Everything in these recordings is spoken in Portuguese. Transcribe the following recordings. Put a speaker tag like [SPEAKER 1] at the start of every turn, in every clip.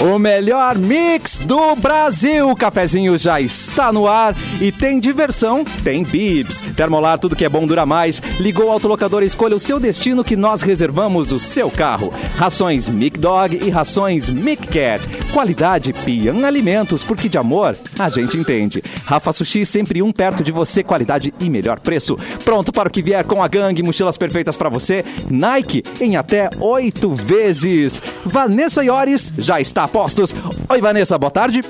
[SPEAKER 1] O melhor mix do Brasil. O cafezinho já está no ar e tem diversão, tem bibs. Termolar, tudo que é bom dura mais. Ligou o autolocador, escolha o seu destino que nós reservamos o seu carro. Rações Mic Dog e rações Mic Cat. Qualidade Pian Alimentos, porque de amor a gente entende. Rafa Sushi, sempre um perto de você, qualidade e melhor preço. Pronto para o que vier com a gangue, mochilas perfeitas para você. Nike em até oito vezes. Vanessa Iores já está postos. Oi, Vanessa, boa tarde.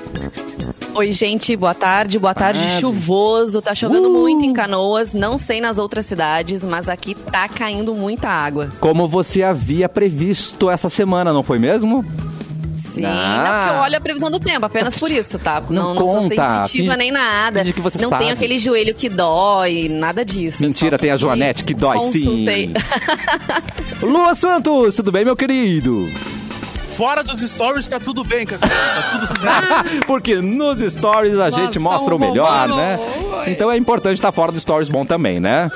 [SPEAKER 2] Oi, gente, boa tarde. Boa tarde,
[SPEAKER 1] Tarde.
[SPEAKER 2] chuvoso. Tá chovendo
[SPEAKER 1] Uh!
[SPEAKER 2] muito em Canoas, não sei nas outras cidades, mas aqui tá caindo muita água.
[SPEAKER 1] Como você havia previsto essa semana, não foi mesmo?
[SPEAKER 2] Sim,
[SPEAKER 1] Ah.
[SPEAKER 2] não, porque eu olho a previsão do tempo, apenas por isso, tá?
[SPEAKER 1] Não
[SPEAKER 2] Não, não sou
[SPEAKER 1] conta,
[SPEAKER 2] sensitiva
[SPEAKER 1] finge-
[SPEAKER 2] nem nada.
[SPEAKER 1] finge que você
[SPEAKER 2] não
[SPEAKER 1] sabe.
[SPEAKER 2] tenho aquele joelho que dói, nada disso.
[SPEAKER 1] Mentira,
[SPEAKER 2] Só
[SPEAKER 1] tem a
[SPEAKER 2] porque
[SPEAKER 1] Joanete que dói,
[SPEAKER 2] consultei.
[SPEAKER 1] sim. Lua Santos, tudo bem, meu querido?
[SPEAKER 3] Fora dos stories tá tudo bem, cara. Tá tudo certo.
[SPEAKER 1] Porque nos stories a gente mostra o melhor, né? Então é importante estar fora dos stories bom também, né?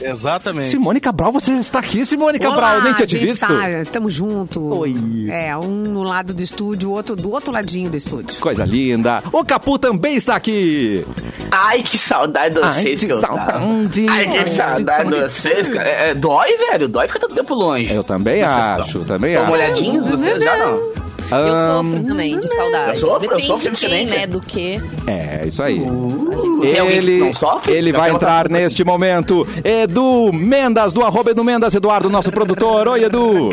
[SPEAKER 3] Exatamente.
[SPEAKER 1] Simone Cabral, você está aqui, Simone Cabral, nem
[SPEAKER 4] é
[SPEAKER 1] tinha te
[SPEAKER 5] gente
[SPEAKER 1] visto.
[SPEAKER 5] tá- tamo junto.
[SPEAKER 1] Oi.
[SPEAKER 5] É, um no lado do estúdio, outro do outro ladinho do estúdio.
[SPEAKER 1] Coisa linda. O Capu também está aqui.
[SPEAKER 6] Ai, que saudade de
[SPEAKER 1] Ai,
[SPEAKER 6] vocês,
[SPEAKER 1] que
[SPEAKER 6] que eu tava.
[SPEAKER 1] saudade.
[SPEAKER 6] Ai, que saudade de vocês, cara. É, é, dói, velho. Dói ficar tanto tempo longe.
[SPEAKER 1] Eu também acho, também
[SPEAKER 6] Dão
[SPEAKER 1] acho.
[SPEAKER 6] uma olhadinha, vocês já não.
[SPEAKER 2] Eu
[SPEAKER 1] Ahn,
[SPEAKER 2] sofro também de saudade.
[SPEAKER 6] Eu sofro, eu
[SPEAKER 2] Depende
[SPEAKER 6] sofro de
[SPEAKER 2] de quem,
[SPEAKER 6] abstinência.
[SPEAKER 2] né? Do que.
[SPEAKER 1] É, isso aí.
[SPEAKER 6] Uh, Tem alguém que não sofre?
[SPEAKER 1] ele
[SPEAKER 6] Já
[SPEAKER 1] vai
[SPEAKER 6] tem outra
[SPEAKER 1] entrar neste momento. Edu Mendas, do arroba Edu Mendas, Eduardo, nosso produtor. Oi, Edu.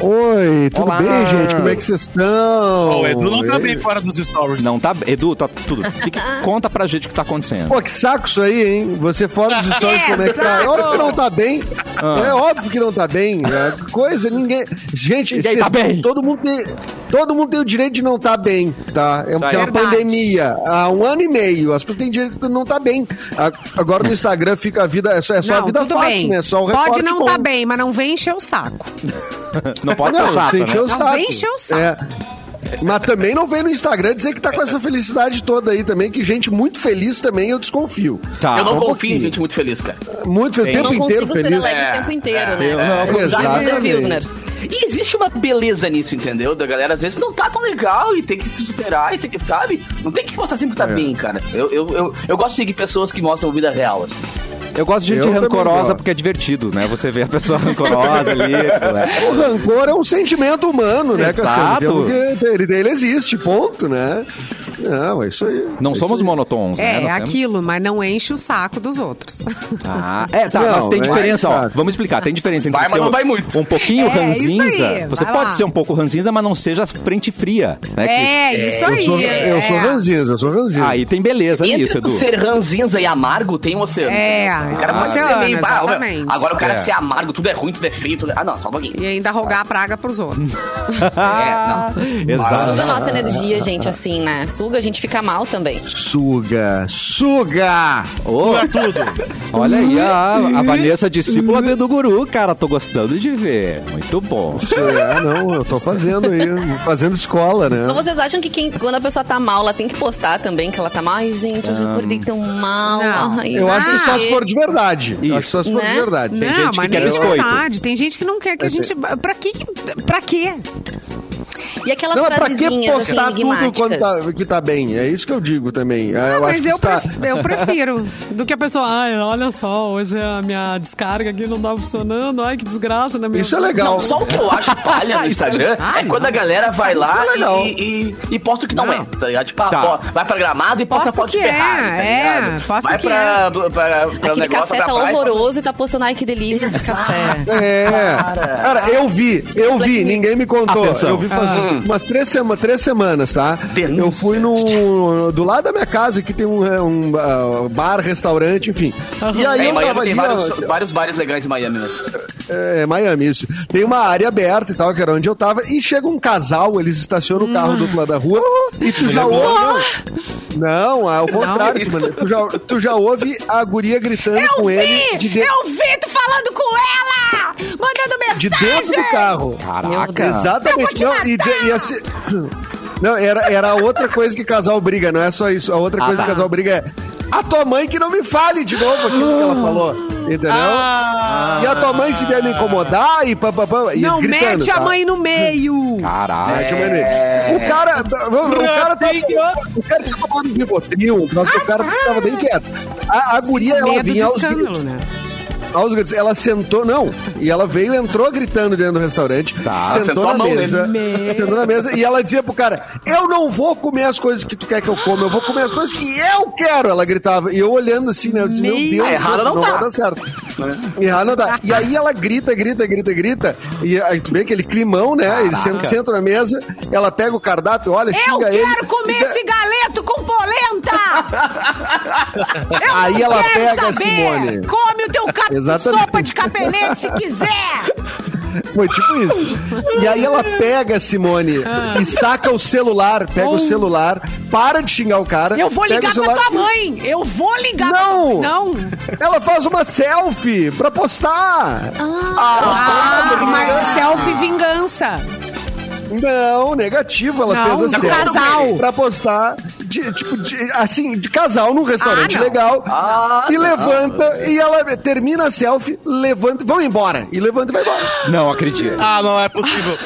[SPEAKER 4] Oi, tudo
[SPEAKER 1] Olá.
[SPEAKER 4] bem, gente? Como é que vocês estão?
[SPEAKER 3] O Edu não tá bem
[SPEAKER 4] Ei.
[SPEAKER 3] fora dos stories.
[SPEAKER 1] Não tá. Edu, tá tudo. Fica- conta pra gente o que tá acontecendo.
[SPEAKER 4] Pô, que saco isso aí, hein? Você fora dos stories
[SPEAKER 5] É,
[SPEAKER 4] como é que tá. É
[SPEAKER 5] saco.
[SPEAKER 4] óbvio que não tá bem.
[SPEAKER 1] Ah.
[SPEAKER 4] É óbvio que não tá bem. É coisa, ninguém. Gente,
[SPEAKER 1] Ninguém
[SPEAKER 4] vocês-
[SPEAKER 1] tá bem.
[SPEAKER 4] todo mundo tem. Todo mundo tem o direito de não estar bem, tá? É uma, tem uma
[SPEAKER 5] Verdade.
[SPEAKER 4] pandemia há um ano e meio. As pessoas têm direito de não estar bem. A- Agora no Instagram fica a vida. É só, é só a
[SPEAKER 5] não,
[SPEAKER 4] vida
[SPEAKER 5] tudo
[SPEAKER 4] fácil,
[SPEAKER 5] bem.
[SPEAKER 4] né? É só o
[SPEAKER 5] Pode
[SPEAKER 4] recorte
[SPEAKER 5] não
[SPEAKER 4] bom.
[SPEAKER 5] tá bem, mas não vem encher o saco.
[SPEAKER 1] Não pode
[SPEAKER 4] não,
[SPEAKER 1] ser chato,
[SPEAKER 4] você
[SPEAKER 1] né?
[SPEAKER 4] encheu o
[SPEAKER 5] Não
[SPEAKER 4] saco.
[SPEAKER 5] vem encher o saco.
[SPEAKER 4] É. Mas também não vem no Instagram dizer que tá com essa felicidade toda aí também, que gente muito feliz também, eu desconfio.
[SPEAKER 1] Tá.
[SPEAKER 6] eu
[SPEAKER 4] só
[SPEAKER 6] não
[SPEAKER 4] um
[SPEAKER 6] confio em
[SPEAKER 4] pouquinho.
[SPEAKER 6] gente muito feliz, cara.
[SPEAKER 4] Muito feliz,
[SPEAKER 2] Eu
[SPEAKER 4] o
[SPEAKER 2] não
[SPEAKER 4] tempo inteiro
[SPEAKER 2] consigo ser
[SPEAKER 4] feliz.
[SPEAKER 2] alegre
[SPEAKER 6] É,
[SPEAKER 2] o tempo inteiro,
[SPEAKER 6] é.
[SPEAKER 2] né?
[SPEAKER 1] Eu não consigo.
[SPEAKER 2] Zaida Wilner.
[SPEAKER 6] E existe uma beleza nisso, entendeu? Da galera às vezes não tá tão legal e tem que se superar e tem que, sabe? Não tem que mostrar sempre que tá
[SPEAKER 1] É.
[SPEAKER 6] bem, cara. Eu, eu, eu, eu gosto de seguir pessoas que mostram vida real, assim.
[SPEAKER 1] Eu gosto de gente
[SPEAKER 4] Eu também
[SPEAKER 1] rancorosa
[SPEAKER 4] gosto.
[SPEAKER 1] porque é divertido, né? Você vê a pessoa rancorosa ali. tipo, né?
[SPEAKER 4] O rancor é um sentimento humano, né,
[SPEAKER 1] Exato.
[SPEAKER 4] Cassiano? Temos que- Ele, ele existe, ponto, né? Não, é isso aí.
[SPEAKER 1] Não
[SPEAKER 4] É
[SPEAKER 1] somos
[SPEAKER 4] isso aí.
[SPEAKER 1] monotons, né?
[SPEAKER 5] É,
[SPEAKER 1] Nós temos-
[SPEAKER 5] aquilo, mas não enche o saco dos outros.
[SPEAKER 1] Ah, é, tá,
[SPEAKER 4] Não,
[SPEAKER 1] mas tem
[SPEAKER 4] vai,
[SPEAKER 1] diferença, ó.
[SPEAKER 4] tá.
[SPEAKER 1] Vamos explicar, tem diferença entre
[SPEAKER 6] Vai, mas
[SPEAKER 1] ser
[SPEAKER 6] não
[SPEAKER 1] um-
[SPEAKER 6] vai muito.
[SPEAKER 1] um pouquinho
[SPEAKER 5] É, isso
[SPEAKER 1] ranzinza.
[SPEAKER 5] aí,
[SPEAKER 1] você
[SPEAKER 5] vai
[SPEAKER 1] pode
[SPEAKER 5] lá.
[SPEAKER 1] ser um pouco ranzinza, mas não seja frente fria, né? que-
[SPEAKER 5] É, isso aí.
[SPEAKER 4] Eu sou, eu
[SPEAKER 5] é.
[SPEAKER 4] sou ranzinza, eu sou
[SPEAKER 6] É.
[SPEAKER 4] ranzinza.
[SPEAKER 1] Aí tem beleza
[SPEAKER 6] Entre
[SPEAKER 1] nisso, é
[SPEAKER 6] o
[SPEAKER 1] Edu.
[SPEAKER 6] ser ranzinza e amargo tem um oceano.
[SPEAKER 5] É,
[SPEAKER 6] o
[SPEAKER 5] tem
[SPEAKER 6] cara
[SPEAKER 5] um
[SPEAKER 6] pode ser
[SPEAKER 5] oceano,
[SPEAKER 6] meio bah, ó,
[SPEAKER 5] exatamente.
[SPEAKER 6] Agora o cara
[SPEAKER 1] É.
[SPEAKER 6] ser amargo, tudo é ruim, tudo é feio. Tudo... é- Ah, não, só um pouquinho.
[SPEAKER 5] E ainda rogar a praga pros outros. Ah.
[SPEAKER 6] É, não.
[SPEAKER 1] Exato.
[SPEAKER 2] Suga a
[SPEAKER 1] Ah.
[SPEAKER 2] nossa energia, gente, assim, né? Suga, a gente fica mal também.
[SPEAKER 4] Suga, suga!
[SPEAKER 1] Ô,
[SPEAKER 3] Tá tudo.
[SPEAKER 1] olha aí a, a Vanessa, discípula do Edu Guru, cara. Tô gostando de ver. Muito bom.
[SPEAKER 4] É, não, eu tô fazendo aí, fazendo escola, né?
[SPEAKER 2] Mas vocês acham que quem- quando a pessoa tá mal, ela tem que postar também que ela tá mal? Ai, gente, hoje eu acordei tão mal.
[SPEAKER 5] Não.
[SPEAKER 2] Ai,
[SPEAKER 4] Eu acho que só se
[SPEAKER 2] ai.
[SPEAKER 4] for de verdade.
[SPEAKER 1] Isso.
[SPEAKER 4] Eu acho que só se for
[SPEAKER 2] Né?
[SPEAKER 4] de verdade.
[SPEAKER 5] não,
[SPEAKER 1] gente que
[SPEAKER 5] mas
[SPEAKER 1] quer
[SPEAKER 5] nem de
[SPEAKER 1] biscoito.
[SPEAKER 5] verdade. Tem gente que não quer que a gente. Pra que. Pra quê?
[SPEAKER 2] E aquelas
[SPEAKER 4] Não, mas pra que
[SPEAKER 2] frasezinhas, assim,
[SPEAKER 4] postar tudo quando
[SPEAKER 2] enigmáticas.
[SPEAKER 4] tá, que tá bem? É isso que eu digo também.
[SPEAKER 5] Ah,
[SPEAKER 4] eu
[SPEAKER 5] mas
[SPEAKER 4] acho
[SPEAKER 5] eu,
[SPEAKER 4] que está...
[SPEAKER 5] pref- eu prefiro do que a pessoa. Ai, olha só, hoje é a minha descarga aqui não tá funcionando. Ai, que desgraça, né? meu?"
[SPEAKER 4] Isso é legal.
[SPEAKER 6] Não, só o que eu acho palha no Instagram
[SPEAKER 5] Ah,
[SPEAKER 6] é quando
[SPEAKER 5] não.
[SPEAKER 6] a galera vai lá
[SPEAKER 4] é legal.
[SPEAKER 6] e, e, e posta o que não, é, tá ligado? Tipo, ah,
[SPEAKER 1] Tá.
[SPEAKER 6] pô, vai pra Gramado e posta
[SPEAKER 5] Posta o
[SPEAKER 6] foto de
[SPEAKER 5] que é,
[SPEAKER 6] Ferrari, tá
[SPEAKER 5] é,
[SPEAKER 6] ligado?
[SPEAKER 5] posta o
[SPEAKER 6] vai
[SPEAKER 5] que
[SPEAKER 6] pra, pra, pra, pra um
[SPEAKER 2] Aquele
[SPEAKER 6] negócio,
[SPEAKER 2] café
[SPEAKER 6] pra
[SPEAKER 2] tá
[SPEAKER 6] praia, e posta-
[SPEAKER 2] horroroso e tá postando, ai, que delícia esse café.
[SPEAKER 4] É,
[SPEAKER 5] Ah,
[SPEAKER 6] Cara.
[SPEAKER 4] cara, eu vi, eu
[SPEAKER 2] Black
[SPEAKER 4] vi,
[SPEAKER 2] Mirror.
[SPEAKER 4] ninguém me contou.
[SPEAKER 1] Atenção.
[SPEAKER 4] Eu vi faz
[SPEAKER 6] Ah.
[SPEAKER 4] umas três, sema, três semanas, tá?
[SPEAKER 6] Denúncia.
[SPEAKER 4] Eu fui no. Do lado da minha casa, que tem um, é, um, ah, bar, restaurante, enfim. E
[SPEAKER 6] É,
[SPEAKER 4] aí
[SPEAKER 6] em
[SPEAKER 4] eu
[SPEAKER 6] Miami
[SPEAKER 4] tava
[SPEAKER 6] tem
[SPEAKER 4] ali.
[SPEAKER 6] vários,
[SPEAKER 4] ó,
[SPEAKER 6] vários bares legais em Miami né? mesmo.
[SPEAKER 4] é, Miami, isso. Tem uma área aberta e tal, que era onde eu tava, e chega um casal, eles estacionam o carro do outro lado da rua, e tu já ouve. Não, ao contrário, Simone, tu, já, tu já ouve a guria gritando com ele de, de-
[SPEAKER 5] vi tu falando com ela! Mandando mensagem!
[SPEAKER 4] de dentro do carro.
[SPEAKER 1] Caraca.
[SPEAKER 4] Exatamente.
[SPEAKER 5] Eu vou
[SPEAKER 4] Não,
[SPEAKER 5] te
[SPEAKER 4] e, dizer- e assim- Não, era, era a outra coisa que casal briga, não é só isso. A outra
[SPEAKER 1] Ah,
[SPEAKER 4] coisa
[SPEAKER 1] tá.
[SPEAKER 4] que casal briga é. A tua mãe que não me fale de novo aquilo que ela falou. Entendeu?
[SPEAKER 3] Ah,
[SPEAKER 4] E a tua mãe se vier me incomodar e papapá. e
[SPEAKER 5] Não
[SPEAKER 4] eles gritando,
[SPEAKER 5] mete a
[SPEAKER 4] tá?
[SPEAKER 5] mãe no meio.
[SPEAKER 6] Ah,
[SPEAKER 1] Caralho.
[SPEAKER 4] Mete a mãe nele. O cara. O cara tá. O cara tinha tomado um bibotril, o cara tava bem quieto. A, a guria, ela
[SPEAKER 5] Ah, tá. Medo de
[SPEAKER 4] vinha aos gritos.
[SPEAKER 5] escândalo, né?
[SPEAKER 4] Aos gritos. Ela sentou, não. E ela veio, entrou gritando dentro do restaurante.
[SPEAKER 1] Tá.
[SPEAKER 4] sentou,
[SPEAKER 6] Sentou a
[SPEAKER 4] na
[SPEAKER 6] mão
[SPEAKER 4] mesa.
[SPEAKER 5] nele.
[SPEAKER 4] Sentou na mesa. E ela dizia pro cara: Eu não vou comer as coisas que tu quer que eu coma, eu vou comer as coisas que eu quero. Ela gritava. E eu olhando assim, né? Eu disse: Meu,
[SPEAKER 5] Meu
[SPEAKER 4] Deus,
[SPEAKER 6] Ah, errado
[SPEAKER 4] isso
[SPEAKER 6] não tá.
[SPEAKER 4] vai dar certo. Errar não dá. E aí ela grita, grita, grita, grita. E aí tu vê aquele climão, né? Eles sentam, sentam na mesa, ela pega o cardápio, olha,
[SPEAKER 5] Eu
[SPEAKER 4] xinga ele.
[SPEAKER 5] quero comer
[SPEAKER 4] e-
[SPEAKER 5] esse galeto com polenta! Eu
[SPEAKER 4] Aí
[SPEAKER 5] não
[SPEAKER 4] ela
[SPEAKER 5] quero
[SPEAKER 4] pega a
[SPEAKER 5] saber.
[SPEAKER 4] Simone.
[SPEAKER 5] Come o teu cap...
[SPEAKER 4] Exatamente.
[SPEAKER 5] sopa de capelete se quiser!
[SPEAKER 4] Foi tipo isso. E aí ela pega a Simone e saca o celular, pega o celular, para de xingar o cara.
[SPEAKER 5] Eu vou
[SPEAKER 4] pega
[SPEAKER 5] ligar
[SPEAKER 4] o celular,
[SPEAKER 5] pra tua mãe! Eu vou ligar
[SPEAKER 4] Não!
[SPEAKER 5] pra tua mãe! Não!
[SPEAKER 4] Ela faz uma selfie pra postar.
[SPEAKER 5] Ah,
[SPEAKER 4] é.
[SPEAKER 5] mas selfie vingança!
[SPEAKER 4] Não, negativo. Ela
[SPEAKER 5] Não,
[SPEAKER 4] fez a
[SPEAKER 5] de
[SPEAKER 4] selfie
[SPEAKER 5] casal.
[SPEAKER 4] pra postar, de, tipo, de- assim, de casal num restaurante
[SPEAKER 5] Ah, não.
[SPEAKER 4] legal.
[SPEAKER 6] Ah,
[SPEAKER 4] e
[SPEAKER 6] não.
[SPEAKER 4] levanta, e ela termina a selfie, levanta, vão embora. E levanta e vai embora.
[SPEAKER 1] Não acredito.
[SPEAKER 3] Ah, não é possível.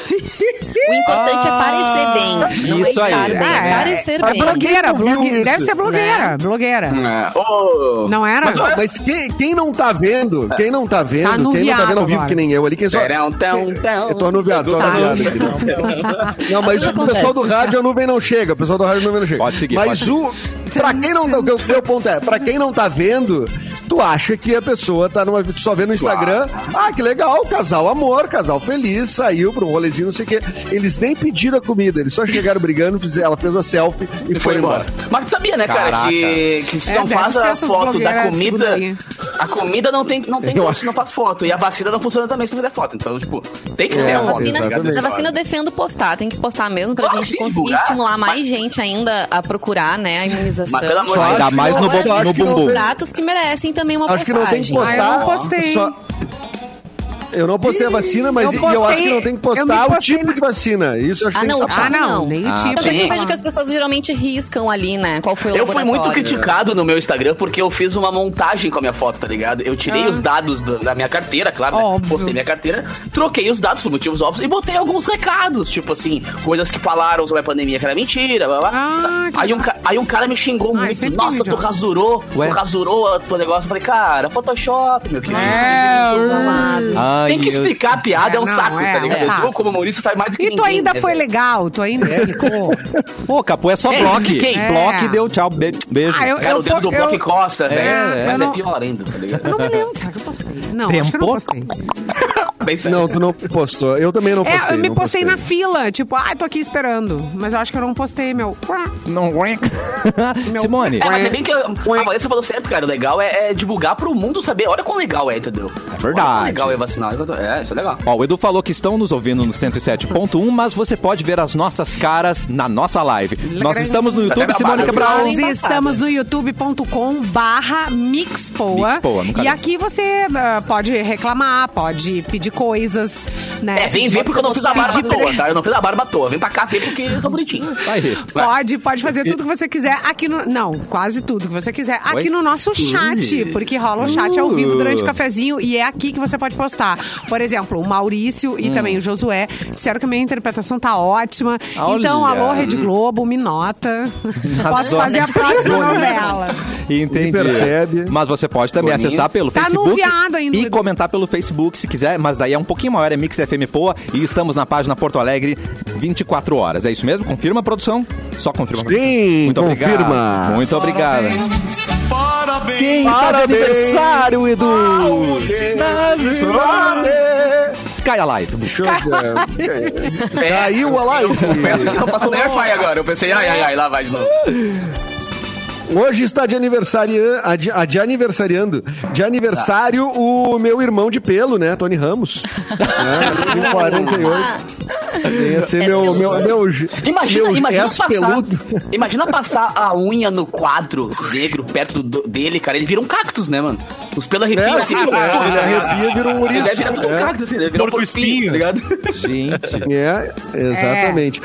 [SPEAKER 2] O importante é parecer bem. não
[SPEAKER 1] Isso aí.
[SPEAKER 2] estar Bem, é,
[SPEAKER 5] É,
[SPEAKER 2] parecer
[SPEAKER 4] Ah, é
[SPEAKER 2] bem.
[SPEAKER 4] blogueiro.
[SPEAKER 5] Blogueira,
[SPEAKER 4] Quem ouviu
[SPEAKER 5] blogueira. Deve
[SPEAKER 4] isso? né?
[SPEAKER 5] ser blogueira, blogueira.
[SPEAKER 6] É. Ô,
[SPEAKER 5] Não era?
[SPEAKER 6] Mas, olha,
[SPEAKER 4] Mas quem, quem não tá vendo, quem não tá vendo,
[SPEAKER 5] Tá
[SPEAKER 4] quem não tá
[SPEAKER 5] anuviado
[SPEAKER 4] vendo ao vivo
[SPEAKER 5] agora.
[SPEAKER 4] que nem eu ali, quem só...
[SPEAKER 6] Terão, tão, tão.
[SPEAKER 4] Eu tô anuviado, tô
[SPEAKER 6] Tá
[SPEAKER 4] anuviado.
[SPEAKER 6] anuviado.
[SPEAKER 4] aqui. Não, mas
[SPEAKER 2] Tudo
[SPEAKER 4] o pessoal
[SPEAKER 2] acontece.
[SPEAKER 4] do rádio a nuvem não chega, o pessoal do rádio a nuvem não chega.
[SPEAKER 1] Pode seguir,
[SPEAKER 4] Mas
[SPEAKER 1] pode
[SPEAKER 4] o... Pra quem não... O que- o meu ponto é, pra quem não tá vendo, tu acha que a pessoa tá numa... Tu só vê no Instagram, ah, que legal, casal amor, casal feliz, saiu pra um rolezinho, não sei o quê. Eles nem pediram a comida, eles só chegaram brigando, fizeram- ela fez a selfie e,
[SPEAKER 6] E foi embora. Mas tu sabia, né, cara,
[SPEAKER 1] Caraca.
[SPEAKER 6] que, que se
[SPEAKER 5] É,
[SPEAKER 6] não
[SPEAKER 5] deve
[SPEAKER 6] faz
[SPEAKER 5] ser
[SPEAKER 6] a
[SPEAKER 5] essas
[SPEAKER 6] foto da
[SPEAKER 5] blogueiras de segunda
[SPEAKER 6] comida,
[SPEAKER 5] linha.
[SPEAKER 6] a comida não tem, não tem
[SPEAKER 4] Eu
[SPEAKER 6] gosto
[SPEAKER 4] acho.
[SPEAKER 6] se não faz foto. E a vacina não funciona também se não fizer foto. Então, tipo, tem que
[SPEAKER 4] É,
[SPEAKER 6] ter a
[SPEAKER 2] assim Na
[SPEAKER 4] Não,
[SPEAKER 6] foto.
[SPEAKER 2] vacina,
[SPEAKER 6] tá ligado?
[SPEAKER 4] exatamente.
[SPEAKER 2] na vacina eu defendo postar, tem que postar mesmo pra
[SPEAKER 6] Claro,
[SPEAKER 2] gente
[SPEAKER 6] sim,
[SPEAKER 2] conseguir
[SPEAKER 6] divulgar.
[SPEAKER 2] estimular mais
[SPEAKER 6] Mas-
[SPEAKER 2] gente ainda a procurar, né, a imunização.
[SPEAKER 6] Mas pelo amor
[SPEAKER 4] Só
[SPEAKER 6] de
[SPEAKER 4] acho
[SPEAKER 1] Ainda
[SPEAKER 4] que
[SPEAKER 1] mais
[SPEAKER 4] não-
[SPEAKER 1] no bumbum,
[SPEAKER 4] acho
[SPEAKER 1] no
[SPEAKER 4] que não
[SPEAKER 1] bumbum.
[SPEAKER 4] tem-
[SPEAKER 2] Dados que merecem também uma
[SPEAKER 4] Acho que
[SPEAKER 2] postagem.
[SPEAKER 4] não tem que postar.
[SPEAKER 5] Ah, eu não postei.
[SPEAKER 4] Só- Eu não postei a vacina, mas
[SPEAKER 5] Eu
[SPEAKER 4] e eu acho que
[SPEAKER 5] postei-
[SPEAKER 4] não tem que
[SPEAKER 5] eu me
[SPEAKER 4] postar o
[SPEAKER 5] postei
[SPEAKER 4] tipo
[SPEAKER 5] na-
[SPEAKER 4] de vacina. Isso eu acho
[SPEAKER 2] Ah,
[SPEAKER 4] que tem
[SPEAKER 2] não,
[SPEAKER 4] que
[SPEAKER 2] o tipo
[SPEAKER 5] Ah, não,
[SPEAKER 2] não.
[SPEAKER 5] nem o
[SPEAKER 1] Ah,
[SPEAKER 5] tipo.
[SPEAKER 2] Tanto é que eu
[SPEAKER 6] Sim.
[SPEAKER 2] vejo que as pessoas geralmente riscam ali, né? Qual foi o
[SPEAKER 6] Eu fui muito
[SPEAKER 2] laboratório.
[SPEAKER 6] criticado no meu Instagram porque eu fiz uma montagem com a minha foto, tá ligado? Eu tirei os dados do- da minha carteira, claro, né?
[SPEAKER 5] Ah. Óbvio.
[SPEAKER 6] Postei minha carteira, troquei os dados por motivos óbvios e botei alguns recados, tipo assim, coisas que falaram sobre a pandemia que era mentira, blá blá.
[SPEAKER 5] Ah, que
[SPEAKER 6] aí, um, ca- aí um cara me xingou
[SPEAKER 5] Ai,
[SPEAKER 6] muito.
[SPEAKER 5] sempre
[SPEAKER 6] Nossa,
[SPEAKER 5] um
[SPEAKER 6] tu
[SPEAKER 5] idiota."
[SPEAKER 6] rasurou,
[SPEAKER 1] Ué?
[SPEAKER 6] tu rasurou o teu negócio. Eu falei, cara, Photoshop, meu querido.
[SPEAKER 1] Ai,
[SPEAKER 6] Tem que
[SPEAKER 1] eu-
[SPEAKER 6] explicar a piada, é,
[SPEAKER 5] uh. É,
[SPEAKER 6] um
[SPEAKER 5] não,
[SPEAKER 6] saco,
[SPEAKER 5] é,
[SPEAKER 6] tá
[SPEAKER 5] um
[SPEAKER 6] ligado?
[SPEAKER 5] saco.
[SPEAKER 6] Eu, como Maurício, sabe mais do que
[SPEAKER 5] E tu
[SPEAKER 6] ninguém,
[SPEAKER 5] ainda
[SPEAKER 6] né,
[SPEAKER 5] foi
[SPEAKER 6] velho?
[SPEAKER 5] legal, tu ainda explicou.
[SPEAKER 1] Pô, Capu, é só
[SPEAKER 6] É,
[SPEAKER 1] bloque.
[SPEAKER 6] expliquei.
[SPEAKER 1] É. Bloque, deu tchau, be- beijo.
[SPEAKER 5] Ah, eu-
[SPEAKER 6] Cara, o dedo do
[SPEAKER 5] eu-
[SPEAKER 6] bloco e coça,
[SPEAKER 5] eu
[SPEAKER 6] velho. Mas
[SPEAKER 5] não-
[SPEAKER 6] é pior ainda, tá ligado?
[SPEAKER 5] Eu não me lembro, um será que eu postei? Não, acho que eu não
[SPEAKER 1] Tempo?
[SPEAKER 5] postei.
[SPEAKER 6] Bem
[SPEAKER 2] Ah.
[SPEAKER 6] sério.
[SPEAKER 4] Não, tu não postou. Eu também não postei.
[SPEAKER 5] É, eu me
[SPEAKER 4] não
[SPEAKER 5] postei na fila, tipo, ah, tô aqui esperando. Mas eu acho que eu não postei, meu.
[SPEAKER 1] Não, Simone,
[SPEAKER 6] É, mas é bem que a Vanessa falou certo, cara. O legal é, é divulgar pro mundo saber. Olha quão legal é, entendeu? É
[SPEAKER 1] verdade.
[SPEAKER 6] legal é vacinar. É, isso é legal.
[SPEAKER 1] ó, o Edu falou que estão nos ouvindo no 107.1, mas você pode ver as nossas caras na nossa live. Nós estamos no YouTube,
[SPEAKER 6] Tá
[SPEAKER 1] Simone
[SPEAKER 6] gravado.
[SPEAKER 1] Cabral.
[SPEAKER 5] Nós estamos no youtube.com barra Mixpoa.
[SPEAKER 1] Mixpoa, nunca
[SPEAKER 5] E
[SPEAKER 1] vi.
[SPEAKER 5] aqui você ah, pode reclamar, pode pedir coisas, né?
[SPEAKER 6] É, vem ver porque eu não fiz a barba à
[SPEAKER 5] Pedir
[SPEAKER 6] toa, tá? Eu não fiz a barba à toa. Vem pra cá ver porque eu tô bonitinho.
[SPEAKER 1] Aí.
[SPEAKER 5] Pode, pode fazer tudo que você quiser aqui no. Não, quase tudo que você quiser. Aqui
[SPEAKER 1] Oi?
[SPEAKER 5] no nosso chat,
[SPEAKER 1] Ui.
[SPEAKER 5] porque rola o chat ao vivo
[SPEAKER 1] Uh.
[SPEAKER 5] durante o cafezinho e é aqui que você pode postar. Por exemplo, o Maurício
[SPEAKER 1] Hum.
[SPEAKER 5] e também o Josué disseram que a minha interpretação tá ótima. Então,
[SPEAKER 1] Olha.
[SPEAKER 5] alô, Rede Globo, me nota.
[SPEAKER 1] Na
[SPEAKER 5] Posso
[SPEAKER 1] zona
[SPEAKER 5] fazer a
[SPEAKER 1] de
[SPEAKER 5] próxima
[SPEAKER 4] Globo.
[SPEAKER 5] novela.
[SPEAKER 1] Entendi.
[SPEAKER 4] Percebe.
[SPEAKER 1] Mas você pode também
[SPEAKER 6] Boninho.
[SPEAKER 1] acessar pelo
[SPEAKER 5] Tá
[SPEAKER 1] Facebook
[SPEAKER 5] anuviado ainda,
[SPEAKER 1] e
[SPEAKER 5] Edu.
[SPEAKER 1] comentar pelo Facebook se quiser, mas daí é um pouquinho maior, é Mix FM Poa e estamos na página Porto Alegre 24 horas. É isso mesmo? Confirma, produção? Só confirma.
[SPEAKER 4] Sim,
[SPEAKER 1] Muito
[SPEAKER 4] confirma.
[SPEAKER 1] obrigado. Muito obrigado.
[SPEAKER 3] Parabéns.
[SPEAKER 1] Quem está de
[SPEAKER 4] Parabéns.
[SPEAKER 1] aniversário, Edu?
[SPEAKER 4] Postei.
[SPEAKER 1] Cai a live.
[SPEAKER 4] Aí o
[SPEAKER 6] Confesso que
[SPEAKER 4] Alive.
[SPEAKER 6] eu passou no Wi-Fi agora. Eu pensei, ai, ai, ai, lá vai de novo.
[SPEAKER 4] Hoje está de aniversário, ah, de, de aniversariando, de aniversário o meu irmão de pelo, né, Tony Ramos. né, de 48. Esse é meu, meu, meu,
[SPEAKER 6] Imagina,
[SPEAKER 4] meu
[SPEAKER 6] imagina
[SPEAKER 4] ex
[SPEAKER 6] passar.
[SPEAKER 4] peludo.
[SPEAKER 6] Imagina passar a unha no quadro negro perto do- dele, cara. Ele vira um cactus, né, mano? Os pelos
[SPEAKER 4] É,
[SPEAKER 6] arrepiam
[SPEAKER 4] sim,
[SPEAKER 6] assim.
[SPEAKER 4] é, ele arrepia e vira um
[SPEAKER 6] Ele
[SPEAKER 4] ouriço.
[SPEAKER 6] deve virar tudo um
[SPEAKER 4] É.
[SPEAKER 6] cactus, assim. Ele vira um
[SPEAKER 3] Porco
[SPEAKER 6] porco-espinho,
[SPEAKER 3] espinho.
[SPEAKER 6] tá ligado?
[SPEAKER 1] Gente.
[SPEAKER 4] É, exatamente.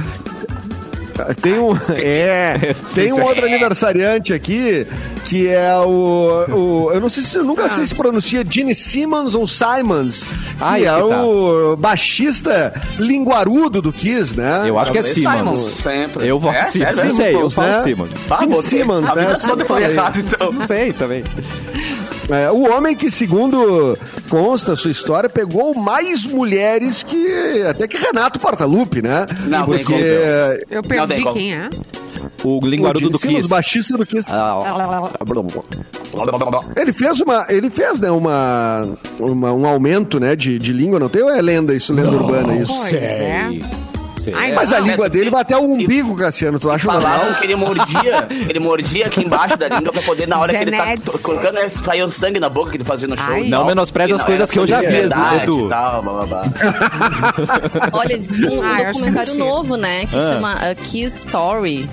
[SPEAKER 4] é, Tem um, é, tem um outro aniversariante aqui que é o, o- eu não sei se eu nunca sei se pronuncia Gene Simmons ou Simons,
[SPEAKER 1] Ah,
[SPEAKER 4] que
[SPEAKER 1] é
[SPEAKER 4] é,
[SPEAKER 1] que tá.
[SPEAKER 4] o baixista linguarudo do Kiss, né?
[SPEAKER 1] Eu acho que é
[SPEAKER 6] Talvez Simons,
[SPEAKER 1] Simons.
[SPEAKER 6] sempre.
[SPEAKER 1] Eu voto
[SPEAKER 6] É,
[SPEAKER 1] em Simons.
[SPEAKER 6] sério?
[SPEAKER 1] Não sei, eu falo
[SPEAKER 4] né?
[SPEAKER 1] Simons.
[SPEAKER 6] Ah,
[SPEAKER 4] Gene
[SPEAKER 6] você-
[SPEAKER 4] Simmons,
[SPEAKER 6] a vida
[SPEAKER 4] né? Eu
[SPEAKER 6] toda
[SPEAKER 4] sempre
[SPEAKER 6] eu falei
[SPEAKER 4] falei.
[SPEAKER 6] errado, então.
[SPEAKER 1] Não sei também.
[SPEAKER 4] É, o homem que, segundo consta a sua história, pegou mais mulheres que até que Renato Portaluppi, né?
[SPEAKER 6] Não, tem
[SPEAKER 4] porque
[SPEAKER 6] como.
[SPEAKER 4] é,
[SPEAKER 5] Eu
[SPEAKER 6] Não tem
[SPEAKER 5] perdi
[SPEAKER 6] como.
[SPEAKER 5] quem é.
[SPEAKER 1] O linguarudo
[SPEAKER 4] o
[SPEAKER 1] do
[SPEAKER 4] Gene Simmons,
[SPEAKER 1] Kiss.
[SPEAKER 4] baixista do Kiss.
[SPEAKER 1] Ah, ó.
[SPEAKER 4] Ele fez uma, ele fez, né, uma, uma- um aumento, né, de, de língua, não tem? Ou é lenda isso, lenda urbana isso?
[SPEAKER 5] Pois é.
[SPEAKER 1] Sei.
[SPEAKER 5] Ai,
[SPEAKER 4] Mas a
[SPEAKER 6] Não,
[SPEAKER 4] língua
[SPEAKER 6] é-
[SPEAKER 4] dele vai até o umbigo, Cassiano, tu acha
[SPEAKER 6] Falaram
[SPEAKER 4] normal?
[SPEAKER 6] que ele mordia, ele mordia aqui embaixo da língua pra poder, na hora que ele tá
[SPEAKER 5] Zenetes.
[SPEAKER 6] to- colocando, né, saiu sangue na boca que ele fazia no show.
[SPEAKER 5] Ai.
[SPEAKER 6] e
[SPEAKER 5] Não
[SPEAKER 6] tal.
[SPEAKER 1] menospreze
[SPEAKER 6] E
[SPEAKER 1] as
[SPEAKER 6] não,
[SPEAKER 1] coisas
[SPEAKER 6] era
[SPEAKER 1] que eu já vi,
[SPEAKER 6] verdade e
[SPEAKER 1] Edu.
[SPEAKER 6] tal, blá, blá, blá.
[SPEAKER 2] Olha, tem um
[SPEAKER 5] Ah, eu acho que
[SPEAKER 2] documentário
[SPEAKER 5] mentira.
[SPEAKER 2] novo, né? Que
[SPEAKER 1] Ah.
[SPEAKER 2] chama uh, Key Story.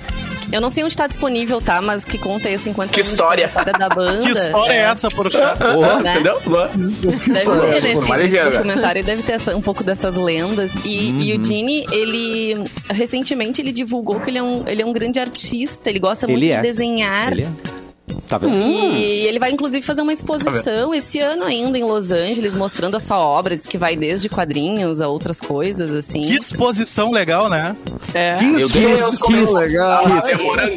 [SPEAKER 2] Eu não sei onde tá disponível, tá? Mas que conta aí 50
[SPEAKER 6] Que
[SPEAKER 2] anos de
[SPEAKER 6] história.
[SPEAKER 2] trajetória da banda.
[SPEAKER 3] Que história é essa, poxa?
[SPEAKER 1] Porra.
[SPEAKER 2] Né?
[SPEAKER 6] Entendeu?
[SPEAKER 4] Que
[SPEAKER 1] né?
[SPEAKER 2] Deve
[SPEAKER 4] história é
[SPEAKER 2] ter
[SPEAKER 4] essa?
[SPEAKER 2] desse,
[SPEAKER 6] Por maneiro,
[SPEAKER 2] desse
[SPEAKER 6] cara.
[SPEAKER 2] documentário, deve ter essa- um pouco dessas lendas. E, e o Gene, ele recentemente ele divulgou que ele é um, ele é um grande artista, ele gosta muito
[SPEAKER 1] Ele
[SPEAKER 2] de
[SPEAKER 1] é.
[SPEAKER 2] desenhar.
[SPEAKER 1] Ele é. Tá vendo?
[SPEAKER 2] E ele vai, inclusive, fazer uma exposição esse ano ainda em Los Angeles, mostrando a sua obra. Diz que vai desde quadrinhos a outras coisas, assim.
[SPEAKER 3] Que exposição legal, né?
[SPEAKER 2] É.
[SPEAKER 4] Que isso,
[SPEAKER 1] Deus,
[SPEAKER 4] isso,
[SPEAKER 1] como
[SPEAKER 4] isso,
[SPEAKER 1] eu-
[SPEAKER 4] legal.
[SPEAKER 6] Ah, demorando.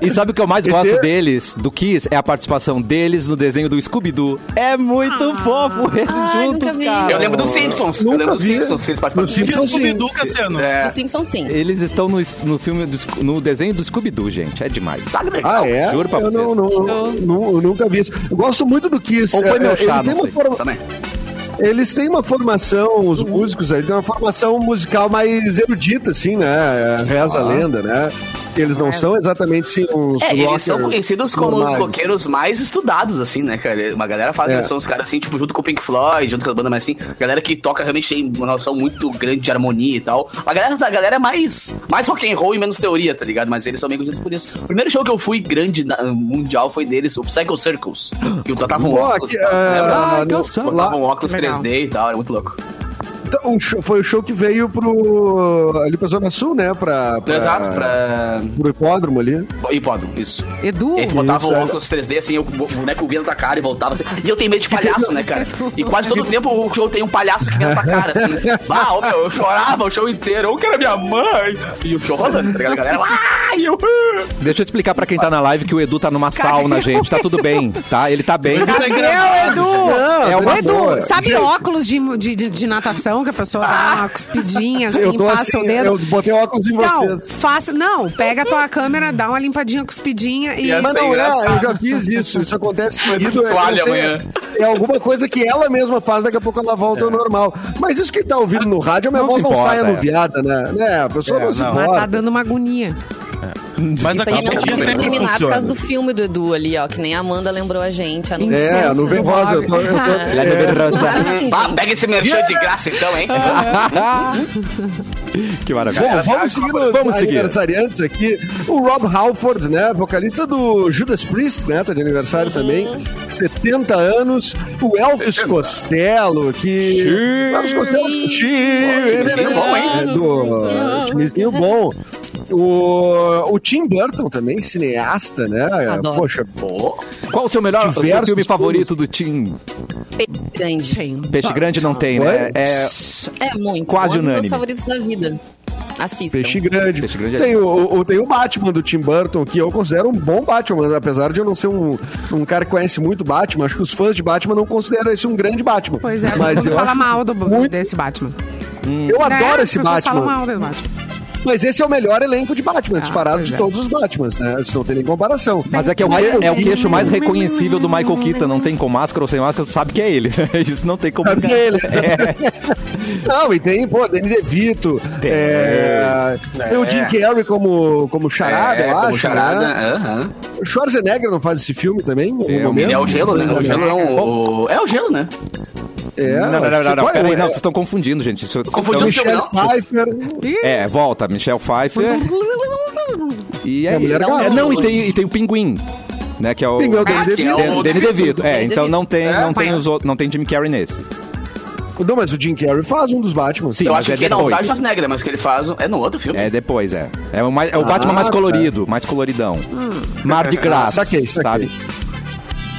[SPEAKER 1] E sabe o que eu mais gosto
[SPEAKER 4] Entendeu?
[SPEAKER 1] deles, do Kiss? É a participação deles no desenho do Scooby-Doo. É muito fofo eles
[SPEAKER 2] Ai,
[SPEAKER 1] juntos,
[SPEAKER 2] nunca vi.
[SPEAKER 1] cara.
[SPEAKER 6] Eu lembro dos Simpsons. eu
[SPEAKER 4] Nunca
[SPEAKER 6] lembro dos
[SPEAKER 4] vi.
[SPEAKER 6] Simpsons que eles
[SPEAKER 4] Nos
[SPEAKER 6] participaram.
[SPEAKER 3] Que tá
[SPEAKER 4] Então,
[SPEAKER 3] Scooby-Doo,
[SPEAKER 4] sim.
[SPEAKER 3] Cassiano.
[SPEAKER 6] É.
[SPEAKER 2] Os Simpsons, sim.
[SPEAKER 1] Eles estão no, no filme, do Sco- no desenho do Scooby-Doo, gente. É demais.
[SPEAKER 6] Tá legal.
[SPEAKER 4] Ah, é?
[SPEAKER 1] Juro pra
[SPEAKER 4] eu
[SPEAKER 1] vocês.
[SPEAKER 4] não, não, não- eu nunca vi isso. Eu gosto muito do Kiss.
[SPEAKER 1] Ou foi
[SPEAKER 4] É,
[SPEAKER 1] meu
[SPEAKER 4] é,
[SPEAKER 1] chá,
[SPEAKER 4] eles, têm
[SPEAKER 1] não
[SPEAKER 4] uma
[SPEAKER 1] sei.
[SPEAKER 4] forma-
[SPEAKER 6] Também.
[SPEAKER 4] eles têm uma formação, os músicos, eles têm uma formação musical mais erudita, assim, né? Reza
[SPEAKER 1] Ah.
[SPEAKER 4] a lenda, né? Eles não são exatamente sim, uns
[SPEAKER 6] É, eles são
[SPEAKER 4] rockers
[SPEAKER 6] conhecidos como os
[SPEAKER 4] normais.
[SPEAKER 6] roqueiros mais estudados, assim, né, cara? Uma galera fala
[SPEAKER 4] É.
[SPEAKER 6] que são os caras assim, tipo, junto com o Pink Floyd, junto com a banda, mas assim, galera que toca realmente tem uma noção muito grande de harmonia e tal. A galera da galera é mais, mais rock and roll e menos teoria, tá ligado? Mas eles são meio conhecidos por isso. O primeiro show que eu fui grande na- mundial foi deles, o Psycho Circles, que botavam
[SPEAKER 4] Pô,
[SPEAKER 6] óculos.
[SPEAKER 4] que,
[SPEAKER 6] tá?
[SPEAKER 4] é,
[SPEAKER 6] Lembra?
[SPEAKER 1] Ah, que
[SPEAKER 4] no-
[SPEAKER 1] alção.
[SPEAKER 4] lá-
[SPEAKER 6] Botavam um óculos
[SPEAKER 5] Legal.
[SPEAKER 6] 3D e tal, era muito louco.
[SPEAKER 4] Então, o show- foi o show que veio pro. ali pra Zona Sul, né? Pra, pra,
[SPEAKER 6] Exato, pra.
[SPEAKER 4] Pro hipódromo ali.
[SPEAKER 6] Hipódromo, isso.
[SPEAKER 5] Edu,
[SPEAKER 6] Ele botava
[SPEAKER 4] Isso,
[SPEAKER 6] o
[SPEAKER 4] é.
[SPEAKER 6] óculos 3D, assim, eu- o boneco vinha na tua cara e voltava. assim. E eu tenho medo de palhaço, né, cara? E quase todo tempo o show tem um palhaço que vinha na tua cara, assim. Ah, ô, meu, eu chorava o show inteiro. Eu que era minha mãe. E o show rolando, tá ligado? A galera, ah, e eu...
[SPEAKER 1] Deixa eu explicar pra quem tá na live que o Edu tá numa sauna, gente. Tá tudo bem, tá? Ele tá bem.
[SPEAKER 3] Cadê
[SPEAKER 5] Meu, Edu!
[SPEAKER 4] Não,
[SPEAKER 1] é uma
[SPEAKER 4] tá
[SPEAKER 5] Edu,
[SPEAKER 4] boa.
[SPEAKER 5] sabe
[SPEAKER 4] Gente,
[SPEAKER 5] óculos de, de, de- de natação que a pessoa dá uma cuspidinha assim,
[SPEAKER 4] Ah. Eu tô
[SPEAKER 5] passa
[SPEAKER 4] assim,
[SPEAKER 5] o dedo?
[SPEAKER 4] eu botei óculos em
[SPEAKER 5] Então,
[SPEAKER 4] vocês.
[SPEAKER 5] faça. Não, pega a tua câmera, dá uma limpadinha, cuspidinha e.
[SPEAKER 6] E assim-
[SPEAKER 4] Mas não é,
[SPEAKER 6] engraçado.
[SPEAKER 4] eu já fiz isso. Isso acontece seguido. eu
[SPEAKER 6] toalha
[SPEAKER 4] não sei,
[SPEAKER 6] amanhã.
[SPEAKER 4] É alguma coisa que ela mesma faz, daqui a pouco ela volta ao normal. Mas isso que tá ouvindo no rádio, a minha
[SPEAKER 1] Não
[SPEAKER 4] voz
[SPEAKER 1] se
[SPEAKER 4] não
[SPEAKER 1] importa,
[SPEAKER 4] saia
[SPEAKER 1] é.
[SPEAKER 4] no viada, né? É, a pessoa
[SPEAKER 3] É,
[SPEAKER 4] não se
[SPEAKER 3] não.
[SPEAKER 5] Mas tá
[SPEAKER 4] importa.
[SPEAKER 5] dando uma agonia.
[SPEAKER 2] Isso
[SPEAKER 3] Mas a
[SPEAKER 2] aí não
[SPEAKER 3] cuspidinha
[SPEAKER 2] tinha que
[SPEAKER 3] tá sempre
[SPEAKER 2] eliminar por causa
[SPEAKER 3] funciona.
[SPEAKER 2] do filme do Edu ali, ó. Que nem a Amanda lembrou a gente. A
[SPEAKER 5] Isso.
[SPEAKER 4] É, a nuvem rosa. Eu tô, eu tô,
[SPEAKER 1] Ela é
[SPEAKER 4] é,
[SPEAKER 1] numerosa.
[SPEAKER 6] Ah, pega esse merchan de graça então, hein?
[SPEAKER 4] Ah.
[SPEAKER 1] que maravilha.
[SPEAKER 4] Bom, vamos seguir nos
[SPEAKER 1] Vamos seguir.
[SPEAKER 4] aniversariantes aqui. O Rob Halford, né? Vocalista do Judas Priest, né? Tá de aniversário também. 70 anos. O Elvis Costello, que. Elvis Costello. um
[SPEAKER 6] timezinho bom, hein?
[SPEAKER 4] É, Do timezinho bom. O, o Tim Burton também, cineasta, né?
[SPEAKER 2] Adoro.
[SPEAKER 4] Poxa,
[SPEAKER 6] Pô,
[SPEAKER 1] Qual o seu melhor seu
[SPEAKER 4] Diversos
[SPEAKER 1] filme
[SPEAKER 4] filmes.
[SPEAKER 1] favorito do Tim?
[SPEAKER 2] grande.
[SPEAKER 5] Gente.
[SPEAKER 1] Peixe Grande não tem, né?
[SPEAKER 4] Oi?
[SPEAKER 1] É,
[SPEAKER 2] É muito.
[SPEAKER 1] Quase
[SPEAKER 2] um dos
[SPEAKER 1] unânime.
[SPEAKER 2] meus favoritos da vida. Assistam.
[SPEAKER 4] Peixe grande.
[SPEAKER 1] Peixe grande é
[SPEAKER 4] tem, o, o- tem o Batman do Tim Burton, que eu considero um bom Batman, apesar de eu não ser um, um cara que conhece muito Batman. Acho que os fãs de Batman não consideram esse um grande Batman.
[SPEAKER 5] Pois é,
[SPEAKER 4] mas eu,
[SPEAKER 5] fala
[SPEAKER 4] acho
[SPEAKER 5] mal do,
[SPEAKER 4] muito-
[SPEAKER 5] desse Batman.
[SPEAKER 4] eu adoro
[SPEAKER 5] É,
[SPEAKER 4] esse
[SPEAKER 5] as pessoas falam
[SPEAKER 4] Batman.
[SPEAKER 5] mal do Batman.
[SPEAKER 4] Mas esse é o melhor elenco de Batman,
[SPEAKER 5] Ah,
[SPEAKER 4] disparado
[SPEAKER 5] pois
[SPEAKER 4] de
[SPEAKER 5] é.
[SPEAKER 4] todos os Batmans, né? Isso não tem nem comparação.
[SPEAKER 1] Mas é que é o,
[SPEAKER 4] Michael
[SPEAKER 1] que- é o
[SPEAKER 4] Keaton-
[SPEAKER 1] queixo mais reconhecível do Michael Keaton. Não tem com máscara ou sem máscara, tu sabe que é ele. né? Isso não tem como.
[SPEAKER 4] Sabe que é ele. Não, e tem, pô, Danny DeVito.
[SPEAKER 1] É. Tem.
[SPEAKER 4] É, tem o Jim Carrey como, como charada,
[SPEAKER 6] é,
[SPEAKER 4] eu acho.
[SPEAKER 6] como charada.
[SPEAKER 4] né?
[SPEAKER 6] aham.
[SPEAKER 4] O Schwarzenegger não faz esse filme também? em algum
[SPEAKER 1] É, o
[SPEAKER 4] momento?
[SPEAKER 6] Ele é o gelo, né? O gelo é o... o- É o gelo, né?
[SPEAKER 4] É,
[SPEAKER 1] não, não, não, não, não.
[SPEAKER 4] qual é?
[SPEAKER 1] Peraí, não, vocês estão confundindo, gente. Isso- então-
[SPEAKER 6] Confundiu o seu-
[SPEAKER 4] Michelle
[SPEAKER 6] Não, não.
[SPEAKER 4] Pfeiffer.
[SPEAKER 5] Ih,
[SPEAKER 1] É, volta, Michel Pfeiffer. E é
[SPEAKER 4] É, mulher
[SPEAKER 1] não,
[SPEAKER 4] gato.
[SPEAKER 1] não, e tem, e tem o pinguim, né? Que é o.
[SPEAKER 4] Pinguim é o Danny
[SPEAKER 6] que é
[SPEAKER 4] DeVito.
[SPEAKER 6] o-
[SPEAKER 1] Dan- Danny DeVito. É,
[SPEAKER 2] Danny
[SPEAKER 1] então
[SPEAKER 2] DeVito.
[SPEAKER 1] não tem,
[SPEAKER 6] É,
[SPEAKER 1] não tem
[SPEAKER 5] pai.
[SPEAKER 1] os outros, não tem Jim Carrey nesse.
[SPEAKER 4] Não, mas o Jim Carrey faz um dos Batman.
[SPEAKER 1] Sim,
[SPEAKER 6] eu
[SPEAKER 1] mas
[SPEAKER 6] acho
[SPEAKER 1] é
[SPEAKER 6] que não, o
[SPEAKER 1] depois.
[SPEAKER 6] Batman Negra, mas que ele faz. É no outro filme?
[SPEAKER 1] É depois, é. É o, mais- é o Batman mais
[SPEAKER 4] tá. Ah,
[SPEAKER 1] colorido, mais coloridão. Mar de Graça,
[SPEAKER 4] saquei, saquei.
[SPEAKER 1] sabe?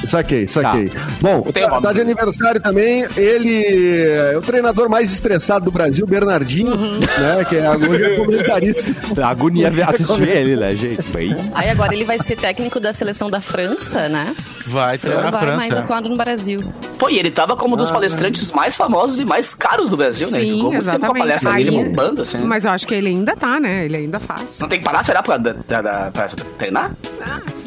[SPEAKER 4] Saquei, saquei.
[SPEAKER 1] Tá.
[SPEAKER 4] Bom,
[SPEAKER 6] tenho
[SPEAKER 4] tá,
[SPEAKER 6] uma
[SPEAKER 4] tá de aniversário também. Ele é o treinador mais estressado do Brasil, Bernardinho,
[SPEAKER 1] Uhum.
[SPEAKER 4] né? Que é agora comentarista.
[SPEAKER 1] A agonia ver- assistir ele, né, gente? Bem,
[SPEAKER 2] Aí agora ele vai ser técnico da seleção da França, né?
[SPEAKER 3] Vai
[SPEAKER 2] Então
[SPEAKER 3] treinar
[SPEAKER 2] vai
[SPEAKER 3] É, na
[SPEAKER 2] mais
[SPEAKER 3] França.
[SPEAKER 2] atuar no Brasil.
[SPEAKER 6] Pô, e ele tava como um
[SPEAKER 4] Ah.
[SPEAKER 6] dos palestrantes mais famosos e mais caros do Brasil, né? Ele
[SPEAKER 5] Sim,
[SPEAKER 6] Ficou muito tempo com a
[SPEAKER 5] exatamente.
[SPEAKER 6] palestra dele
[SPEAKER 5] Aí-
[SPEAKER 6] bombando, assim. Ah,
[SPEAKER 5] Mas eu acho que ele ainda tá, né? Ele ainda faz.
[SPEAKER 6] Não tem que parar, será, pra, da- da- da- pra treinar?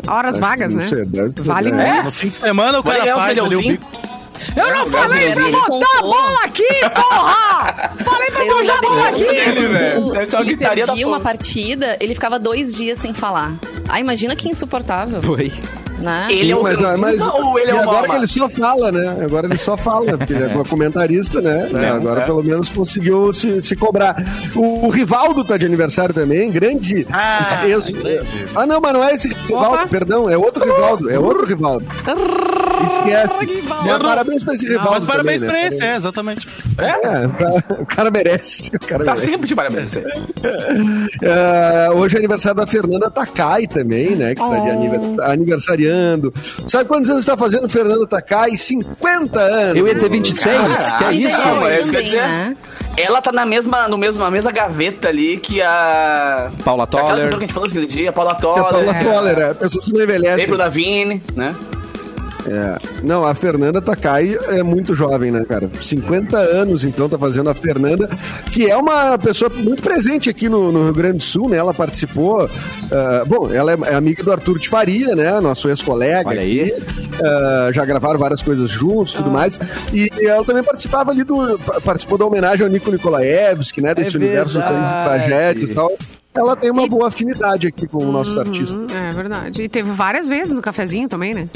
[SPEAKER 5] Horas vagas,
[SPEAKER 4] não
[SPEAKER 5] né?
[SPEAKER 4] sei, deve ser-
[SPEAKER 5] Vale
[SPEAKER 4] é.
[SPEAKER 5] muito.
[SPEAKER 3] No fim de semana o
[SPEAKER 6] Vai
[SPEAKER 3] cara
[SPEAKER 6] ganhar um
[SPEAKER 3] faz ali o
[SPEAKER 6] medalhãozinho?
[SPEAKER 3] bico.
[SPEAKER 5] Eu não falei
[SPEAKER 2] mas
[SPEAKER 5] pra
[SPEAKER 2] ele
[SPEAKER 5] botar a
[SPEAKER 2] contou.
[SPEAKER 5] bola aqui, porra! Falei pra
[SPEAKER 2] Eu
[SPEAKER 5] botar a bola
[SPEAKER 2] lembro
[SPEAKER 5] aqui!
[SPEAKER 6] dele, velho.
[SPEAKER 2] quando
[SPEAKER 6] Deve ser uma
[SPEAKER 2] ele
[SPEAKER 6] gritaria da
[SPEAKER 2] perdia uma
[SPEAKER 6] porra.
[SPEAKER 2] partida, ele ficava dois dias sem falar. Ah, imagina que insuportável,
[SPEAKER 1] foi.
[SPEAKER 2] né?
[SPEAKER 6] Ele é o
[SPEAKER 4] Mas, ah,
[SPEAKER 6] Ganzinza
[SPEAKER 4] mas-
[SPEAKER 6] ou ele
[SPEAKER 4] e
[SPEAKER 6] é o
[SPEAKER 4] agora
[SPEAKER 6] Mama?
[SPEAKER 4] ele só fala, né? Agora ele só fala, porque ele é comentarista, né?
[SPEAKER 6] É,
[SPEAKER 4] agora
[SPEAKER 6] é.
[SPEAKER 4] pelo menos conseguiu se, se cobrar. O, o Rivaldo tá de aniversário também, grande.
[SPEAKER 3] Ah,
[SPEAKER 4] ex- ah, não, mas não é esse Rivaldo,
[SPEAKER 5] Opa.
[SPEAKER 4] perdão, é outro Rivaldo, é outro Rivaldo. Esquece. Mas parabéns pra esse Rivaldo.
[SPEAKER 3] Mas parabéns
[SPEAKER 4] também,
[SPEAKER 3] pra
[SPEAKER 4] né?
[SPEAKER 3] esse, é, exatamente.
[SPEAKER 4] É, o cara, o cara merece. O cara
[SPEAKER 6] Tá
[SPEAKER 4] merece.
[SPEAKER 6] sempre de parabéns. é.
[SPEAKER 4] É, hoje é aniversário da Fernanda Takai também, né? Que está de aniver- aniversariando. Sabe quantos anos está fazendo Fernanda Takai? 50 anos.
[SPEAKER 1] Eu ia dizer 26, que é
[SPEAKER 6] Caralho,
[SPEAKER 2] E
[SPEAKER 1] isso?
[SPEAKER 2] daí
[SPEAKER 6] é
[SPEAKER 2] ele
[SPEAKER 6] isso que eu
[SPEAKER 2] também,
[SPEAKER 6] ia dizer.
[SPEAKER 2] né?
[SPEAKER 6] Ela tá na mesma, no mesma, mesma gaveta ali que a.
[SPEAKER 1] Paula
[SPEAKER 6] aquela
[SPEAKER 1] Toller.
[SPEAKER 6] cantora que a gente falou aquele dia, a Paula
[SPEAKER 4] É
[SPEAKER 6] Toller.
[SPEAKER 4] a Paula
[SPEAKER 1] né?
[SPEAKER 4] Toller, é. Pessoas que não envelhecem.
[SPEAKER 6] Lembro da Vini, né?
[SPEAKER 4] É. Não, a Fernanda Takai é muito jovem, né, cara? 50 anos, então, tá fazendo a Fernanda, que é uma pessoa muito presente aqui no, no Rio Grande do Sul, né? Ela participou. ah, bom, ela é, é amiga do Arthur de Faria, né? Nosso ex-colega.
[SPEAKER 1] Olha aí.
[SPEAKER 4] aqui. Ah, já gravaram várias coisas juntos tudo mais. E, ela também participava ali do. pa- Participou da homenagem ao Nico Nikolaevski, né? Desse universo do tanto de
[SPEAKER 1] verdade.
[SPEAKER 4] tragédias e tal. Ela tem uma boa afinidade aqui com nossos artistas.
[SPEAKER 5] É verdade. E teve várias vezes no cafezinho também, né?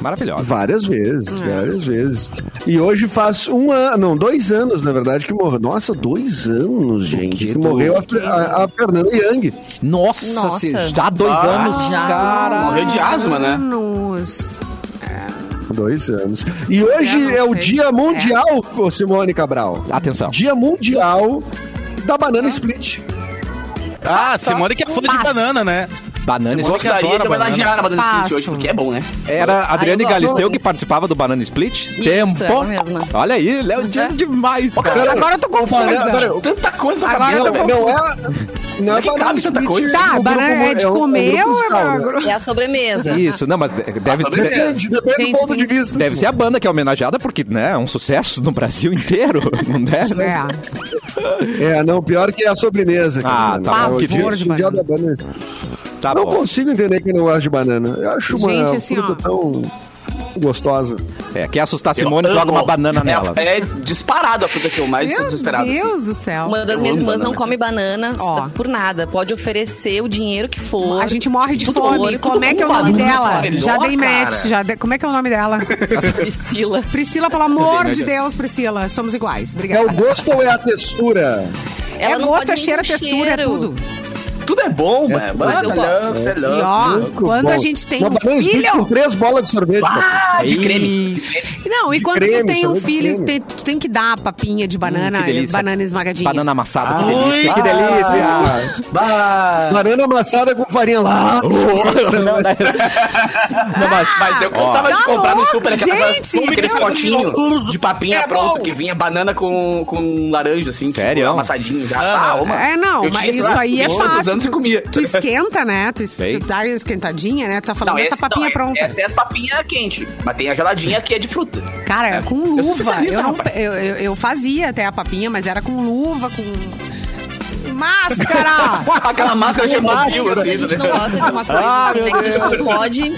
[SPEAKER 1] Maravilhosa.
[SPEAKER 4] Várias vezes,
[SPEAKER 5] É.
[SPEAKER 4] várias vezes. E hoje faz um ano, não, dois anos, na verdade, que morreu. Nossa, dois anos, gente.
[SPEAKER 1] que
[SPEAKER 4] Que morreu a, a- a Fernanda Young.
[SPEAKER 1] Nossa,
[SPEAKER 2] Nossa.
[SPEAKER 1] se- já há dois
[SPEAKER 6] Ah,
[SPEAKER 1] anos,
[SPEAKER 2] já.
[SPEAKER 1] cara.
[SPEAKER 6] Morreu de asma, né?
[SPEAKER 5] Anos.
[SPEAKER 4] Dois anos. E hoje
[SPEAKER 5] não
[SPEAKER 4] é o
[SPEAKER 5] sei.
[SPEAKER 4] Dia Mundial, ô, Simone Cabral.
[SPEAKER 1] Atenção.
[SPEAKER 4] Dia Mundial da Banana Split.
[SPEAKER 3] Ah, Simone que é fã de
[SPEAKER 5] Mas-
[SPEAKER 3] banana, né?
[SPEAKER 1] Banana
[SPEAKER 3] Simone-
[SPEAKER 1] Split.
[SPEAKER 6] Gostaria
[SPEAKER 3] adora
[SPEAKER 6] de homenagear a Banana Split
[SPEAKER 5] Passo.
[SPEAKER 6] hoje, porque é bom, né?
[SPEAKER 1] Era a Adriane
[SPEAKER 2] eu gosto.
[SPEAKER 1] Galisteu que participava do Banana Split. Tempo.
[SPEAKER 2] ela mesma.
[SPEAKER 1] Olha aí, Léo Dias
[SPEAKER 2] Uhum.
[SPEAKER 1] demais,
[SPEAKER 4] Pera
[SPEAKER 1] cara.
[SPEAKER 4] aí,
[SPEAKER 5] Agora eu tô confusa.
[SPEAKER 4] banana- pera aí,
[SPEAKER 6] Tanta coisa na
[SPEAKER 5] Agora
[SPEAKER 6] cabeça,
[SPEAKER 5] eu tô
[SPEAKER 4] Não,
[SPEAKER 6] velho.
[SPEAKER 4] não é. Não é
[SPEAKER 6] que
[SPEAKER 4] banana
[SPEAKER 6] cabe tanta
[SPEAKER 4] split.
[SPEAKER 6] coisa?
[SPEAKER 4] é
[SPEAKER 5] Tá,
[SPEAKER 4] um
[SPEAKER 5] banana
[SPEAKER 4] grupo-
[SPEAKER 5] é de
[SPEAKER 4] um- um
[SPEAKER 5] comer
[SPEAKER 4] grupo
[SPEAKER 5] ou é
[SPEAKER 4] musical,
[SPEAKER 5] uma-
[SPEAKER 4] né?
[SPEAKER 2] É a sobremesa.
[SPEAKER 1] Isso, não, mas de- deve,
[SPEAKER 6] Ah, também
[SPEAKER 1] de-
[SPEAKER 4] Depende, depende
[SPEAKER 5] Gente,
[SPEAKER 4] do ponto de
[SPEAKER 5] tem-
[SPEAKER 4] vista.
[SPEAKER 1] deve ser a banda que é homenageada, porque né, é um sucesso no Brasil inteiro, não deve?
[SPEAKER 5] É.
[SPEAKER 4] É, não, pior que é a sobremesa.
[SPEAKER 1] Ah,
[SPEAKER 4] cara.
[SPEAKER 1] tá
[SPEAKER 4] É
[SPEAKER 1] bom,
[SPEAKER 4] o
[SPEAKER 1] que
[SPEAKER 4] Dia
[SPEAKER 5] dia.
[SPEAKER 4] Mundial da Banana Split.
[SPEAKER 1] Tá
[SPEAKER 4] não
[SPEAKER 1] bom.
[SPEAKER 4] consigo entender quem não gosta de banana. Eu acho uma
[SPEAKER 5] Gente, assim,
[SPEAKER 4] fruta
[SPEAKER 5] ó.
[SPEAKER 4] tão gostosa.
[SPEAKER 1] É, quer assustar a
[SPEAKER 6] Eu
[SPEAKER 1] Simone,
[SPEAKER 6] amo.
[SPEAKER 1] joga uma banana
[SPEAKER 6] É-
[SPEAKER 1] nela.
[SPEAKER 6] É, disparado a fruta que eu mais sou
[SPEAKER 5] Meu
[SPEAKER 6] desesperado. assim.
[SPEAKER 5] Deus do céu.
[SPEAKER 2] Uma das
[SPEAKER 6] Eu
[SPEAKER 2] minhas
[SPEAKER 6] amo
[SPEAKER 2] irmãs não
[SPEAKER 6] banana.
[SPEAKER 2] come banana
[SPEAKER 5] Ó.
[SPEAKER 2] por nada. Pode oferecer o dinheiro que for.
[SPEAKER 5] A gente morre de
[SPEAKER 2] Tudo
[SPEAKER 5] fome.
[SPEAKER 2] olho,
[SPEAKER 5] Como
[SPEAKER 2] tudo
[SPEAKER 5] é que é o
[SPEAKER 2] com
[SPEAKER 5] nome
[SPEAKER 2] banana,
[SPEAKER 5] dela?
[SPEAKER 6] melhor,
[SPEAKER 5] já dei
[SPEAKER 6] cara.
[SPEAKER 5] match. Já dei- Como é que é o nome dela?
[SPEAKER 6] tá
[SPEAKER 2] Priscila.
[SPEAKER 5] Priscila, pelo amor de Deus, Priscila. Somos iguais.
[SPEAKER 4] É
[SPEAKER 5] Obrigada.
[SPEAKER 4] o gosto ou é a textura?
[SPEAKER 2] Ela
[SPEAKER 5] é
[SPEAKER 2] não
[SPEAKER 5] gosto,
[SPEAKER 2] pode
[SPEAKER 5] é cheiro, é
[SPEAKER 2] nem o
[SPEAKER 5] textura, é
[SPEAKER 2] cheiro.
[SPEAKER 5] tudo.
[SPEAKER 6] Tudo é bom, mano. é
[SPEAKER 2] mas eu gosto.
[SPEAKER 6] Banana, sei
[SPEAKER 5] E ó,
[SPEAKER 6] lá.
[SPEAKER 4] é Muito
[SPEAKER 5] quando
[SPEAKER 4] bom.
[SPEAKER 5] a gente tem
[SPEAKER 4] Uma
[SPEAKER 5] um
[SPEAKER 4] banana split
[SPEAKER 5] filho...
[SPEAKER 4] com três bolas de sorvete. cara.
[SPEAKER 6] Ah, de
[SPEAKER 1] Ih,
[SPEAKER 6] creme.
[SPEAKER 5] Não, e quando
[SPEAKER 4] creme,
[SPEAKER 5] tu tem um
[SPEAKER 4] sorvete de
[SPEAKER 5] filho,
[SPEAKER 4] creme.
[SPEAKER 5] tem, tu tem que dar a papinha de banana,
[SPEAKER 1] que delícia.
[SPEAKER 5] banana esmagadinha.
[SPEAKER 1] Banana amassada, que
[SPEAKER 6] Ah,
[SPEAKER 1] delícia.
[SPEAKER 3] ui,
[SPEAKER 1] Que delícia.
[SPEAKER 6] Bah.
[SPEAKER 4] Banana amassada com farinha lá.
[SPEAKER 6] Não, mas, mas eu gostava de
[SPEAKER 5] Tá
[SPEAKER 6] comprar no
[SPEAKER 5] louco,
[SPEAKER 6] super aquela-
[SPEAKER 5] gente,
[SPEAKER 6] aqueles
[SPEAKER 5] meu
[SPEAKER 6] potinhos de papinha
[SPEAKER 4] É
[SPEAKER 6] pronta
[SPEAKER 4] bom.
[SPEAKER 6] que vinha banana com, com laranja, assim. tipo,
[SPEAKER 1] Sério?
[SPEAKER 6] amassadinho já.
[SPEAKER 3] Ah,
[SPEAKER 6] Ah, uma.
[SPEAKER 5] É,
[SPEAKER 6] Eu
[SPEAKER 5] não,
[SPEAKER 6] tinha,
[SPEAKER 5] mas
[SPEAKER 6] sei
[SPEAKER 5] isso
[SPEAKER 6] lá,
[SPEAKER 5] aí é
[SPEAKER 6] 18
[SPEAKER 5] fácil.
[SPEAKER 6] anos
[SPEAKER 5] tu,
[SPEAKER 6] e comia.
[SPEAKER 5] tu esquenta, né? Tu, es-
[SPEAKER 1] Sei.
[SPEAKER 5] tu dá uma esquentadinha, né? Tu tá falando
[SPEAKER 6] Não,
[SPEAKER 5] dessa
[SPEAKER 6] essa
[SPEAKER 5] papinha
[SPEAKER 6] não,
[SPEAKER 5] pronta.
[SPEAKER 6] Essa é as papinhas quentes. Mas tem a geladinha que é de fruta.
[SPEAKER 5] Cara,
[SPEAKER 6] É,
[SPEAKER 5] com
[SPEAKER 6] eu
[SPEAKER 5] luva. Eu,
[SPEAKER 6] sou especialista,
[SPEAKER 5] não-
[SPEAKER 6] rapaz.
[SPEAKER 5] eu- eu- eu fazia até a papinha, mas era com luva, com... Máscara!
[SPEAKER 6] Aquela máscara cheia de
[SPEAKER 2] Quando
[SPEAKER 6] mosquito,
[SPEAKER 2] a
[SPEAKER 6] assim,
[SPEAKER 2] gente não
[SPEAKER 6] né?
[SPEAKER 2] gosta de uma coisa,
[SPEAKER 1] Ah,
[SPEAKER 2] assim, né, que a gente não pode.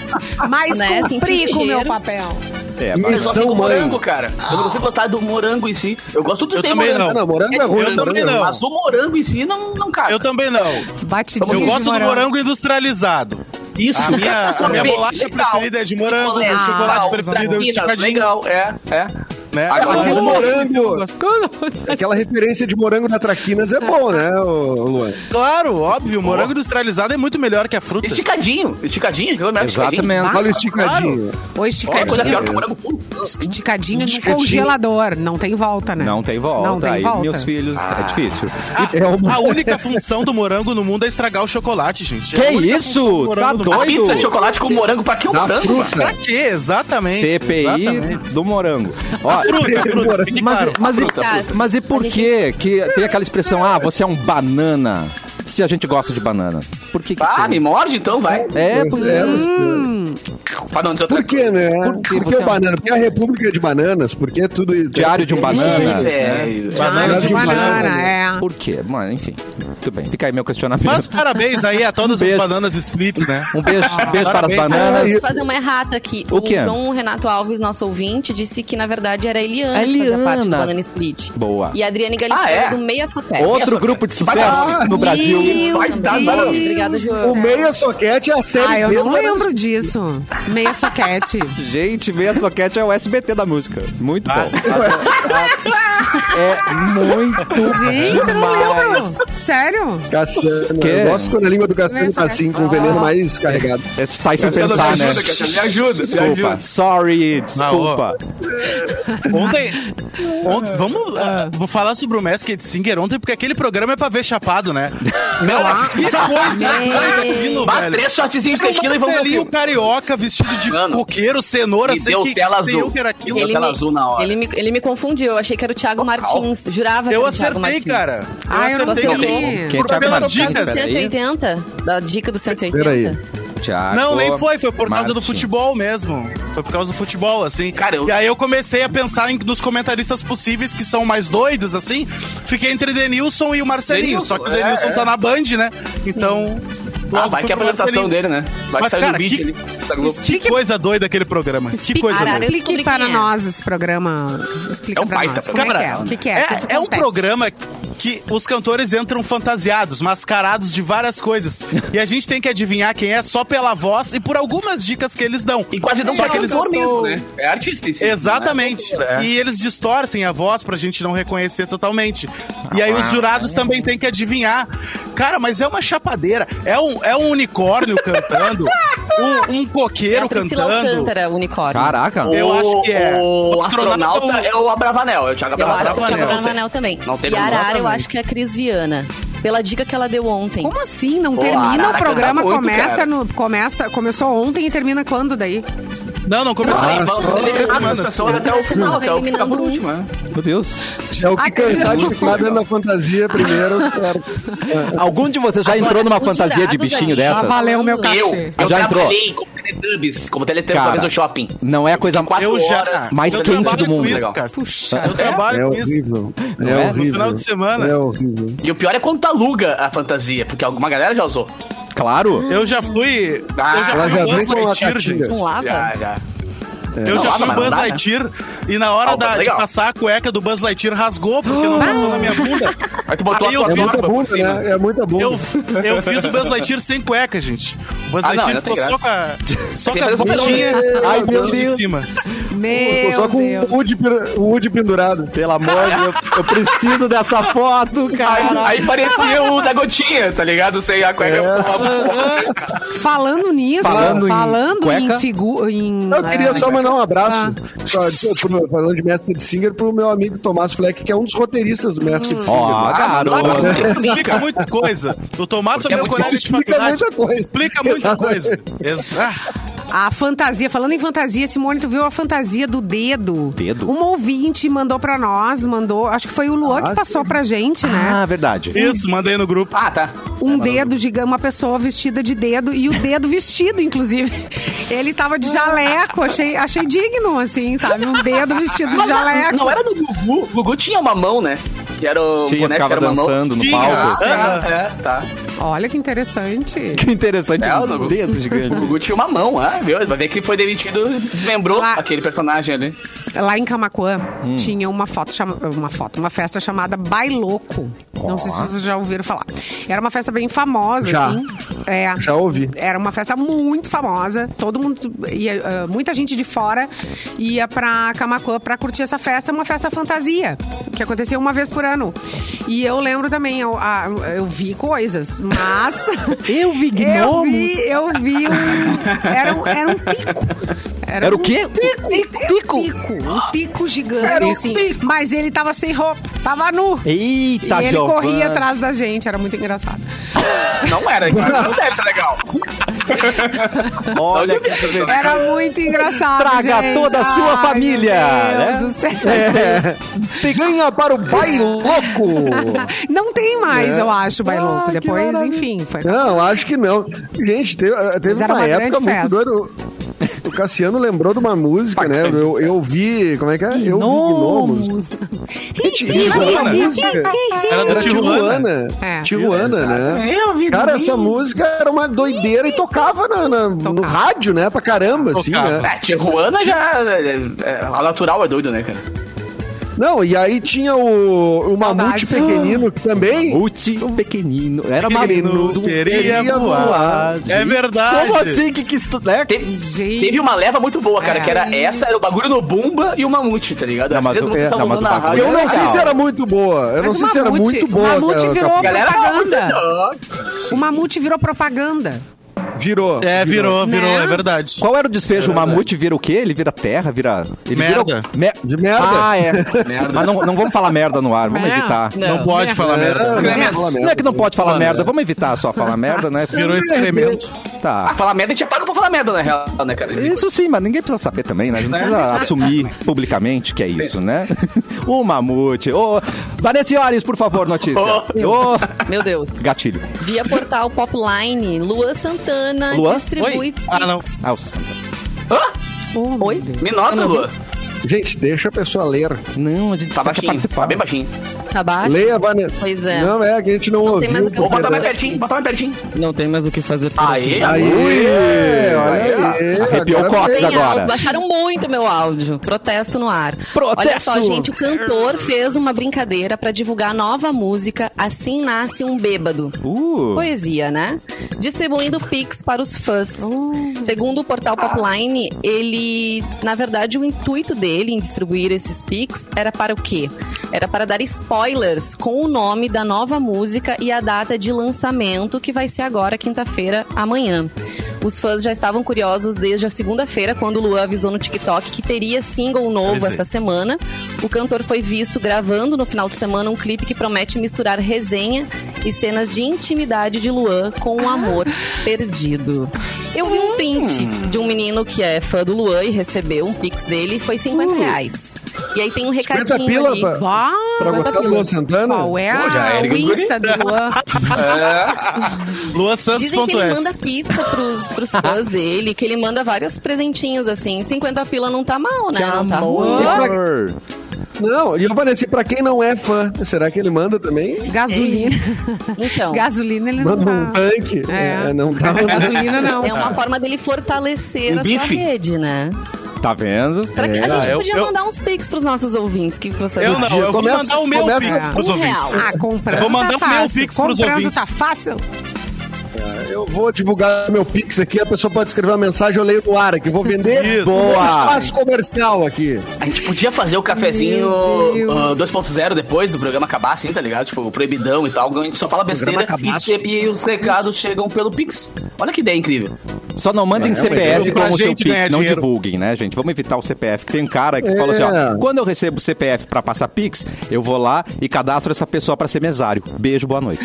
[SPEAKER 5] Mas
[SPEAKER 2] Né,
[SPEAKER 5] cumpri
[SPEAKER 2] sentir
[SPEAKER 5] com o meu
[SPEAKER 2] cheiro.
[SPEAKER 5] papel.
[SPEAKER 1] É,
[SPEAKER 6] Eu só
[SPEAKER 4] Missão
[SPEAKER 6] fico
[SPEAKER 4] mãe.
[SPEAKER 6] morango, cara. Eu não consigo gostar do morango em si. Eu gosto do
[SPEAKER 3] Eu
[SPEAKER 6] tem
[SPEAKER 3] também
[SPEAKER 6] morango.
[SPEAKER 4] Ah, não, morango é ruim.
[SPEAKER 3] Eu também
[SPEAKER 4] morango é
[SPEAKER 3] não.
[SPEAKER 4] ruim.
[SPEAKER 6] Mas o morango em si não, não cara.
[SPEAKER 3] Eu também não.
[SPEAKER 5] Batidinha
[SPEAKER 3] Eu
[SPEAKER 5] de
[SPEAKER 3] gosto do morango industrializado.
[SPEAKER 6] Isso.
[SPEAKER 3] A minha, a minha
[SPEAKER 6] Legal.
[SPEAKER 3] bolacha preferida é de morango,
[SPEAKER 6] Legal.
[SPEAKER 3] o chocolate
[SPEAKER 6] Legal.
[SPEAKER 3] preferido é o
[SPEAKER 6] Traquinas,
[SPEAKER 3] esticadinho.
[SPEAKER 6] Legal, é, é.
[SPEAKER 3] Né?
[SPEAKER 6] Agora,
[SPEAKER 3] Agora,
[SPEAKER 6] mas
[SPEAKER 3] eu
[SPEAKER 6] o
[SPEAKER 3] gosto,
[SPEAKER 4] morango-
[SPEAKER 3] eu gosto.
[SPEAKER 4] Aquela referência de morango na Traquinas é bom, né, ô, ô, Luan?
[SPEAKER 3] Claro, óbvio, o morango industrializado é muito melhor que a fruta.
[SPEAKER 6] Esticadinho, esticadinho, que eu lembro de esticadinho.
[SPEAKER 1] Exatamente.
[SPEAKER 4] Olha o esticadinho.
[SPEAKER 5] Ou
[SPEAKER 6] Qualquer coisa
[SPEAKER 5] esticadinha.
[SPEAKER 6] pior que o morango puro.
[SPEAKER 5] esticadinho no
[SPEAKER 4] Esticadinho.
[SPEAKER 5] congelador. Não tem volta, né?
[SPEAKER 1] Não tem volta.
[SPEAKER 5] Não tem
[SPEAKER 1] Aí
[SPEAKER 5] volta.
[SPEAKER 1] meus filhos,
[SPEAKER 6] Ah.
[SPEAKER 1] é difícil.
[SPEAKER 3] A,
[SPEAKER 4] É uma-
[SPEAKER 3] a única função do morango no mundo é estragar o chocolate, gente. É a
[SPEAKER 1] Que
[SPEAKER 3] única
[SPEAKER 1] isso?
[SPEAKER 3] função do morango
[SPEAKER 1] Tá
[SPEAKER 3] no
[SPEAKER 1] doido?
[SPEAKER 6] A pizza de chocolate com morango, pra que o
[SPEAKER 4] Na
[SPEAKER 6] morango?
[SPEAKER 4] fruta.
[SPEAKER 6] mano?
[SPEAKER 3] Pra quê? Exatamente.
[SPEAKER 1] CPI
[SPEAKER 3] Exatamente.
[SPEAKER 1] do morango. Ó,
[SPEAKER 3] A fruta, a fruta. Fique
[SPEAKER 1] mas,
[SPEAKER 3] claro.
[SPEAKER 1] mas, e-
[SPEAKER 6] fruta,
[SPEAKER 1] mas,
[SPEAKER 2] fruta.
[SPEAKER 1] e por que que tem aquela expressão, ah, você é um banana, se a gente gosta de banana? Por que que
[SPEAKER 6] Ah,
[SPEAKER 1] tem?
[SPEAKER 6] me morde então, vai.
[SPEAKER 5] Hum.
[SPEAKER 1] É, por...
[SPEAKER 4] É, mas-
[SPEAKER 6] Pra não dizer outra
[SPEAKER 4] Por que, né?
[SPEAKER 1] Por que
[SPEAKER 4] Por que,
[SPEAKER 5] é um
[SPEAKER 1] você-
[SPEAKER 4] o banana? Porque a República é de Bananas, porque tudo isso.
[SPEAKER 1] Diário
[SPEAKER 3] É.
[SPEAKER 1] de um banana.
[SPEAKER 6] coisa,
[SPEAKER 1] né?
[SPEAKER 6] velho.
[SPEAKER 5] Ah,
[SPEAKER 3] Banana
[SPEAKER 5] de
[SPEAKER 4] de
[SPEAKER 5] banana,
[SPEAKER 4] banana.
[SPEAKER 5] é.
[SPEAKER 1] Por quê? Mano, enfim. Tudo bem, fica aí meu questionamento.
[SPEAKER 3] Mas parabéns aí a todas
[SPEAKER 1] Beijo.
[SPEAKER 3] as bananas splits, né?
[SPEAKER 1] Um beijo, beijo para as
[SPEAKER 3] parabéns. né?
[SPEAKER 1] bananas.
[SPEAKER 4] Ai,
[SPEAKER 2] Vou fazer uma errata aqui.
[SPEAKER 1] O é? quê?
[SPEAKER 2] João Renato Alves, nosso ouvinte, disse que na verdade era a Eliana,
[SPEAKER 1] A
[SPEAKER 2] que fazia parte do
[SPEAKER 1] Eliana.
[SPEAKER 2] Banana Split.
[SPEAKER 1] Boa.
[SPEAKER 2] E a Adriane Galisteu
[SPEAKER 6] Ah, é?
[SPEAKER 2] do Meia Soté.
[SPEAKER 1] Outro grupo de sucesso no Brasil.
[SPEAKER 5] Meu
[SPEAKER 6] Vai dar
[SPEAKER 5] Deus.
[SPEAKER 6] banana.
[SPEAKER 2] Obrigada, João.
[SPEAKER 4] O meia soquete é a série
[SPEAKER 5] Ah, eu
[SPEAKER 4] B
[SPEAKER 5] não
[SPEAKER 4] do Bananas.
[SPEAKER 5] lembro disso. Meia soquete.
[SPEAKER 1] Gente, meia soquete é o SBT da música. Muito bom. Ah, tá. É muito
[SPEAKER 5] Gente, eu não
[SPEAKER 1] demais.
[SPEAKER 5] lembro. Sério?
[SPEAKER 4] Cassiano.
[SPEAKER 1] Que?
[SPEAKER 4] Eu gosto quando a língua do Cassiano
[SPEAKER 5] Meia
[SPEAKER 4] tá assim,
[SPEAKER 5] soquete. Ah.
[SPEAKER 4] com o veneno mais carregado.
[SPEAKER 1] É, sai sem
[SPEAKER 6] Cassiano,
[SPEAKER 1] pensar,
[SPEAKER 6] me
[SPEAKER 1] né?
[SPEAKER 6] tá ajuda, Cassiano, me ajuda, me
[SPEAKER 1] Desculpa.
[SPEAKER 6] ajuda.
[SPEAKER 1] Sorry, desculpa.
[SPEAKER 3] Ontem.
[SPEAKER 4] É.
[SPEAKER 3] ont- vamos. ah, vou falar sobre o Masked Singer ontem, porque aquele programa é pra ver chapado, né? Cara, que coisa! Cara, que
[SPEAKER 1] É.
[SPEAKER 3] vino,
[SPEAKER 6] Bate
[SPEAKER 3] velho.
[SPEAKER 6] três shotzinhos de
[SPEAKER 3] Era
[SPEAKER 6] tequila e
[SPEAKER 3] o
[SPEAKER 6] vamos ver o
[SPEAKER 3] Marcelinho
[SPEAKER 6] filme.
[SPEAKER 3] é um Carioca vestido de
[SPEAKER 6] Mano,
[SPEAKER 3] coqueiro, cenoura,
[SPEAKER 6] me
[SPEAKER 3] sei
[SPEAKER 6] deu
[SPEAKER 3] que
[SPEAKER 6] tela
[SPEAKER 3] que
[SPEAKER 6] azul.
[SPEAKER 3] era aquilo.
[SPEAKER 6] Ele- tela azul na hora.
[SPEAKER 2] ele, me, ele me confundiu, eu achei que era o Thiago Martins. Jurava
[SPEAKER 3] Eu
[SPEAKER 2] que era o Thiago
[SPEAKER 3] acertei,
[SPEAKER 2] Martins.
[SPEAKER 3] cara.
[SPEAKER 5] Ah, eu não
[SPEAKER 2] acertei.
[SPEAKER 5] sei.
[SPEAKER 1] Quem é Thiago
[SPEAKER 3] Por causa das
[SPEAKER 1] Martins?
[SPEAKER 3] dicas.
[SPEAKER 2] Do
[SPEAKER 1] Peraí.
[SPEAKER 2] 180? Da dica do 180?
[SPEAKER 4] Peraí.
[SPEAKER 1] Thiago
[SPEAKER 3] Não, nem foi, foi por causa do
[SPEAKER 1] Martins.
[SPEAKER 3] futebol mesmo. Foi por causa do futebol, assim.
[SPEAKER 6] Cara, eu-
[SPEAKER 3] E aí eu comecei a pensar em- nos comentaristas possíveis que são mais doidos, assim. Fiquei entre Denilson e o Marcelinho.
[SPEAKER 6] Denilson,
[SPEAKER 3] só que o
[SPEAKER 6] é,
[SPEAKER 3] Denilson
[SPEAKER 6] é.
[SPEAKER 3] tá na Band, né? Então.
[SPEAKER 6] Ah,
[SPEAKER 3] logo
[SPEAKER 6] vai
[SPEAKER 3] fui
[SPEAKER 6] que é a
[SPEAKER 3] pro
[SPEAKER 6] apresentação
[SPEAKER 3] Marcelinho.
[SPEAKER 6] dele, né? Vai que
[SPEAKER 3] Mas,
[SPEAKER 6] sai
[SPEAKER 3] cara,
[SPEAKER 6] um bicho
[SPEAKER 3] que-
[SPEAKER 6] ali. da Globo.
[SPEAKER 3] Que coisa doida aquele programa. Que
[SPEAKER 5] Explica-
[SPEAKER 3] coisa
[SPEAKER 2] Caralho,
[SPEAKER 3] doida.
[SPEAKER 5] Explique
[SPEAKER 2] descobri
[SPEAKER 5] para
[SPEAKER 2] quem é.
[SPEAKER 5] nós esse programa. Explica
[SPEAKER 6] É um
[SPEAKER 5] pra
[SPEAKER 6] baita
[SPEAKER 5] nós. Como é que é?
[SPEAKER 3] programa.
[SPEAKER 5] O que, que é?
[SPEAKER 3] É,
[SPEAKER 5] O que que
[SPEAKER 3] é um
[SPEAKER 5] acontece?
[SPEAKER 3] programa que os cantores entram fantasiados, mascarados de várias coisas. E a gente tem que adivinhar quem é só pela voz e por algumas dicas que eles dão.
[SPEAKER 6] E quase não
[SPEAKER 3] Só
[SPEAKER 6] pra
[SPEAKER 3] que eles-
[SPEAKER 6] cantor mesmo, né? É artista em si.
[SPEAKER 3] Exatamente.
[SPEAKER 6] né? É.
[SPEAKER 3] E eles distorcem a voz pra gente não reconhecer totalmente. E aí
[SPEAKER 5] Ah.
[SPEAKER 3] os jurados também têm que adivinhar. Cara, mas é uma chapadeira. É um, é um unicórnio cantando. Um, um
[SPEAKER 2] É
[SPEAKER 3] coqueiro
[SPEAKER 2] a Priscila
[SPEAKER 3] cantando.
[SPEAKER 2] Alcântara, unicórnio.
[SPEAKER 1] Caraca.
[SPEAKER 6] O-
[SPEAKER 3] Eu acho que é.
[SPEAKER 6] O
[SPEAKER 3] O astronauta-
[SPEAKER 6] astronauta é o Abravanel, é o Thiago
[SPEAKER 2] Eu acho que é
[SPEAKER 6] Abravanel.
[SPEAKER 3] Abravanel.
[SPEAKER 2] a Abravanel também.
[SPEAKER 6] Não tem
[SPEAKER 2] e a
[SPEAKER 6] como.
[SPEAKER 2] Arara, eu
[SPEAKER 3] Exatamente.
[SPEAKER 2] acho que é a Cris Viana. Pela dica que ela deu ontem.
[SPEAKER 5] Como assim? Não
[SPEAKER 6] Pô,
[SPEAKER 5] termina
[SPEAKER 6] Arara
[SPEAKER 5] o programa,
[SPEAKER 6] cantava muito,
[SPEAKER 5] começa,
[SPEAKER 6] cara.
[SPEAKER 5] no, começa, começou ontem e termina quando daí?
[SPEAKER 3] um. Não, não, começou.
[SPEAKER 4] Ah,
[SPEAKER 6] E vamos
[SPEAKER 4] só
[SPEAKER 6] eliminar
[SPEAKER 3] três
[SPEAKER 6] as
[SPEAKER 3] semanas.
[SPEAKER 6] pessoas até o final, até o que fica
[SPEAKER 2] Eliminando
[SPEAKER 6] por
[SPEAKER 2] um.
[SPEAKER 6] último, né?
[SPEAKER 1] Meu Deus.
[SPEAKER 4] É o que
[SPEAKER 5] Ah,
[SPEAKER 4] cansar de
[SPEAKER 5] caramba.
[SPEAKER 4] ficar dentro da fantasia primeiro. cara.
[SPEAKER 1] Algum de vocês já
[SPEAKER 2] Agora,
[SPEAKER 1] entrou numa
[SPEAKER 2] os
[SPEAKER 1] fantasia de
[SPEAKER 2] jurados
[SPEAKER 1] bichinho
[SPEAKER 2] aí.
[SPEAKER 1] dessa?
[SPEAKER 5] Ah, valeu meu
[SPEAKER 2] Falando.
[SPEAKER 6] Eu,
[SPEAKER 5] cachê.
[SPEAKER 6] eu
[SPEAKER 1] Já entrou.
[SPEAKER 6] trabalhei como Teletubbies, como Teletubbies
[SPEAKER 1] Cara.
[SPEAKER 6] uma vez no shopping.
[SPEAKER 1] Não é a coisa mais...
[SPEAKER 6] Quatro
[SPEAKER 3] Eu já.
[SPEAKER 6] horas.
[SPEAKER 1] Mais
[SPEAKER 3] eu
[SPEAKER 1] quente do
[SPEAKER 3] trabalho com
[SPEAKER 1] mundo.
[SPEAKER 3] isso,
[SPEAKER 6] Legal.
[SPEAKER 3] cara.
[SPEAKER 5] Puxa.
[SPEAKER 3] Eu trabalho
[SPEAKER 4] É
[SPEAKER 3] com isso.
[SPEAKER 4] horrível. É,
[SPEAKER 1] é? No
[SPEAKER 4] horrível.
[SPEAKER 3] final de semana.
[SPEAKER 4] É horrível.
[SPEAKER 6] E o pior é quando tu aluga a fantasia, porque alguma galera já usou.
[SPEAKER 1] Claro.
[SPEAKER 3] Eu já fui.
[SPEAKER 6] Ah,
[SPEAKER 3] eu já
[SPEAKER 4] ela
[SPEAKER 3] fui
[SPEAKER 4] já
[SPEAKER 3] o
[SPEAKER 4] vem
[SPEAKER 3] Buzz
[SPEAKER 4] com uma
[SPEAKER 3] Lightyear, gente.
[SPEAKER 4] catinga.
[SPEAKER 2] Um lava?
[SPEAKER 6] Já, já.
[SPEAKER 3] Eu
[SPEAKER 6] Não,
[SPEAKER 3] já
[SPEAKER 6] lá
[SPEAKER 3] fui o
[SPEAKER 6] não dá,
[SPEAKER 3] Buzz
[SPEAKER 6] né?
[SPEAKER 3] Lightyear e na hora
[SPEAKER 6] Ah, o
[SPEAKER 3] da-
[SPEAKER 6] Buzz
[SPEAKER 3] de
[SPEAKER 6] legal.
[SPEAKER 3] passar a cueca do Buzz Lightyear rasgou porque não passou na minha bunda.
[SPEAKER 6] Aí tu botou
[SPEAKER 3] Aí
[SPEAKER 6] a
[SPEAKER 3] eu
[SPEAKER 6] tua
[SPEAKER 4] É
[SPEAKER 3] vi
[SPEAKER 6] norma
[SPEAKER 4] muita
[SPEAKER 6] por
[SPEAKER 4] bunda,
[SPEAKER 6] cima.
[SPEAKER 4] né? É muita bunda.
[SPEAKER 3] Eu, eu fiz o Buzz Lightyear sem cueca, gente. O Buzz
[SPEAKER 6] Ah, não,
[SPEAKER 3] Lightyear
[SPEAKER 6] não tem
[SPEAKER 3] ficou só com, a, só com as
[SPEAKER 6] Tem razão.
[SPEAKER 3] bolinhas
[SPEAKER 4] Ai, meu
[SPEAKER 3] de
[SPEAKER 1] Deus.
[SPEAKER 3] cima.
[SPEAKER 5] Meu
[SPEAKER 4] Só com
[SPEAKER 5] Deus.
[SPEAKER 4] o Woody pen- o Woody pendurado.
[SPEAKER 1] Pelo amor de Deus, eu preciso dessa foto, cara.
[SPEAKER 6] Aí parecia o Zé Gotinha, tá ligado? Sem a cueca.
[SPEAKER 4] É.
[SPEAKER 5] Falando nisso,
[SPEAKER 1] Falando
[SPEAKER 5] falando,
[SPEAKER 1] em
[SPEAKER 5] em,
[SPEAKER 1] cueca.
[SPEAKER 5] figura. Em,
[SPEAKER 4] Eu queria
[SPEAKER 5] é, Ah.
[SPEAKER 4] só mandar um abraço, só, só pro- falando de Masked Singer, pro meu amigo Tomás Fleck, que é um dos roteiristas do
[SPEAKER 5] Hum.
[SPEAKER 4] Masked Singer.
[SPEAKER 1] Ó, garoto.
[SPEAKER 3] Ah, Explica muita coisa. O Tomás é
[SPEAKER 6] é
[SPEAKER 3] meu
[SPEAKER 6] muito-
[SPEAKER 3] colega
[SPEAKER 4] Isso
[SPEAKER 3] de
[SPEAKER 4] explica
[SPEAKER 3] faculdade.
[SPEAKER 4] muita coisa.
[SPEAKER 3] Explica muita coisa. Ex- ah,
[SPEAKER 4] um-
[SPEAKER 5] A fantasia, falando em fantasia, Simone, tu viu a fantasia do dedo?
[SPEAKER 1] Dedo?
[SPEAKER 5] Uma ouvinte mandou pra nós, mandou, acho que foi o Luan que
[SPEAKER 4] Ah,
[SPEAKER 5] passou pra gente, né?
[SPEAKER 1] Ah, verdade.
[SPEAKER 3] isso, mandei no grupo.
[SPEAKER 6] Ah, tá.
[SPEAKER 5] Um dedo gigante, uma pessoa vestida de dedo e o dedo vestido, inclusive. Ele tava de jaleco, achei, achei digno, assim, sabe? Um dedo vestido de
[SPEAKER 6] Mas não,
[SPEAKER 5] jaleco.
[SPEAKER 6] não era do Gugu. O Gugu tinha uma mão, né? Que era o
[SPEAKER 1] Tinha,
[SPEAKER 6] boneco que
[SPEAKER 1] ficava
[SPEAKER 6] era uma mão.
[SPEAKER 1] dançando no
[SPEAKER 3] Tinha.
[SPEAKER 1] palco. assim.
[SPEAKER 6] Ah, é, tá.
[SPEAKER 5] Olha que interessante.
[SPEAKER 1] Que interessante,
[SPEAKER 6] É,
[SPEAKER 1] um
[SPEAKER 6] o-
[SPEAKER 1] dedo gigante.
[SPEAKER 6] O Gugu tinha uma mão, ah, viu? Vai ver que foi demitido, desmembrou
[SPEAKER 5] Lá-
[SPEAKER 6] aquele personagem ali.
[SPEAKER 5] lá em Camacuã, tinha uma foto, chama- uma foto, uma festa chamada Bailoco. Não sei se vocês já ouviram falar. Era uma festa bem famosa,
[SPEAKER 4] Já.
[SPEAKER 5] assim. É.
[SPEAKER 4] Já ouvi.
[SPEAKER 5] Era uma festa muito famosa. Todo mundo ia, ah, muita gente de fora ia pra Camacuã pra curtir essa festa, uma festa fantasia, que acontecia uma vez por ano. E eu lembro também, eu, ah, eu vi coisas, mas.
[SPEAKER 1] Eu vi
[SPEAKER 5] Eu
[SPEAKER 1] gnomos.
[SPEAKER 5] vi, eu vi um. Era um, era um tico.
[SPEAKER 1] Era o
[SPEAKER 5] um
[SPEAKER 1] quê?
[SPEAKER 5] Tico, tico, tico. Um tico gigante, assim. Mas ele tava sem roupa, tava nu.
[SPEAKER 1] Eita,
[SPEAKER 5] e ele
[SPEAKER 1] Giovana.
[SPEAKER 5] corria atrás da gente, era muito engraçado.
[SPEAKER 6] Não era, cara. Não deve ser legal.
[SPEAKER 1] Olha
[SPEAKER 6] Não,
[SPEAKER 1] que
[SPEAKER 6] eu-
[SPEAKER 1] divertido.
[SPEAKER 5] Era muito engraçado.
[SPEAKER 1] Traga
[SPEAKER 5] gente.
[SPEAKER 1] toda a sua
[SPEAKER 5] Ai,
[SPEAKER 1] família,
[SPEAKER 5] Meu Deus
[SPEAKER 1] né?
[SPEAKER 5] do céu.
[SPEAKER 4] Ganha para o bailoco!
[SPEAKER 5] Não tem mais, eu acho, Bailoco.
[SPEAKER 1] É. Ah, que
[SPEAKER 5] Depois,
[SPEAKER 1] maravilha.
[SPEAKER 5] enfim, foi.
[SPEAKER 4] Não, acho que não. Gente, teve, teve
[SPEAKER 5] era
[SPEAKER 4] uma,
[SPEAKER 5] uma grande
[SPEAKER 4] época muito
[SPEAKER 5] festa.
[SPEAKER 4] doida. O- O Cassiano lembrou de uma música, né? Eu, eu vi. Como é que é? Eu vi gnomos. Gente, isso era uma música.
[SPEAKER 3] Era do
[SPEAKER 4] Era
[SPEAKER 6] né?
[SPEAKER 3] Tijuana.
[SPEAKER 4] Tijuana.
[SPEAKER 5] É.
[SPEAKER 4] Tijuana, né?
[SPEAKER 7] Eu vi
[SPEAKER 4] Cara,
[SPEAKER 7] também.
[SPEAKER 4] essa música era uma doideira e tocava, na- na- no
[SPEAKER 5] Tocava.
[SPEAKER 4] rádio, né? Pra caramba, assim,
[SPEAKER 3] Tocava.
[SPEAKER 4] né?
[SPEAKER 6] É, Tijuana já. É, é, a natural é doido, né, cara?
[SPEAKER 4] Não, e aí tinha o, o Mamute
[SPEAKER 5] Saudades.
[SPEAKER 4] Pequenino, que também.
[SPEAKER 1] Multi Um pequenino. Era
[SPEAKER 3] Pequenino
[SPEAKER 1] marido.
[SPEAKER 3] queria voar. É verdade.
[SPEAKER 1] Como assim? Que que isso... né?
[SPEAKER 6] Teve,
[SPEAKER 5] Gente.
[SPEAKER 6] teve uma leva muito boa, cara,
[SPEAKER 5] É.
[SPEAKER 6] que era essa, era o bagulho no Bumba e o Mamute, tá ligado?
[SPEAKER 1] Não,
[SPEAKER 6] As
[SPEAKER 1] mas
[SPEAKER 6] três
[SPEAKER 1] o-
[SPEAKER 6] músicas
[SPEAKER 1] é, não,
[SPEAKER 6] estavam
[SPEAKER 1] mas o
[SPEAKER 6] na
[SPEAKER 1] bagulho
[SPEAKER 6] rádio.
[SPEAKER 4] Eu não sei
[SPEAKER 1] Legal.
[SPEAKER 4] se era muito boa. Eu não
[SPEAKER 5] Mas
[SPEAKER 4] sei
[SPEAKER 5] o
[SPEAKER 4] se era
[SPEAKER 5] Mamute-
[SPEAKER 4] muito boa.
[SPEAKER 5] Mamute
[SPEAKER 4] aquela-
[SPEAKER 5] virou-
[SPEAKER 6] Galera, é
[SPEAKER 5] Propaganda.
[SPEAKER 1] um-
[SPEAKER 5] O mamute virou propaganda.
[SPEAKER 4] Virou.
[SPEAKER 3] É, virou,
[SPEAKER 5] Né?
[SPEAKER 3] virou, é verdade.
[SPEAKER 1] Qual era o desfejo? O mamute vira o quê? Ele vira terra? Vira. Ele
[SPEAKER 3] Merda.
[SPEAKER 1] Vira... Me-
[SPEAKER 4] De merda.
[SPEAKER 1] Ah, é.
[SPEAKER 6] Merda.
[SPEAKER 1] Mas não, não vamos falar merda no ar, vamos
[SPEAKER 5] É.
[SPEAKER 1] evitar.
[SPEAKER 3] Não, pode
[SPEAKER 5] merda.
[SPEAKER 3] falar
[SPEAKER 2] Né?
[SPEAKER 3] merda.
[SPEAKER 1] Não é que não pode falar merda, vamos evitar só falar merda, né?
[SPEAKER 3] Virou excremento.
[SPEAKER 6] Ah,
[SPEAKER 1] Tá.
[SPEAKER 6] falar merda tinha pago pra falar merda, na real, né, cara?
[SPEAKER 1] Isso sim, mas ninguém precisa saber também, né? A gente não precisa assumir publicamente que é isso, né? O mamute. Ô, Vanessa Iores, por favor, notícia. Ô,
[SPEAKER 2] Meu Deus.
[SPEAKER 1] gatilho.
[SPEAKER 2] Via portal Popline, Luan Santana
[SPEAKER 1] Luan?
[SPEAKER 2] distribui.
[SPEAKER 3] Oi? Ah, não.
[SPEAKER 1] Ah, o Santa.
[SPEAKER 6] Hã?
[SPEAKER 5] Oh,
[SPEAKER 2] Oi?
[SPEAKER 5] meu Deus.
[SPEAKER 6] Me nossa, Lua.
[SPEAKER 4] Gente, deixa a pessoa ler.
[SPEAKER 1] Não, a gente
[SPEAKER 6] Tá
[SPEAKER 1] só quer
[SPEAKER 6] baixinho.
[SPEAKER 1] participar.
[SPEAKER 6] Tá bem baixinho.
[SPEAKER 2] Abaixo?
[SPEAKER 4] Leia, Vanessa.
[SPEAKER 2] Pois é.
[SPEAKER 4] Não, é que a gente não,
[SPEAKER 2] Não tem
[SPEAKER 4] ouviu.
[SPEAKER 2] mais o que eu
[SPEAKER 6] Vou
[SPEAKER 2] Verdade.
[SPEAKER 6] botar mais tá pertinho, botar mais pertinho.
[SPEAKER 8] Não tem mais o que fazer por
[SPEAKER 6] Aê,
[SPEAKER 8] aqui.
[SPEAKER 4] Aí, olha aí.
[SPEAKER 1] Arrepiou
[SPEAKER 4] agora
[SPEAKER 1] o cox
[SPEAKER 4] veio.
[SPEAKER 2] Tem
[SPEAKER 1] agora.
[SPEAKER 2] áudio, baixaram muito meu áudio. Protesto no ar.
[SPEAKER 1] Protesto!
[SPEAKER 2] Olha só, gente, o cantor fez uma brincadeira pra divulgar a nova música Assim Nasce um Bêbado.
[SPEAKER 1] Uh,
[SPEAKER 2] Poesia, né? Distribuindo Pix para os fãs.
[SPEAKER 1] Oh.
[SPEAKER 2] Segundo o portal Popline, ele, na verdade, o intuito dele em distribuir esses Pix era para o quê? Era para dar spoilers com o nome da nova música e a data de lançamento, que vai ser agora, quinta-feira, amanhã. Os fãs já estavam curiosos desde a segunda-feira, quando o Luan avisou no TikTok que teria single
[SPEAKER 4] é.
[SPEAKER 2] novo
[SPEAKER 3] Avisei.
[SPEAKER 2] essa semana. O cantor foi visto gravando no final de semana um clipe que promete misturar resenha e cenas de intimidade de Luan com um amor perdido. Eu
[SPEAKER 4] Hum.
[SPEAKER 2] vi um print de um menino que é fã do Luan e recebeu um pix dele e foi 50 reais. E aí tem um
[SPEAKER 4] 50
[SPEAKER 2] recadinho
[SPEAKER 4] Uh. pila
[SPEAKER 2] ali.
[SPEAKER 4] pra,
[SPEAKER 5] Bah,
[SPEAKER 4] pra gostar do Luan Santana?
[SPEAKER 5] Qual é
[SPEAKER 6] Pô, já
[SPEAKER 5] a
[SPEAKER 6] era,
[SPEAKER 5] o Insta do ah, Luan?
[SPEAKER 2] Dizem que ele
[SPEAKER 4] é
[SPEAKER 2] manda
[SPEAKER 3] LuaSantos.s.
[SPEAKER 2] pizza pros, pros fãs dele, que ele manda vários presentinhos, assim. 50 pila não tá mal, né? Não tá ruim.
[SPEAKER 1] é? amor.
[SPEAKER 4] Não, e eu Vanessa, e pra quem não é fã, será que ele manda também?
[SPEAKER 5] Gasolina.
[SPEAKER 2] Então,
[SPEAKER 5] Gasolina ele
[SPEAKER 4] Manda
[SPEAKER 5] não
[SPEAKER 4] um
[SPEAKER 5] tá.
[SPEAKER 4] tanque.
[SPEAKER 5] É.
[SPEAKER 4] É, não tá
[SPEAKER 5] Gasolina não. Tá.
[SPEAKER 2] é uma forma dele fortalecer
[SPEAKER 6] Um
[SPEAKER 2] a
[SPEAKER 6] bife?
[SPEAKER 2] sua rede, né?
[SPEAKER 1] Tá vendo?
[SPEAKER 2] Será que
[SPEAKER 3] Ah,
[SPEAKER 2] a gente
[SPEAKER 3] eu-
[SPEAKER 2] podia
[SPEAKER 3] eu-
[SPEAKER 2] mandar uns pics pros nossos ouvintes? O que você
[SPEAKER 3] Eu
[SPEAKER 2] acha?
[SPEAKER 3] não, eu vou
[SPEAKER 4] Começa-
[SPEAKER 3] mandar o meu
[SPEAKER 4] começa-
[SPEAKER 3] pix
[SPEAKER 4] É.
[SPEAKER 3] pros
[SPEAKER 2] Um
[SPEAKER 3] ouvintes.
[SPEAKER 2] real.
[SPEAKER 5] Ah, comprando.
[SPEAKER 3] Eu vou mandar
[SPEAKER 5] tá
[SPEAKER 3] o meu
[SPEAKER 5] fácil.
[SPEAKER 3] Pix pros
[SPEAKER 5] comprando
[SPEAKER 3] ouvintes.
[SPEAKER 5] tá fácil.
[SPEAKER 4] É, Eu vou divulgar meu Pix aqui, a pessoa pode escrever uma mensagem, eu leio no ar aqui. Vou vender
[SPEAKER 3] Isso.
[SPEAKER 4] um
[SPEAKER 1] Boa.
[SPEAKER 4] espaço comercial aqui.
[SPEAKER 6] A gente podia fazer o cafezinho ah, 2.0 depois do programa acabar, assim, tá ligado? Tipo, proibidão e tal. A gente só fala besteira e, che- e os recados chegam pelo Pix. Olha que ideia incrível.
[SPEAKER 1] Só não mandem CPF
[SPEAKER 3] ideia. Pra
[SPEAKER 1] como seu
[SPEAKER 3] gente
[SPEAKER 1] Pix,
[SPEAKER 3] ganhar
[SPEAKER 1] não
[SPEAKER 3] dinheiro.
[SPEAKER 1] divulguem, né, gente? Vamos evitar o CPF. que Tem um cara que
[SPEAKER 4] É.
[SPEAKER 1] fala assim, ó, quando eu recebo CPF pra passar Pix, eu vou lá e cadastro essa pessoa pra ser mesário. Beijo, boa noite.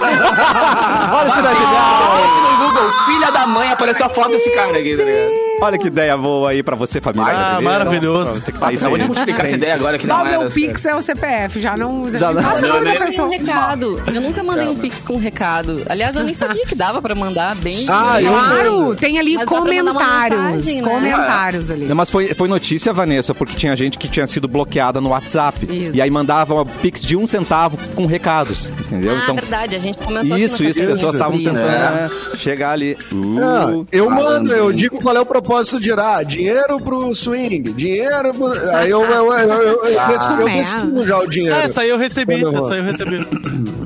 [SPEAKER 1] Olha
[SPEAKER 6] Tá
[SPEAKER 1] esse legal.
[SPEAKER 6] Olha no Google, filha da mãe, apareceu a foto desse cara aqui, tá ligado?
[SPEAKER 1] Olha que ideia boa aí pra você, família
[SPEAKER 6] Ah,
[SPEAKER 1] brasileira.
[SPEAKER 3] maravilhoso.
[SPEAKER 1] Pra você que tá
[SPEAKER 6] Ah,
[SPEAKER 1] aí,
[SPEAKER 6] acabou de
[SPEAKER 1] sem-
[SPEAKER 6] multiplicar essa
[SPEAKER 1] sem-
[SPEAKER 6] ideia agora que
[SPEAKER 5] Só
[SPEAKER 6] não
[SPEAKER 5] o meu
[SPEAKER 6] era.
[SPEAKER 5] Pix é o CPF, já não...
[SPEAKER 1] Já não.
[SPEAKER 5] Passa o
[SPEAKER 6] Não,
[SPEAKER 5] nome
[SPEAKER 6] né?
[SPEAKER 5] da
[SPEAKER 2] Sem um
[SPEAKER 5] pessoa.
[SPEAKER 2] recado. Eu nunca mandei um pix com recado. Aliás, eu nem sabia que dava pra mandar bem.
[SPEAKER 4] Ah, eu
[SPEAKER 5] Claro, tem ali
[SPEAKER 2] Mas dá pra mandar uma
[SPEAKER 5] comentários.
[SPEAKER 2] mensagem, né?
[SPEAKER 5] Comentários ali.
[SPEAKER 1] Não, mas foi, foi notícia, Vanessa, porque tinha gente que tinha sido bloqueada no WhatsApp.
[SPEAKER 5] Isso.
[SPEAKER 1] E aí mandava uma pix de um centavo com recados, entendeu?
[SPEAKER 2] Ah,
[SPEAKER 1] então,
[SPEAKER 2] verdade, a gente comentou aqui no
[SPEAKER 1] isso, isso, as
[SPEAKER 6] É.
[SPEAKER 2] cafezinho
[SPEAKER 1] pessoas estavam
[SPEAKER 2] sobre
[SPEAKER 1] tentando
[SPEAKER 2] isso.
[SPEAKER 1] né, chegar ali. né, Uh,
[SPEAKER 4] Ah, eu mando, eu digo qual é o propósito girar. Dinheiro pro swing, dinheiro pro... Aí eu, eu, eu, eu, eu,
[SPEAKER 6] Ah.
[SPEAKER 4] eu destino já o dinheiro.
[SPEAKER 3] Ah, essa aí eu recebi,
[SPEAKER 4] Quando eu
[SPEAKER 3] essa aí eu recebi.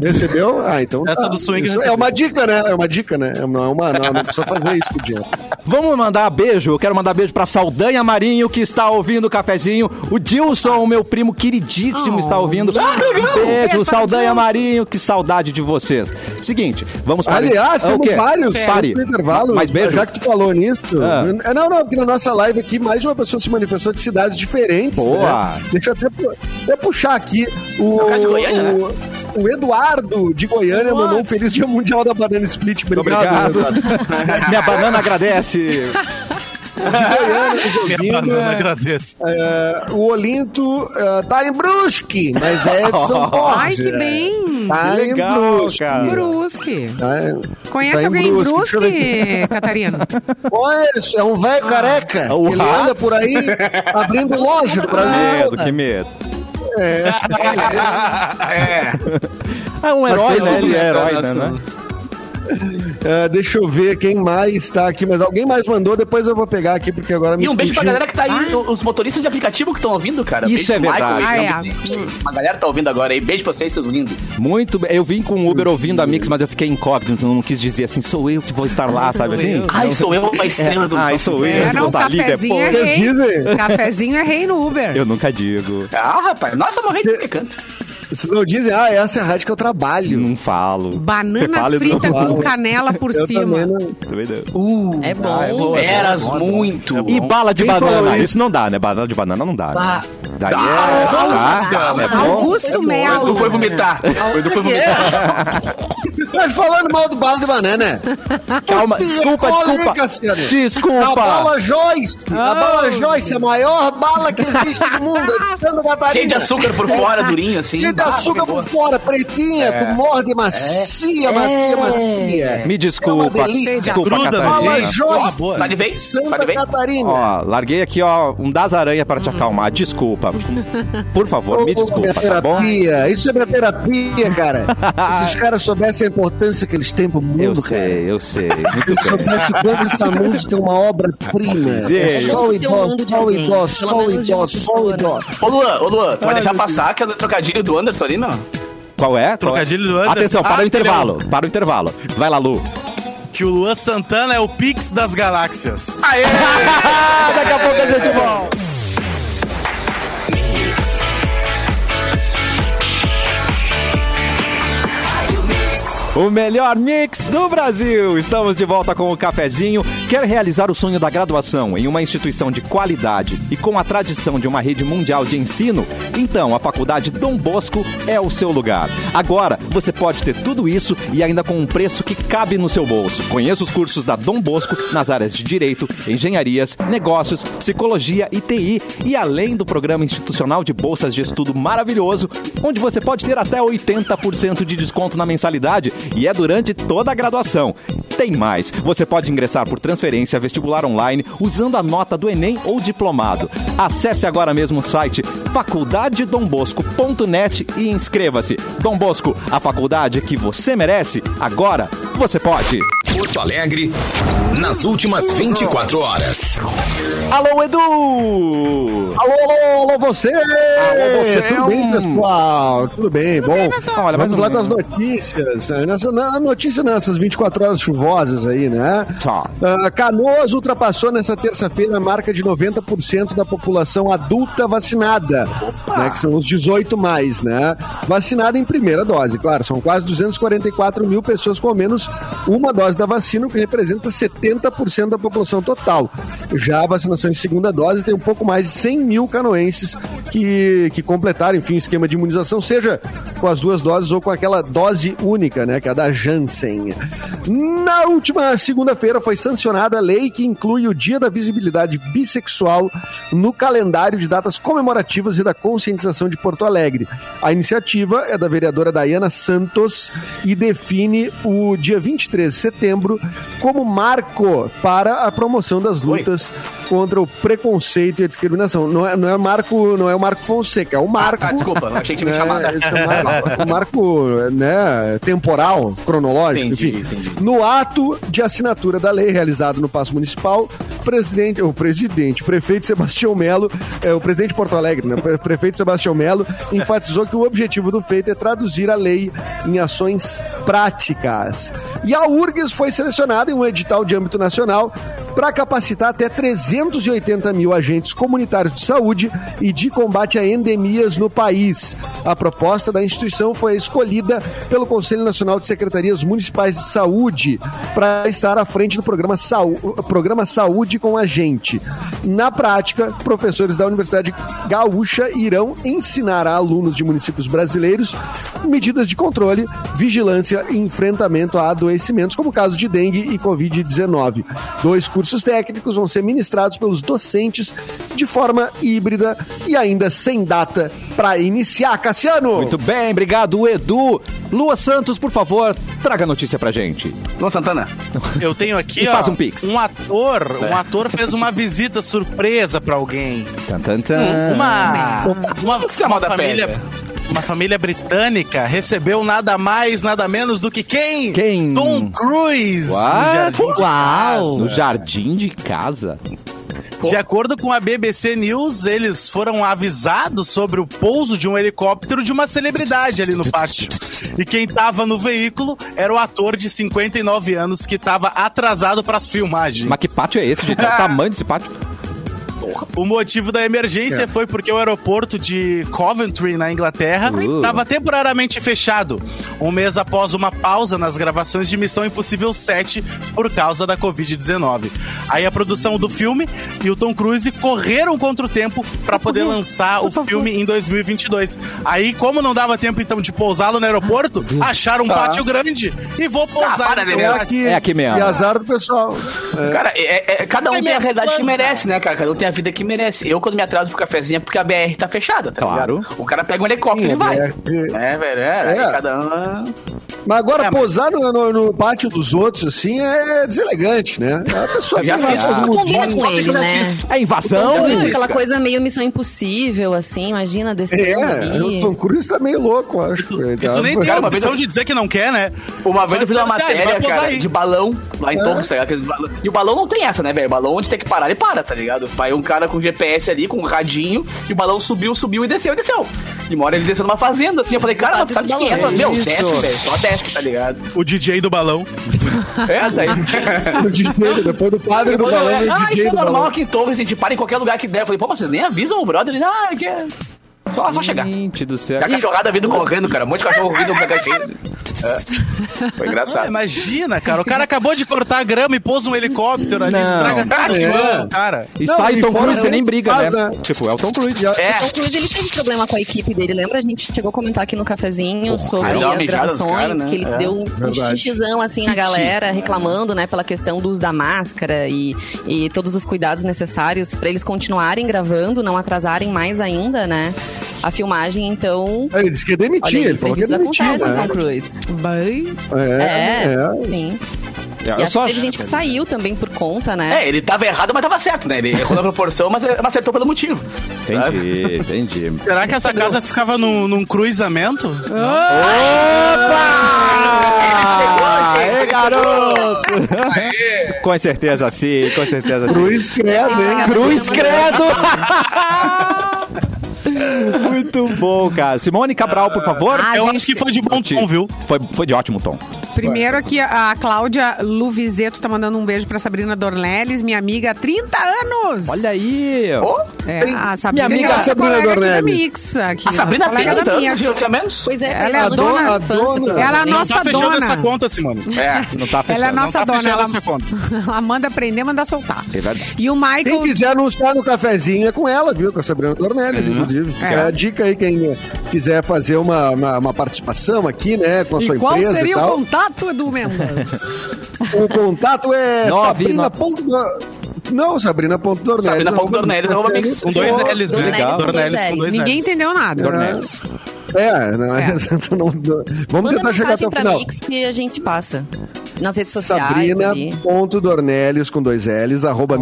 [SPEAKER 4] Recebeu? Ah, então.
[SPEAKER 3] Essa do swing
[SPEAKER 4] Isso
[SPEAKER 3] eu
[SPEAKER 4] é
[SPEAKER 3] recebi.
[SPEAKER 4] uma dica, né? É uma dica, né? É uma- Não é uma. Não, não precisa fazer isso com o dinheiro.
[SPEAKER 1] Vamos mandar beijo. Eu quero mandar beijo pra Saldanha Marinho, que está ouvindo o cafezinho. O Dilson, o meu primo queridíssimo,
[SPEAKER 5] Oh.
[SPEAKER 1] está ouvindo.
[SPEAKER 5] Ah, que legal! Beijo
[SPEAKER 1] Beijo,
[SPEAKER 5] para
[SPEAKER 1] Saldanha
[SPEAKER 5] Dilson.
[SPEAKER 1] Marinho, que saudade de vocês. Seguinte, vamos para...
[SPEAKER 4] Aliás,
[SPEAKER 1] Ah, o
[SPEAKER 4] temos
[SPEAKER 1] quê?
[SPEAKER 4] vários
[SPEAKER 1] Pare.
[SPEAKER 4] no intervalo.
[SPEAKER 1] Mais beijo?
[SPEAKER 4] Já que tu falou nisso. É,
[SPEAKER 1] Ah.
[SPEAKER 4] Não, não, porque na nossa live aqui mais de uma pessoa se manifestou de cidades diferentes.
[SPEAKER 1] Boa.
[SPEAKER 4] né? Deixa eu até, pu- até puxar aqui o.
[SPEAKER 6] cara de Goiânia, né?
[SPEAKER 4] o- o Eduardo de Goiânia mandou um feliz dia mundial da banana split. Obrigado.
[SPEAKER 1] Obrigado.
[SPEAKER 4] Eduardo.
[SPEAKER 1] Minha banana agradece.
[SPEAKER 4] De Goiânia, nos
[SPEAKER 3] Minha
[SPEAKER 4] ouvindo.
[SPEAKER 3] banana, agradeço.
[SPEAKER 4] É, o Olinto é, tá em Brusque, mas é de São Borja.
[SPEAKER 5] Ai, que bem.
[SPEAKER 4] Tá
[SPEAKER 1] Que legal,
[SPEAKER 4] em Brusque.
[SPEAKER 1] cara.
[SPEAKER 5] Brusque.
[SPEAKER 4] Tá em-
[SPEAKER 5] Conhece
[SPEAKER 4] tá em
[SPEAKER 5] alguém em
[SPEAKER 4] Brusque, deixa eu
[SPEAKER 5] Brusque, Catarina?
[SPEAKER 4] Conheço, é um
[SPEAKER 1] Ah.
[SPEAKER 4] velho careca.
[SPEAKER 1] Uau.
[SPEAKER 4] Ele anda por aí abrindo loja no Brasil.
[SPEAKER 1] medo, que medo.
[SPEAKER 6] É.
[SPEAKER 1] É um herói, né? Ele é herói, né?
[SPEAKER 6] Nossa.
[SPEAKER 1] né?
[SPEAKER 4] É, deixa eu ver quem mais tá aqui, mas alguém mais mandou, depois eu vou pegar aqui, porque agora me
[SPEAKER 6] E um beijo pra
[SPEAKER 4] fugiu.
[SPEAKER 6] galera que tá aí, os motoristas de aplicativo que estão ouvindo, cara.
[SPEAKER 1] Isso
[SPEAKER 6] beijo
[SPEAKER 1] é
[SPEAKER 6] pro
[SPEAKER 1] verdade.
[SPEAKER 6] Michael,
[SPEAKER 5] Ah,
[SPEAKER 6] beijo pra- A galera tá ouvindo agora aí. Beijo pra vocês, seus lindos.
[SPEAKER 1] Muito bem. Eu vim com o Uber ouvindo a Mix, mas eu fiquei incógnito. Não quis dizer assim, sou eu que vou estar lá, sabe assim?
[SPEAKER 6] Ai, é sou eu a estrela do
[SPEAKER 1] Ai, sou eu Então tá,
[SPEAKER 5] É,
[SPEAKER 1] que
[SPEAKER 5] não,
[SPEAKER 1] vou estar ali
[SPEAKER 5] cafezinho é
[SPEAKER 1] depois.
[SPEAKER 4] Vocês dizem?
[SPEAKER 5] rei. Cafezinho é rei no Uber.
[SPEAKER 1] Eu nunca digo.
[SPEAKER 6] Ah, rapaz. Nossa, morri de pecante.
[SPEAKER 4] Vocês não dizem, ah, essa é a rádio que eu trabalho.
[SPEAKER 1] Não falo. Você
[SPEAKER 5] Banana
[SPEAKER 1] fala, eu não
[SPEAKER 5] frita
[SPEAKER 1] falo.
[SPEAKER 5] com canela por
[SPEAKER 6] é
[SPEAKER 4] Eu
[SPEAKER 5] cima.
[SPEAKER 4] também não.
[SPEAKER 1] Também não.
[SPEAKER 6] Uh,
[SPEAKER 2] É bom.
[SPEAKER 4] Ah, é boa.
[SPEAKER 6] eras muito.
[SPEAKER 1] E bala de
[SPEAKER 4] Quem falou
[SPEAKER 1] banana.
[SPEAKER 4] isso?
[SPEAKER 1] Isso? não dá, né? Banana de banana não dá.
[SPEAKER 2] ah,
[SPEAKER 6] Tá.
[SPEAKER 1] Né? Daí é.
[SPEAKER 6] Ah,
[SPEAKER 1] tá,
[SPEAKER 6] calma.
[SPEAKER 1] é bom.
[SPEAKER 5] Augusto
[SPEAKER 6] O Edu
[SPEAKER 5] Melo.
[SPEAKER 6] foi vomitar. O
[SPEAKER 4] É.
[SPEAKER 6] Edu foi vomitar.
[SPEAKER 4] Mas falando mal do balo de né? banana.
[SPEAKER 1] Calma,
[SPEAKER 4] Que
[SPEAKER 1] desculpa,
[SPEAKER 4] recolhe,
[SPEAKER 1] desculpa.
[SPEAKER 4] Cassiano? A
[SPEAKER 1] Desculpa.
[SPEAKER 4] bala Joyce, a bala Joyce, é a maior bala que existe no mundo, é de Santa Catarina.
[SPEAKER 6] Cheio de açúcar por fora, durinho, assim.
[SPEAKER 4] Cheio de
[SPEAKER 6] Ah,
[SPEAKER 4] açúcar
[SPEAKER 6] pegou.
[SPEAKER 4] por fora, pretinha, tu morde, macia, macia, macia.
[SPEAKER 1] É. Me desculpa.
[SPEAKER 4] É uma delícia.
[SPEAKER 1] desculpa,
[SPEAKER 3] Gruda,
[SPEAKER 1] Catarina.
[SPEAKER 4] Fala,
[SPEAKER 3] Gente, boa,
[SPEAKER 4] Joyce,
[SPEAKER 3] boa.
[SPEAKER 6] Salivei?
[SPEAKER 4] Santa
[SPEAKER 6] Salivei?
[SPEAKER 4] Catarina.
[SPEAKER 1] Ó, larguei aqui, ó, um das aranha para te acalmar. Desculpa. Por favor, me
[SPEAKER 4] Ô, minha
[SPEAKER 1] desculpa, tá bom?
[SPEAKER 4] terapia. Isso é minha terapia, cara. Se os caras soubessem a importância que eles têm pro mundo,
[SPEAKER 1] Eu
[SPEAKER 4] cara.
[SPEAKER 1] sei, eu sei. Muito bem.
[SPEAKER 4] Se soubesse o quanto essa música é uma obra-prima.
[SPEAKER 1] Sim.
[SPEAKER 4] É Só
[SPEAKER 2] Pelo
[SPEAKER 4] o
[SPEAKER 2] menos
[SPEAKER 4] idoso,
[SPEAKER 2] de
[SPEAKER 4] só o
[SPEAKER 2] alguém.
[SPEAKER 4] idoso,
[SPEAKER 2] Pelo
[SPEAKER 4] só o
[SPEAKER 2] menos de uma
[SPEAKER 4] idoso, só o
[SPEAKER 2] pessoa, né?
[SPEAKER 4] idoso.
[SPEAKER 6] Ô, Luan, ô, Luan, tu vai
[SPEAKER 4] Ai,
[SPEAKER 6] deixar
[SPEAKER 4] meu
[SPEAKER 6] passar aquele trocadilho do Anderson ali, meu?
[SPEAKER 1] Qual é?
[SPEAKER 3] Trocadilho do Anderson.
[SPEAKER 1] Atenção, para
[SPEAKER 3] Ah,
[SPEAKER 1] o intervalo. Para o intervalo. Vai lá, Lu.
[SPEAKER 3] Que o Luan Santana é o Pix das Galáxias.
[SPEAKER 6] Aê!
[SPEAKER 1] Daqui a pouco a gente volta. O melhor mix do Brasil. Estamos de volta com o cafezinho. Quer realizar o sonho da graduação em uma instituição de qualidade e com a tradição de uma rede mundial de ensino? Então, a Faculdade Dom Bosco é o seu lugar. Agora, você pode ter tudo isso e ainda com um preço que cabe no seu bolso. Conheça os cursos da Dom Bosco nas áreas de Direito, Engenharias, Negócios, Psicologia e TI e além do programa institucional de bolsas de estudo maravilhoso, onde você pode ter até 80% de desconto na mensalidade e é durante toda a graduação. Tem mais, você pode ingressar por transferência vestibular online usando a nota do ENEM ou diplomado. Acesse agora mesmo o site faculdadedombosco.net e inscreva-se. Dom Bosco, a faculdade que você merece, agora você pode.
[SPEAKER 7] Porto Alegre, nas últimas 24 horas.
[SPEAKER 1] Alô Edu!
[SPEAKER 4] Alô, alô, alô, você!
[SPEAKER 1] você! é um
[SPEAKER 4] Tudo bem, pessoal? Tudo bem, bom?
[SPEAKER 1] Olha, mais ou
[SPEAKER 4] Vamos lá com
[SPEAKER 1] menos.
[SPEAKER 4] as notícias. É, Nessa, na notícia nessas 24 horas chuvosas aí, né?
[SPEAKER 1] Tá.
[SPEAKER 4] Ah, Canoas ultrapassou nessa terça-feira a marca de 90% da população adulta vacinada, né, que são os 18 mais, né? Vacinada em primeira dose, claro. São quase 244 mil pessoas com ao menos uma dose da vacina, o que representa 70% da população total. Já a vacinação de segunda dose tem um pouco mais de 100 mil canoenses que, que completaram, enfim, o esquema de imunização, seja com as duas doses ou com aquela dose única, né, que é a da Janssen. Na última segunda-feira foi sancionada a lei que inclui o Dia da Visibilidade Bissexual no calendário de datas comemorativas e da conscientização de Porto Alegre. A iniciativa é da vereadora Dayana Santos e define o dia 23 de setembro como marco para a promoção das lutas contra o preconceito e a discriminação. não, não é, não é Marco, não é o Marco Fonseca, é o Marco.
[SPEAKER 6] Ah, desculpa, achei que tinha me
[SPEAKER 4] né,
[SPEAKER 6] chamado.
[SPEAKER 4] esse é o Marco- o Marco, né, temporal, cronológico,
[SPEAKER 6] Entendi,
[SPEAKER 4] enfim.
[SPEAKER 6] entendi.
[SPEAKER 4] No ato de assinatura da lei realizado no Paço Municipal, o presidente, o presidente, o prefeito Sebastião Melo, é, o presidente de Porto Alegre, né, o prefeito Sebastião Melo, enfatizou que o objetivo do feito é traduzir a lei em ações práticas. E a URGS foi selecionada em um edital de âmbito nacional para capacitar até 380 mil agentes comunitários de saúde e de combate a endemias no país. A proposta da instituição foi escolhida pelo Conselho Nacional de Secretarias Municipais de Saúde para estar à frente do programa, Saú- programa Saúde com a Gente. Na prática, professores da Universidade Gaúcha irão ensinar a alunos de municípios brasileiros medidas de controle, vigilância e enfrentamento a adoecimentos, como o caso de dengue e Covid-19. Dois cursos técnicos vão ser ministrados pelos docentes de forma híbrida e ainda sem data para iniciar. Cassiano!
[SPEAKER 1] Muito bem, obrigado, Edu. Lua Santos, por favor, traga a notícia pra gente.
[SPEAKER 6] Luan Santana.
[SPEAKER 3] Eu tenho aqui,
[SPEAKER 1] E
[SPEAKER 3] ó,
[SPEAKER 1] faz um pix.
[SPEAKER 3] ator, um ator fez uma visita surpresa pra alguém.
[SPEAKER 1] Tan, tan, tan.
[SPEAKER 3] Uma, uma,
[SPEAKER 6] que se
[SPEAKER 3] uma
[SPEAKER 6] chama da
[SPEAKER 3] família,
[SPEAKER 6] pedra?
[SPEAKER 3] uma família britânica recebeu nada mais, nada menos do que quem?
[SPEAKER 1] Quem?
[SPEAKER 3] Tom Cruise. no
[SPEAKER 1] What?
[SPEAKER 3] Jardim de
[SPEAKER 1] Uau!
[SPEAKER 3] Casa.
[SPEAKER 1] No jardim de casa?
[SPEAKER 3] De acordo com a BBC News, eles foram avisados sobre o pouso de um helicóptero de uma celebridade ali no pátio. E quem tava no veículo era o ator de 59 anos que tava atrasado pras filmagens.
[SPEAKER 1] Mas que pátio é esse, gente? Olha O tamanho desse pátio.
[SPEAKER 3] O motivo da emergência
[SPEAKER 6] É.
[SPEAKER 3] foi porque o aeroporto de Coventry, na Inglaterra,
[SPEAKER 1] Uh.
[SPEAKER 3] estava temporariamente fechado, um mês após uma pausa nas gravações de Missão Impossível 7 por causa da Covid-19. Aí a produção do filme e o Tom Cruise correram contra o tempo para poder lançar o filme em 2022. Aí, como não dava tempo então de pousá-lo no aeroporto, acharam um
[SPEAKER 6] Tá.
[SPEAKER 3] pátio grande e vou
[SPEAKER 6] Ah,
[SPEAKER 3] pousar.
[SPEAKER 6] para,
[SPEAKER 3] então
[SPEAKER 6] Lelê.
[SPEAKER 4] É
[SPEAKER 3] aqui.
[SPEAKER 4] aqui,
[SPEAKER 1] É aqui mesmo.
[SPEAKER 4] E azar do pessoal.
[SPEAKER 6] Cara, é- é- cada um
[SPEAKER 3] Ai,
[SPEAKER 6] tem a
[SPEAKER 3] minha
[SPEAKER 6] realidade que
[SPEAKER 3] planta.
[SPEAKER 6] merece, né, cara? Cada um tem a vida que merece. Eu, quando me atraso pro cafezinho, é porque a BR tá fechada, tá
[SPEAKER 1] Claro.
[SPEAKER 6] ligado? O cara pega um helicóptero
[SPEAKER 4] Sim,
[SPEAKER 6] e vai.
[SPEAKER 4] a BR.
[SPEAKER 6] É, velho, é.
[SPEAKER 4] É.
[SPEAKER 6] Aí cada um...
[SPEAKER 4] Mas agora,
[SPEAKER 3] É, mas-
[SPEAKER 4] pousar no, no- no pátio dos outros, assim, é deselegante, né? A pessoa
[SPEAKER 6] Eu já
[SPEAKER 4] vai
[SPEAKER 6] fiz.
[SPEAKER 4] todo
[SPEAKER 6] Ah,
[SPEAKER 4] mundo
[SPEAKER 2] combina
[SPEAKER 4] junto.
[SPEAKER 2] com ele, né?
[SPEAKER 1] É invasão?
[SPEAKER 2] Talvez
[SPEAKER 6] isso,
[SPEAKER 2] aquela
[SPEAKER 6] cara.
[SPEAKER 2] coisa meio missão impossível, assim, imagina, descer
[SPEAKER 4] É, o Tom Cruise tá meio louco, eu acho. então.
[SPEAKER 3] E tu nem tem a
[SPEAKER 6] Cara, uma vez
[SPEAKER 3] opção
[SPEAKER 6] eu-
[SPEAKER 3] de dizer que não quer, né?
[SPEAKER 6] Uma
[SPEAKER 3] Só
[SPEAKER 6] vez eu fiz uma
[SPEAKER 3] disseram assim, "Ah, ele
[SPEAKER 6] matéria,
[SPEAKER 3] vai pousar
[SPEAKER 6] cara,
[SPEAKER 3] aí."
[SPEAKER 6] de balão lá em Torres, tá ligado? Aqueles balão- E o balão não tem essa, né, velho? O balão onde tem que parar, ele para, tá ligado? Vai um cara com GPS ali, com um radinho, e o balão subiu, subiu e desceu, e desceu. E uma hora ele desceu numa fazenda, assim, eu falei, cara, mas sabe de quem é?
[SPEAKER 2] Balão.
[SPEAKER 6] Meu,
[SPEAKER 1] Isso.
[SPEAKER 6] desce, velho, só desce, tá ligado?
[SPEAKER 3] O DJ do balão.
[SPEAKER 6] É, daí...
[SPEAKER 4] O DJ, depois do padre do balão, vem o
[SPEAKER 6] ah, isso
[SPEAKER 4] DJ
[SPEAKER 6] é
[SPEAKER 4] do
[SPEAKER 6] normal
[SPEAKER 4] balão.
[SPEAKER 6] aqui em Torres, a gente para em qualquer lugar que der. Eu falei, pô, mas vocês nem avisam o brother, ele, ah, que é... Só, só chegar.
[SPEAKER 1] Gente do céu.
[SPEAKER 6] Já que a jogada vindo correndo, cara. Um monte de cachorro vindo pra caixinha. É. Foi
[SPEAKER 3] Ah,
[SPEAKER 6] engraçado.
[SPEAKER 3] imagina, cara. O cara acabou de cortar a grama e pôs um helicóptero ali,
[SPEAKER 1] Não.
[SPEAKER 3] estraga tudo,
[SPEAKER 4] É.
[SPEAKER 3] mano, cara.
[SPEAKER 1] E
[SPEAKER 4] Não,
[SPEAKER 1] sai
[SPEAKER 4] e
[SPEAKER 1] Tom
[SPEAKER 4] fora
[SPEAKER 1] Cruise, você
[SPEAKER 4] ele
[SPEAKER 1] nem briga, né?
[SPEAKER 4] casa.
[SPEAKER 1] Tipo, é o Tom Cruise.
[SPEAKER 4] E a-
[SPEAKER 6] É.
[SPEAKER 2] O Cruz, ele teve problema com a equipe dele, lembra? A gente chegou a comentar aqui no cafezinho
[SPEAKER 6] ele
[SPEAKER 2] sobre
[SPEAKER 6] deu uma
[SPEAKER 2] as
[SPEAKER 6] mijada nos
[SPEAKER 2] gravações,
[SPEAKER 6] caras, né?
[SPEAKER 2] que ele
[SPEAKER 6] É.
[SPEAKER 2] deu um
[SPEAKER 4] Verdade.
[SPEAKER 2] xixizão, assim, na galera, reclamando, né, pela questão do uso da máscara e, e todos os cuidados necessários pra eles continuarem gravando, não atrasarem mais ainda, né, a filmagem, então...
[SPEAKER 4] É, Ele disse que ia
[SPEAKER 2] Olha,
[SPEAKER 4] demitir,
[SPEAKER 2] aí,
[SPEAKER 4] ele falou que ia demitir.
[SPEAKER 2] acontecem com o
[SPEAKER 4] Né?
[SPEAKER 2] Cruz.
[SPEAKER 5] Bem,
[SPEAKER 4] É,
[SPEAKER 2] É,
[SPEAKER 4] é.
[SPEAKER 2] sim.
[SPEAKER 1] Eu
[SPEAKER 2] E acho
[SPEAKER 1] só-
[SPEAKER 2] que teve gente que saiu também por conta, né?
[SPEAKER 6] É, ele tava errado, mas tava certo, né? Ele errou na proporção, mas mas acertou pelo motivo. sabe?
[SPEAKER 1] Entendi, entendi.
[SPEAKER 3] Será que essa casa ficava num, num cruzamento?
[SPEAKER 1] Opa!
[SPEAKER 6] Ele
[SPEAKER 1] Ei,
[SPEAKER 6] pegou, gente, ele
[SPEAKER 1] garoto! com certeza sim, com certeza sim.
[SPEAKER 4] Cruz credo, hein?
[SPEAKER 1] Cruz Credo! Muito bom, cara. Simone Cabral, por favor.
[SPEAKER 5] Ah,
[SPEAKER 3] Eu
[SPEAKER 5] gente,
[SPEAKER 3] acho que foi de bom
[SPEAKER 1] Te-
[SPEAKER 3] tom, viu? Tá
[SPEAKER 1] Foi, foi de ótimo tom.
[SPEAKER 5] Primeiro aqui, a a Cláudia Luvizeto tá mandando um beijo pra Sabrina Dornelles, minha amiga há 30 anos.
[SPEAKER 1] Olha aí!
[SPEAKER 6] Ô,
[SPEAKER 5] É, a Sabrina,
[SPEAKER 1] Minha amiga
[SPEAKER 5] nossa
[SPEAKER 4] Sabrina
[SPEAKER 5] colega aqui da
[SPEAKER 4] Dornelles.
[SPEAKER 5] Mix, aqui,
[SPEAKER 6] a Sabrina
[SPEAKER 5] nossa
[SPEAKER 6] tem
[SPEAKER 5] colega da
[SPEAKER 6] tantos
[SPEAKER 5] Mix.
[SPEAKER 6] relacionamentos.
[SPEAKER 2] Pois é,
[SPEAKER 5] Ela
[SPEAKER 2] ela
[SPEAKER 5] é a
[SPEAKER 2] é
[SPEAKER 4] dona-
[SPEAKER 2] dona,
[SPEAKER 4] a
[SPEAKER 2] da infância,
[SPEAKER 4] dona-
[SPEAKER 2] provavelmente.
[SPEAKER 5] Ela é a
[SPEAKER 3] Não
[SPEAKER 5] nossa
[SPEAKER 3] tá fechando
[SPEAKER 5] dona.
[SPEAKER 3] essa conta, Simone.
[SPEAKER 6] É.
[SPEAKER 1] Não tá fechando.
[SPEAKER 5] Ela é a
[SPEAKER 3] Não
[SPEAKER 5] nossa
[SPEAKER 3] tá
[SPEAKER 5] dona,
[SPEAKER 3] fechando
[SPEAKER 5] ela,
[SPEAKER 3] essa conta.
[SPEAKER 5] ela manda prender, manda soltar.
[SPEAKER 1] É verdade.
[SPEAKER 5] E o Michael
[SPEAKER 4] Quem quiser anunciar no cafezinho é com ela, viu? Com a Sabrina Dornelles, inclusive. Fica
[SPEAKER 5] É.
[SPEAKER 4] a dica aí, quem quiser fazer uma, uma, uma participação aqui, né? Com a sua
[SPEAKER 5] E qual
[SPEAKER 4] empresa e
[SPEAKER 5] seria o
[SPEAKER 4] tal.
[SPEAKER 5] contato, Edu Mendes?
[SPEAKER 4] O contato é
[SPEAKER 1] Nove,
[SPEAKER 4] Sabrina.
[SPEAKER 1] nove.
[SPEAKER 4] Ponto do- Não, Sabrina. Ponto Dornelles.
[SPEAKER 6] Sabrina ponto Dornelles, arroba mix.
[SPEAKER 3] Com dois
[SPEAKER 6] Pô,
[SPEAKER 3] L's, né?
[SPEAKER 1] legal.
[SPEAKER 3] Dornelles
[SPEAKER 2] Com
[SPEAKER 3] com
[SPEAKER 2] dois
[SPEAKER 3] dois
[SPEAKER 5] Ninguém
[SPEAKER 3] L's.
[SPEAKER 5] entendeu nada.
[SPEAKER 1] Dornelis.
[SPEAKER 4] É, não, não- vamos
[SPEAKER 2] Manda
[SPEAKER 4] tentar chegar até
[SPEAKER 2] mensagem
[SPEAKER 4] o
[SPEAKER 2] pra
[SPEAKER 4] final.
[SPEAKER 2] Mix que a gente passa. nas redes sociais. ali.
[SPEAKER 4] Sabrina.dornelles com dois L's, arroba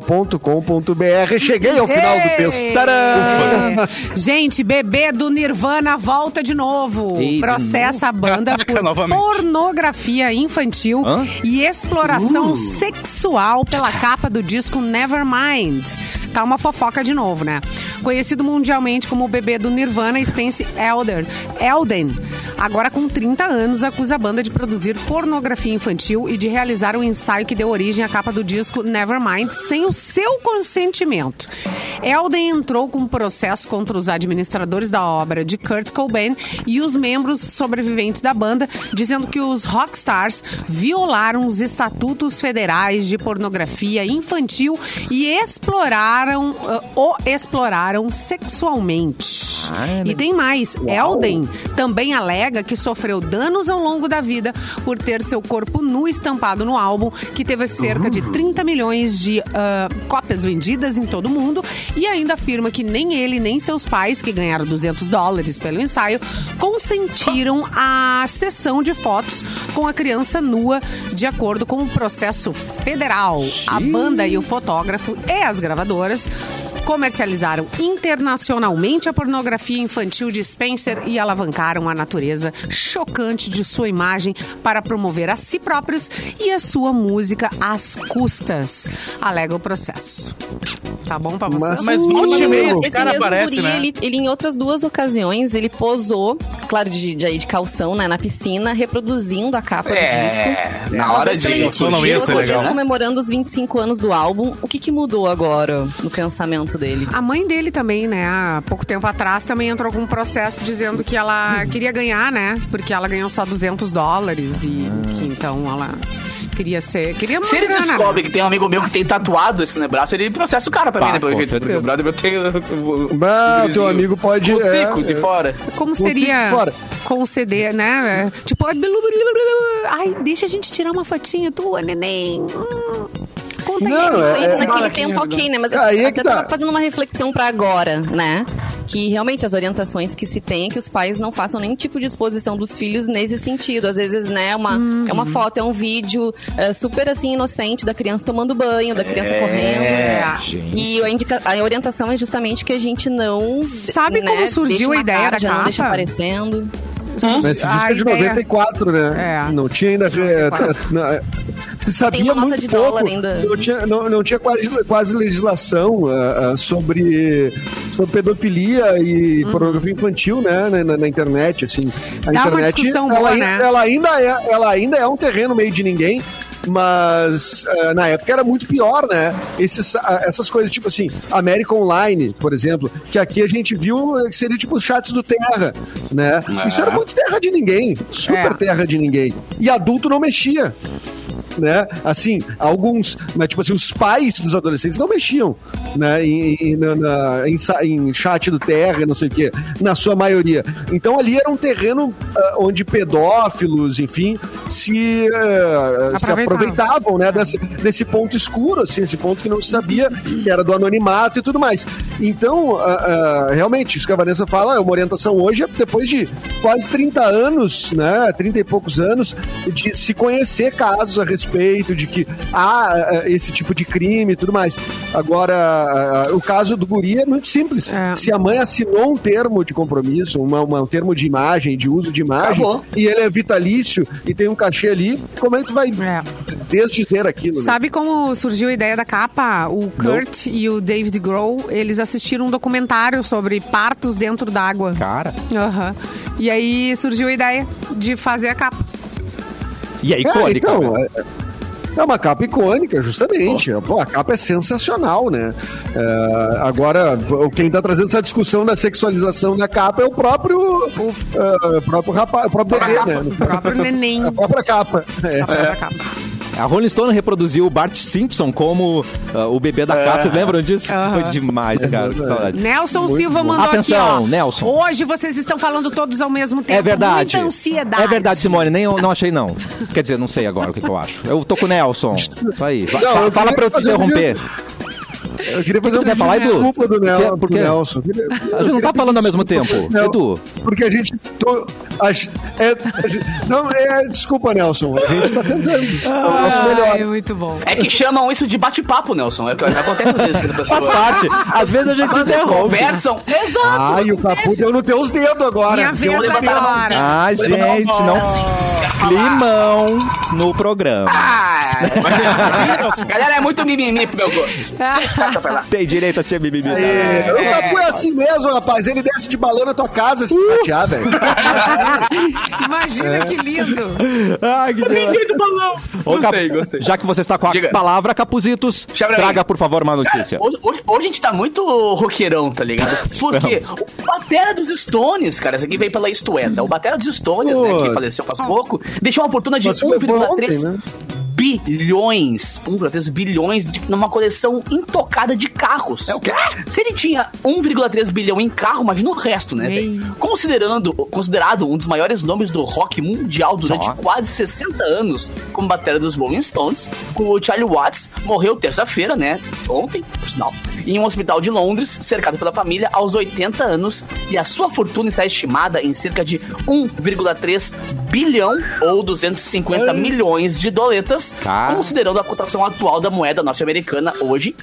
[SPEAKER 4] mixfmpoa.com.br. Cheguei ao final do texto.
[SPEAKER 5] Tcharam! É. Gente, bebê do Nirvana volta de novo.
[SPEAKER 8] Ih, de
[SPEAKER 5] Processa a banda por
[SPEAKER 3] Novamente.
[SPEAKER 5] pornografia infantil
[SPEAKER 1] Hã?
[SPEAKER 5] e exploração sexual pela capa do disco Nevermind. Tá uma fofoca de novo, né? Conhecido mundialmente como o bebê do Nirvana, Spence Elder, Elden, agora com 30 anos, acusa a banda de produzir pornografia infantil e de realizar um ensaio que deu origem à capa do disco Nevermind sem o seu consentimento. Elden entrou com um processo contra os administradores da obra de Kurt Cobain e os membros sobreviventes da banda, dizendo que os rockstars violaram os estatutos federais de pornografia infantil e exploraram ah, ou exploraram sexualmente. e tem mais, Elden também alega que sofreu danos ao longo da vida por ter seu corpo nu estampado no álbum, que teve cerca de 30 milhões de ah, cópias vendidas em todo o mundo, e ainda afirma que nem ele nem seus pais, que ganharam 200 dólares pelo ensaio, consentiram a sessão de fotos com a criança nua, de acordo com o processo federal. A banda e o fotógrafo e as gravadoras comercializaram internacionalmente a pornografia infantil de Spencer e alavancaram a natureza chocante de sua imagem para promover a si próprios e a sua música às custas, alega o processo. Tá bom pra vocês?
[SPEAKER 3] Mas volte e meia, esse
[SPEAKER 2] Esse
[SPEAKER 3] cara
[SPEAKER 2] mesmo
[SPEAKER 3] aparece,
[SPEAKER 2] guri,
[SPEAKER 3] né?
[SPEAKER 2] ele, ele em outras duas ocasiões, ele posou, claro, de, de, aí de calção, né, na piscina, reproduzindo a capa do disco.
[SPEAKER 6] É, na
[SPEAKER 2] Uma
[SPEAKER 6] hora
[SPEAKER 2] vez
[SPEAKER 6] de.
[SPEAKER 2] pela
[SPEAKER 3] isso não ia
[SPEAKER 2] MTV,
[SPEAKER 3] ser
[SPEAKER 2] outra vez
[SPEAKER 3] legal. né?
[SPEAKER 2] comemorando os 25 anos do álbum. O que, que mudou agora no pensamento dele?
[SPEAKER 5] A mãe dele também, né? Há pouco tempo atrás também entrou com um processo dizendo que
[SPEAKER 4] Uhum.
[SPEAKER 5] ela queria ganhar, né? Porque ela ganhou só 200 dólares e que
[SPEAKER 4] Ah.
[SPEAKER 5] então ela queria ser. Queria uma
[SPEAKER 6] Se ele
[SPEAKER 5] grana, né?
[SPEAKER 6] descobre que tem um amigo meu que tem tatuado esse né, braço, ele processa o cara pra mim,
[SPEAKER 8] Pá,
[SPEAKER 6] né? Pelo
[SPEAKER 8] com
[SPEAKER 6] jeito, porque
[SPEAKER 8] certeza.
[SPEAKER 6] o brother meu tem. o- o-
[SPEAKER 4] Bah,
[SPEAKER 6] o
[SPEAKER 4] teu amigo pode-
[SPEAKER 6] O
[SPEAKER 4] é,
[SPEAKER 6] pico de
[SPEAKER 4] é.
[SPEAKER 6] fora.
[SPEAKER 5] Como
[SPEAKER 4] Vou ter que ir
[SPEAKER 5] seria
[SPEAKER 4] fora.
[SPEAKER 5] conceder, né? É, Tipo, ai, deixa a gente tirar uma fotinha tua, neném. Hum. Conta aí.
[SPEAKER 4] Não,
[SPEAKER 2] isso aí
[SPEAKER 4] é-
[SPEAKER 2] naquele
[SPEAKER 4] é-
[SPEAKER 2] tempo, ok, né? Mas
[SPEAKER 4] Aí
[SPEAKER 2] eu
[SPEAKER 4] é
[SPEAKER 2] até
[SPEAKER 4] que tá.
[SPEAKER 2] tava fazendo uma reflexão pra agora, né? Que realmente as orientações que se tem é que os pais não façam nenhum tipo de exposição dos filhos nesse sentido. Às vezes, né, uma, é
[SPEAKER 4] Uhum.
[SPEAKER 2] uma foto, é um vídeo é, super assim inocente da criança tomando banho, da criança correndo.
[SPEAKER 5] É.
[SPEAKER 2] E a, indica- a orientação é justamente que a gente não.
[SPEAKER 5] Sabe
[SPEAKER 2] né,
[SPEAKER 5] como surgiu
[SPEAKER 2] deixa
[SPEAKER 5] a ideia
[SPEAKER 2] marcar,
[SPEAKER 5] da
[SPEAKER 2] já Não
[SPEAKER 5] capa?
[SPEAKER 2] deixa aparecendo.
[SPEAKER 4] Mas esse disco
[SPEAKER 5] Hum? A
[SPEAKER 4] é de
[SPEAKER 5] ideia-
[SPEAKER 4] 94, né?
[SPEAKER 5] É.
[SPEAKER 4] Não tinha ainda. eh, Se sabia
[SPEAKER 2] uma nota
[SPEAKER 4] muito
[SPEAKER 2] de
[SPEAKER 4] pouco.
[SPEAKER 2] dólar ainda.
[SPEAKER 4] Não tinha, não, não tinha quase, quase legislação ah, ah, sobre, sobre pedofilia e pornografia infantil, né? Na, na- na internet, assim. A
[SPEAKER 5] Uhum. Dá uma
[SPEAKER 4] internet,
[SPEAKER 5] discussão
[SPEAKER 4] ela,
[SPEAKER 5] boa,
[SPEAKER 4] ai-
[SPEAKER 5] né?
[SPEAKER 4] ela ainda é, ela ainda é um terreno meio de ninguém. Mas ah, na época era muito pior, né? Esses, ah, essas coisas, tipo assim, América Online, por exemplo, que aqui a gente viu eh, que seria tipo os chats do Terra, né? Isso era muito terra de ninguém. Super
[SPEAKER 5] É.
[SPEAKER 4] terra de ninguém. E adulto não mexia. Né? Assim, alguns, mas tipo assim, os pais dos adolescentes não mexiam né? em, em- na- na- em sa- em chat do terra, e não sei o que, na sua maioria. Então ali era um terreno ah, onde pedófilos, enfim, se, ah, se
[SPEAKER 5] Aproveitavam.
[SPEAKER 4] aproveitavam né? desse, desse ponto escuro, assim, esse ponto que não se sabia que era do anonimato e tudo mais. Então, ah, ah, realmente, isso que a Vanessa fala, é uma orientação hoje, é depois de quase 30 anos, né, 30 e poucos anos, de se conhecer casos a respeito de que há ah, esse tipo de crime e tudo mais. Agora, ah, o caso do guri é muito simples.
[SPEAKER 5] É.
[SPEAKER 4] Se a mãe assinou um termo de compromisso, uma- uma- um termo de imagem, de uso de imagem,
[SPEAKER 6] Acabou.
[SPEAKER 4] e ele é vitalício e tem um cachê ali, como é que tu vai
[SPEAKER 5] É.
[SPEAKER 4] desdizer aquilo? né?
[SPEAKER 5] Sabe como surgiu a ideia da capa? O Kurt e o David Grohl, eles assistiram um documentário sobre partos dentro d'água.
[SPEAKER 8] Cara.
[SPEAKER 5] Aham. E aí surgiu a ideia de fazer a capa.
[SPEAKER 8] E é icônico.
[SPEAKER 4] É,
[SPEAKER 1] né?
[SPEAKER 4] então, é, é uma capa icônica, justamente. Pô, a capa é sensacional, né? É, agora, v- quem tá trazendo essa discussão da sexualização da capa é o próprio, é, o próprio rapaz, o próprio bebê,
[SPEAKER 5] O
[SPEAKER 4] né?
[SPEAKER 5] próprio neném.
[SPEAKER 4] A própria capa. É.
[SPEAKER 1] Tá.
[SPEAKER 5] A própria capa.
[SPEAKER 1] A Rolling Stone reproduziu o Bart Simpson como ah, o bebê da capa. Vocês lembram disso?
[SPEAKER 5] É. Aham.
[SPEAKER 1] Foi demais, cara.
[SPEAKER 4] Uhum.
[SPEAKER 1] Que saudade.
[SPEAKER 5] Nelson Silva mandou
[SPEAKER 1] Atenção,
[SPEAKER 5] aqui, ó.
[SPEAKER 1] Nelson.
[SPEAKER 5] Hoje vocês estão falando todos ao mesmo tempo.
[SPEAKER 1] É verdade.
[SPEAKER 5] Muita ansiedade.
[SPEAKER 1] É verdade, Simone. Nem eu não achei, não. Quer dizer, não sei agora o que, que eu acho. Eu tô com o Nelson. Isso aí. Va-
[SPEAKER 4] Não,
[SPEAKER 1] fa-
[SPEAKER 4] eu
[SPEAKER 1] fala pra eu te
[SPEAKER 4] queria fazer um
[SPEAKER 1] interromper.
[SPEAKER 4] Eu queria fazer
[SPEAKER 1] tu quer
[SPEAKER 4] uma
[SPEAKER 1] falar, Edu?
[SPEAKER 4] desculpa
[SPEAKER 1] Por
[SPEAKER 4] do,
[SPEAKER 1] quê?
[SPEAKER 4] Nel,
[SPEAKER 1] Por
[SPEAKER 4] do
[SPEAKER 1] quê? tá
[SPEAKER 4] Nelson. Eu queria-
[SPEAKER 1] A gente não tá falando ao mesmo tempo.
[SPEAKER 4] Não,
[SPEAKER 1] Edu,
[SPEAKER 4] Porque a gente. tu- A gente- é- a gente- não, é, desculpa, Nelson. A gente tá tentando. É
[SPEAKER 1] Ah,
[SPEAKER 4] o nosso melhor.
[SPEAKER 5] Ai, muito bom.
[SPEAKER 6] É que chamam isso de bate-papo, Nelson. É o que acontece às vezes quando a pessoa.
[SPEAKER 1] Faz parte. Às vezes a gente se
[SPEAKER 6] Quando eles
[SPEAKER 1] interrompe.
[SPEAKER 6] conversam. Exato.
[SPEAKER 4] Ai, o Capu deu no teus dedos agora.
[SPEAKER 5] Minha
[SPEAKER 4] Deu-
[SPEAKER 5] vez
[SPEAKER 6] levantar a mãozinha.
[SPEAKER 5] agora.
[SPEAKER 1] Ah, gente, não. Climão no programa.
[SPEAKER 6] Ah, galera, é muito mimimi pro meu gosto. Passa pra lá.
[SPEAKER 1] Tem direito a ser mimimi. tá?
[SPEAKER 4] É, o Capu é assim mesmo, rapaz. Ele desce de balão na tua casa se tu tatear, velho.
[SPEAKER 5] Imagina que lindo.
[SPEAKER 1] Ai, que delícia. Ô,
[SPEAKER 6] Gostei,
[SPEAKER 1] Capu,
[SPEAKER 6] gostei.
[SPEAKER 1] Já que você está com a
[SPEAKER 6] Diga.
[SPEAKER 1] palavra, Capuzitos,
[SPEAKER 6] Já pra mim.
[SPEAKER 1] traga, por favor, uma
[SPEAKER 6] Cara,
[SPEAKER 1] notícia.
[SPEAKER 6] hoje, hoje- hoje a gente tá muito roqueirão, tá ligado? Porque o Batera dos Stones, cara, esse aqui veio pela Estuenda. O Batera dos Stones, né, que
[SPEAKER 4] Putz.
[SPEAKER 6] faleceu faz pouco, deixou uma fortuna de
[SPEAKER 4] Mas foi ontem,
[SPEAKER 6] 1,3
[SPEAKER 4] né?
[SPEAKER 6] bilhões, 1,3 bilhões de, numa coleção intocada de carros. É o quê? Se ele tinha 1,3 bilhão em carro, imagina o resto, né? velho? Considerando, considerado um dos maiores nomes do rock mundial durante
[SPEAKER 1] Ó.
[SPEAKER 6] quase 60 anos como batera dos Rolling Stones, o Charlie Watts morreu terça-feira, né? Ontem, por sinal, em um hospital de Londres, cercado pela família aos 80 anos, e a sua fortuna está estimada em cerca de 1,3 bilhão ou 250 milhões de doletas,
[SPEAKER 1] Cara.
[SPEAKER 6] considerando a cotação atual da moeda norte-americana hoje,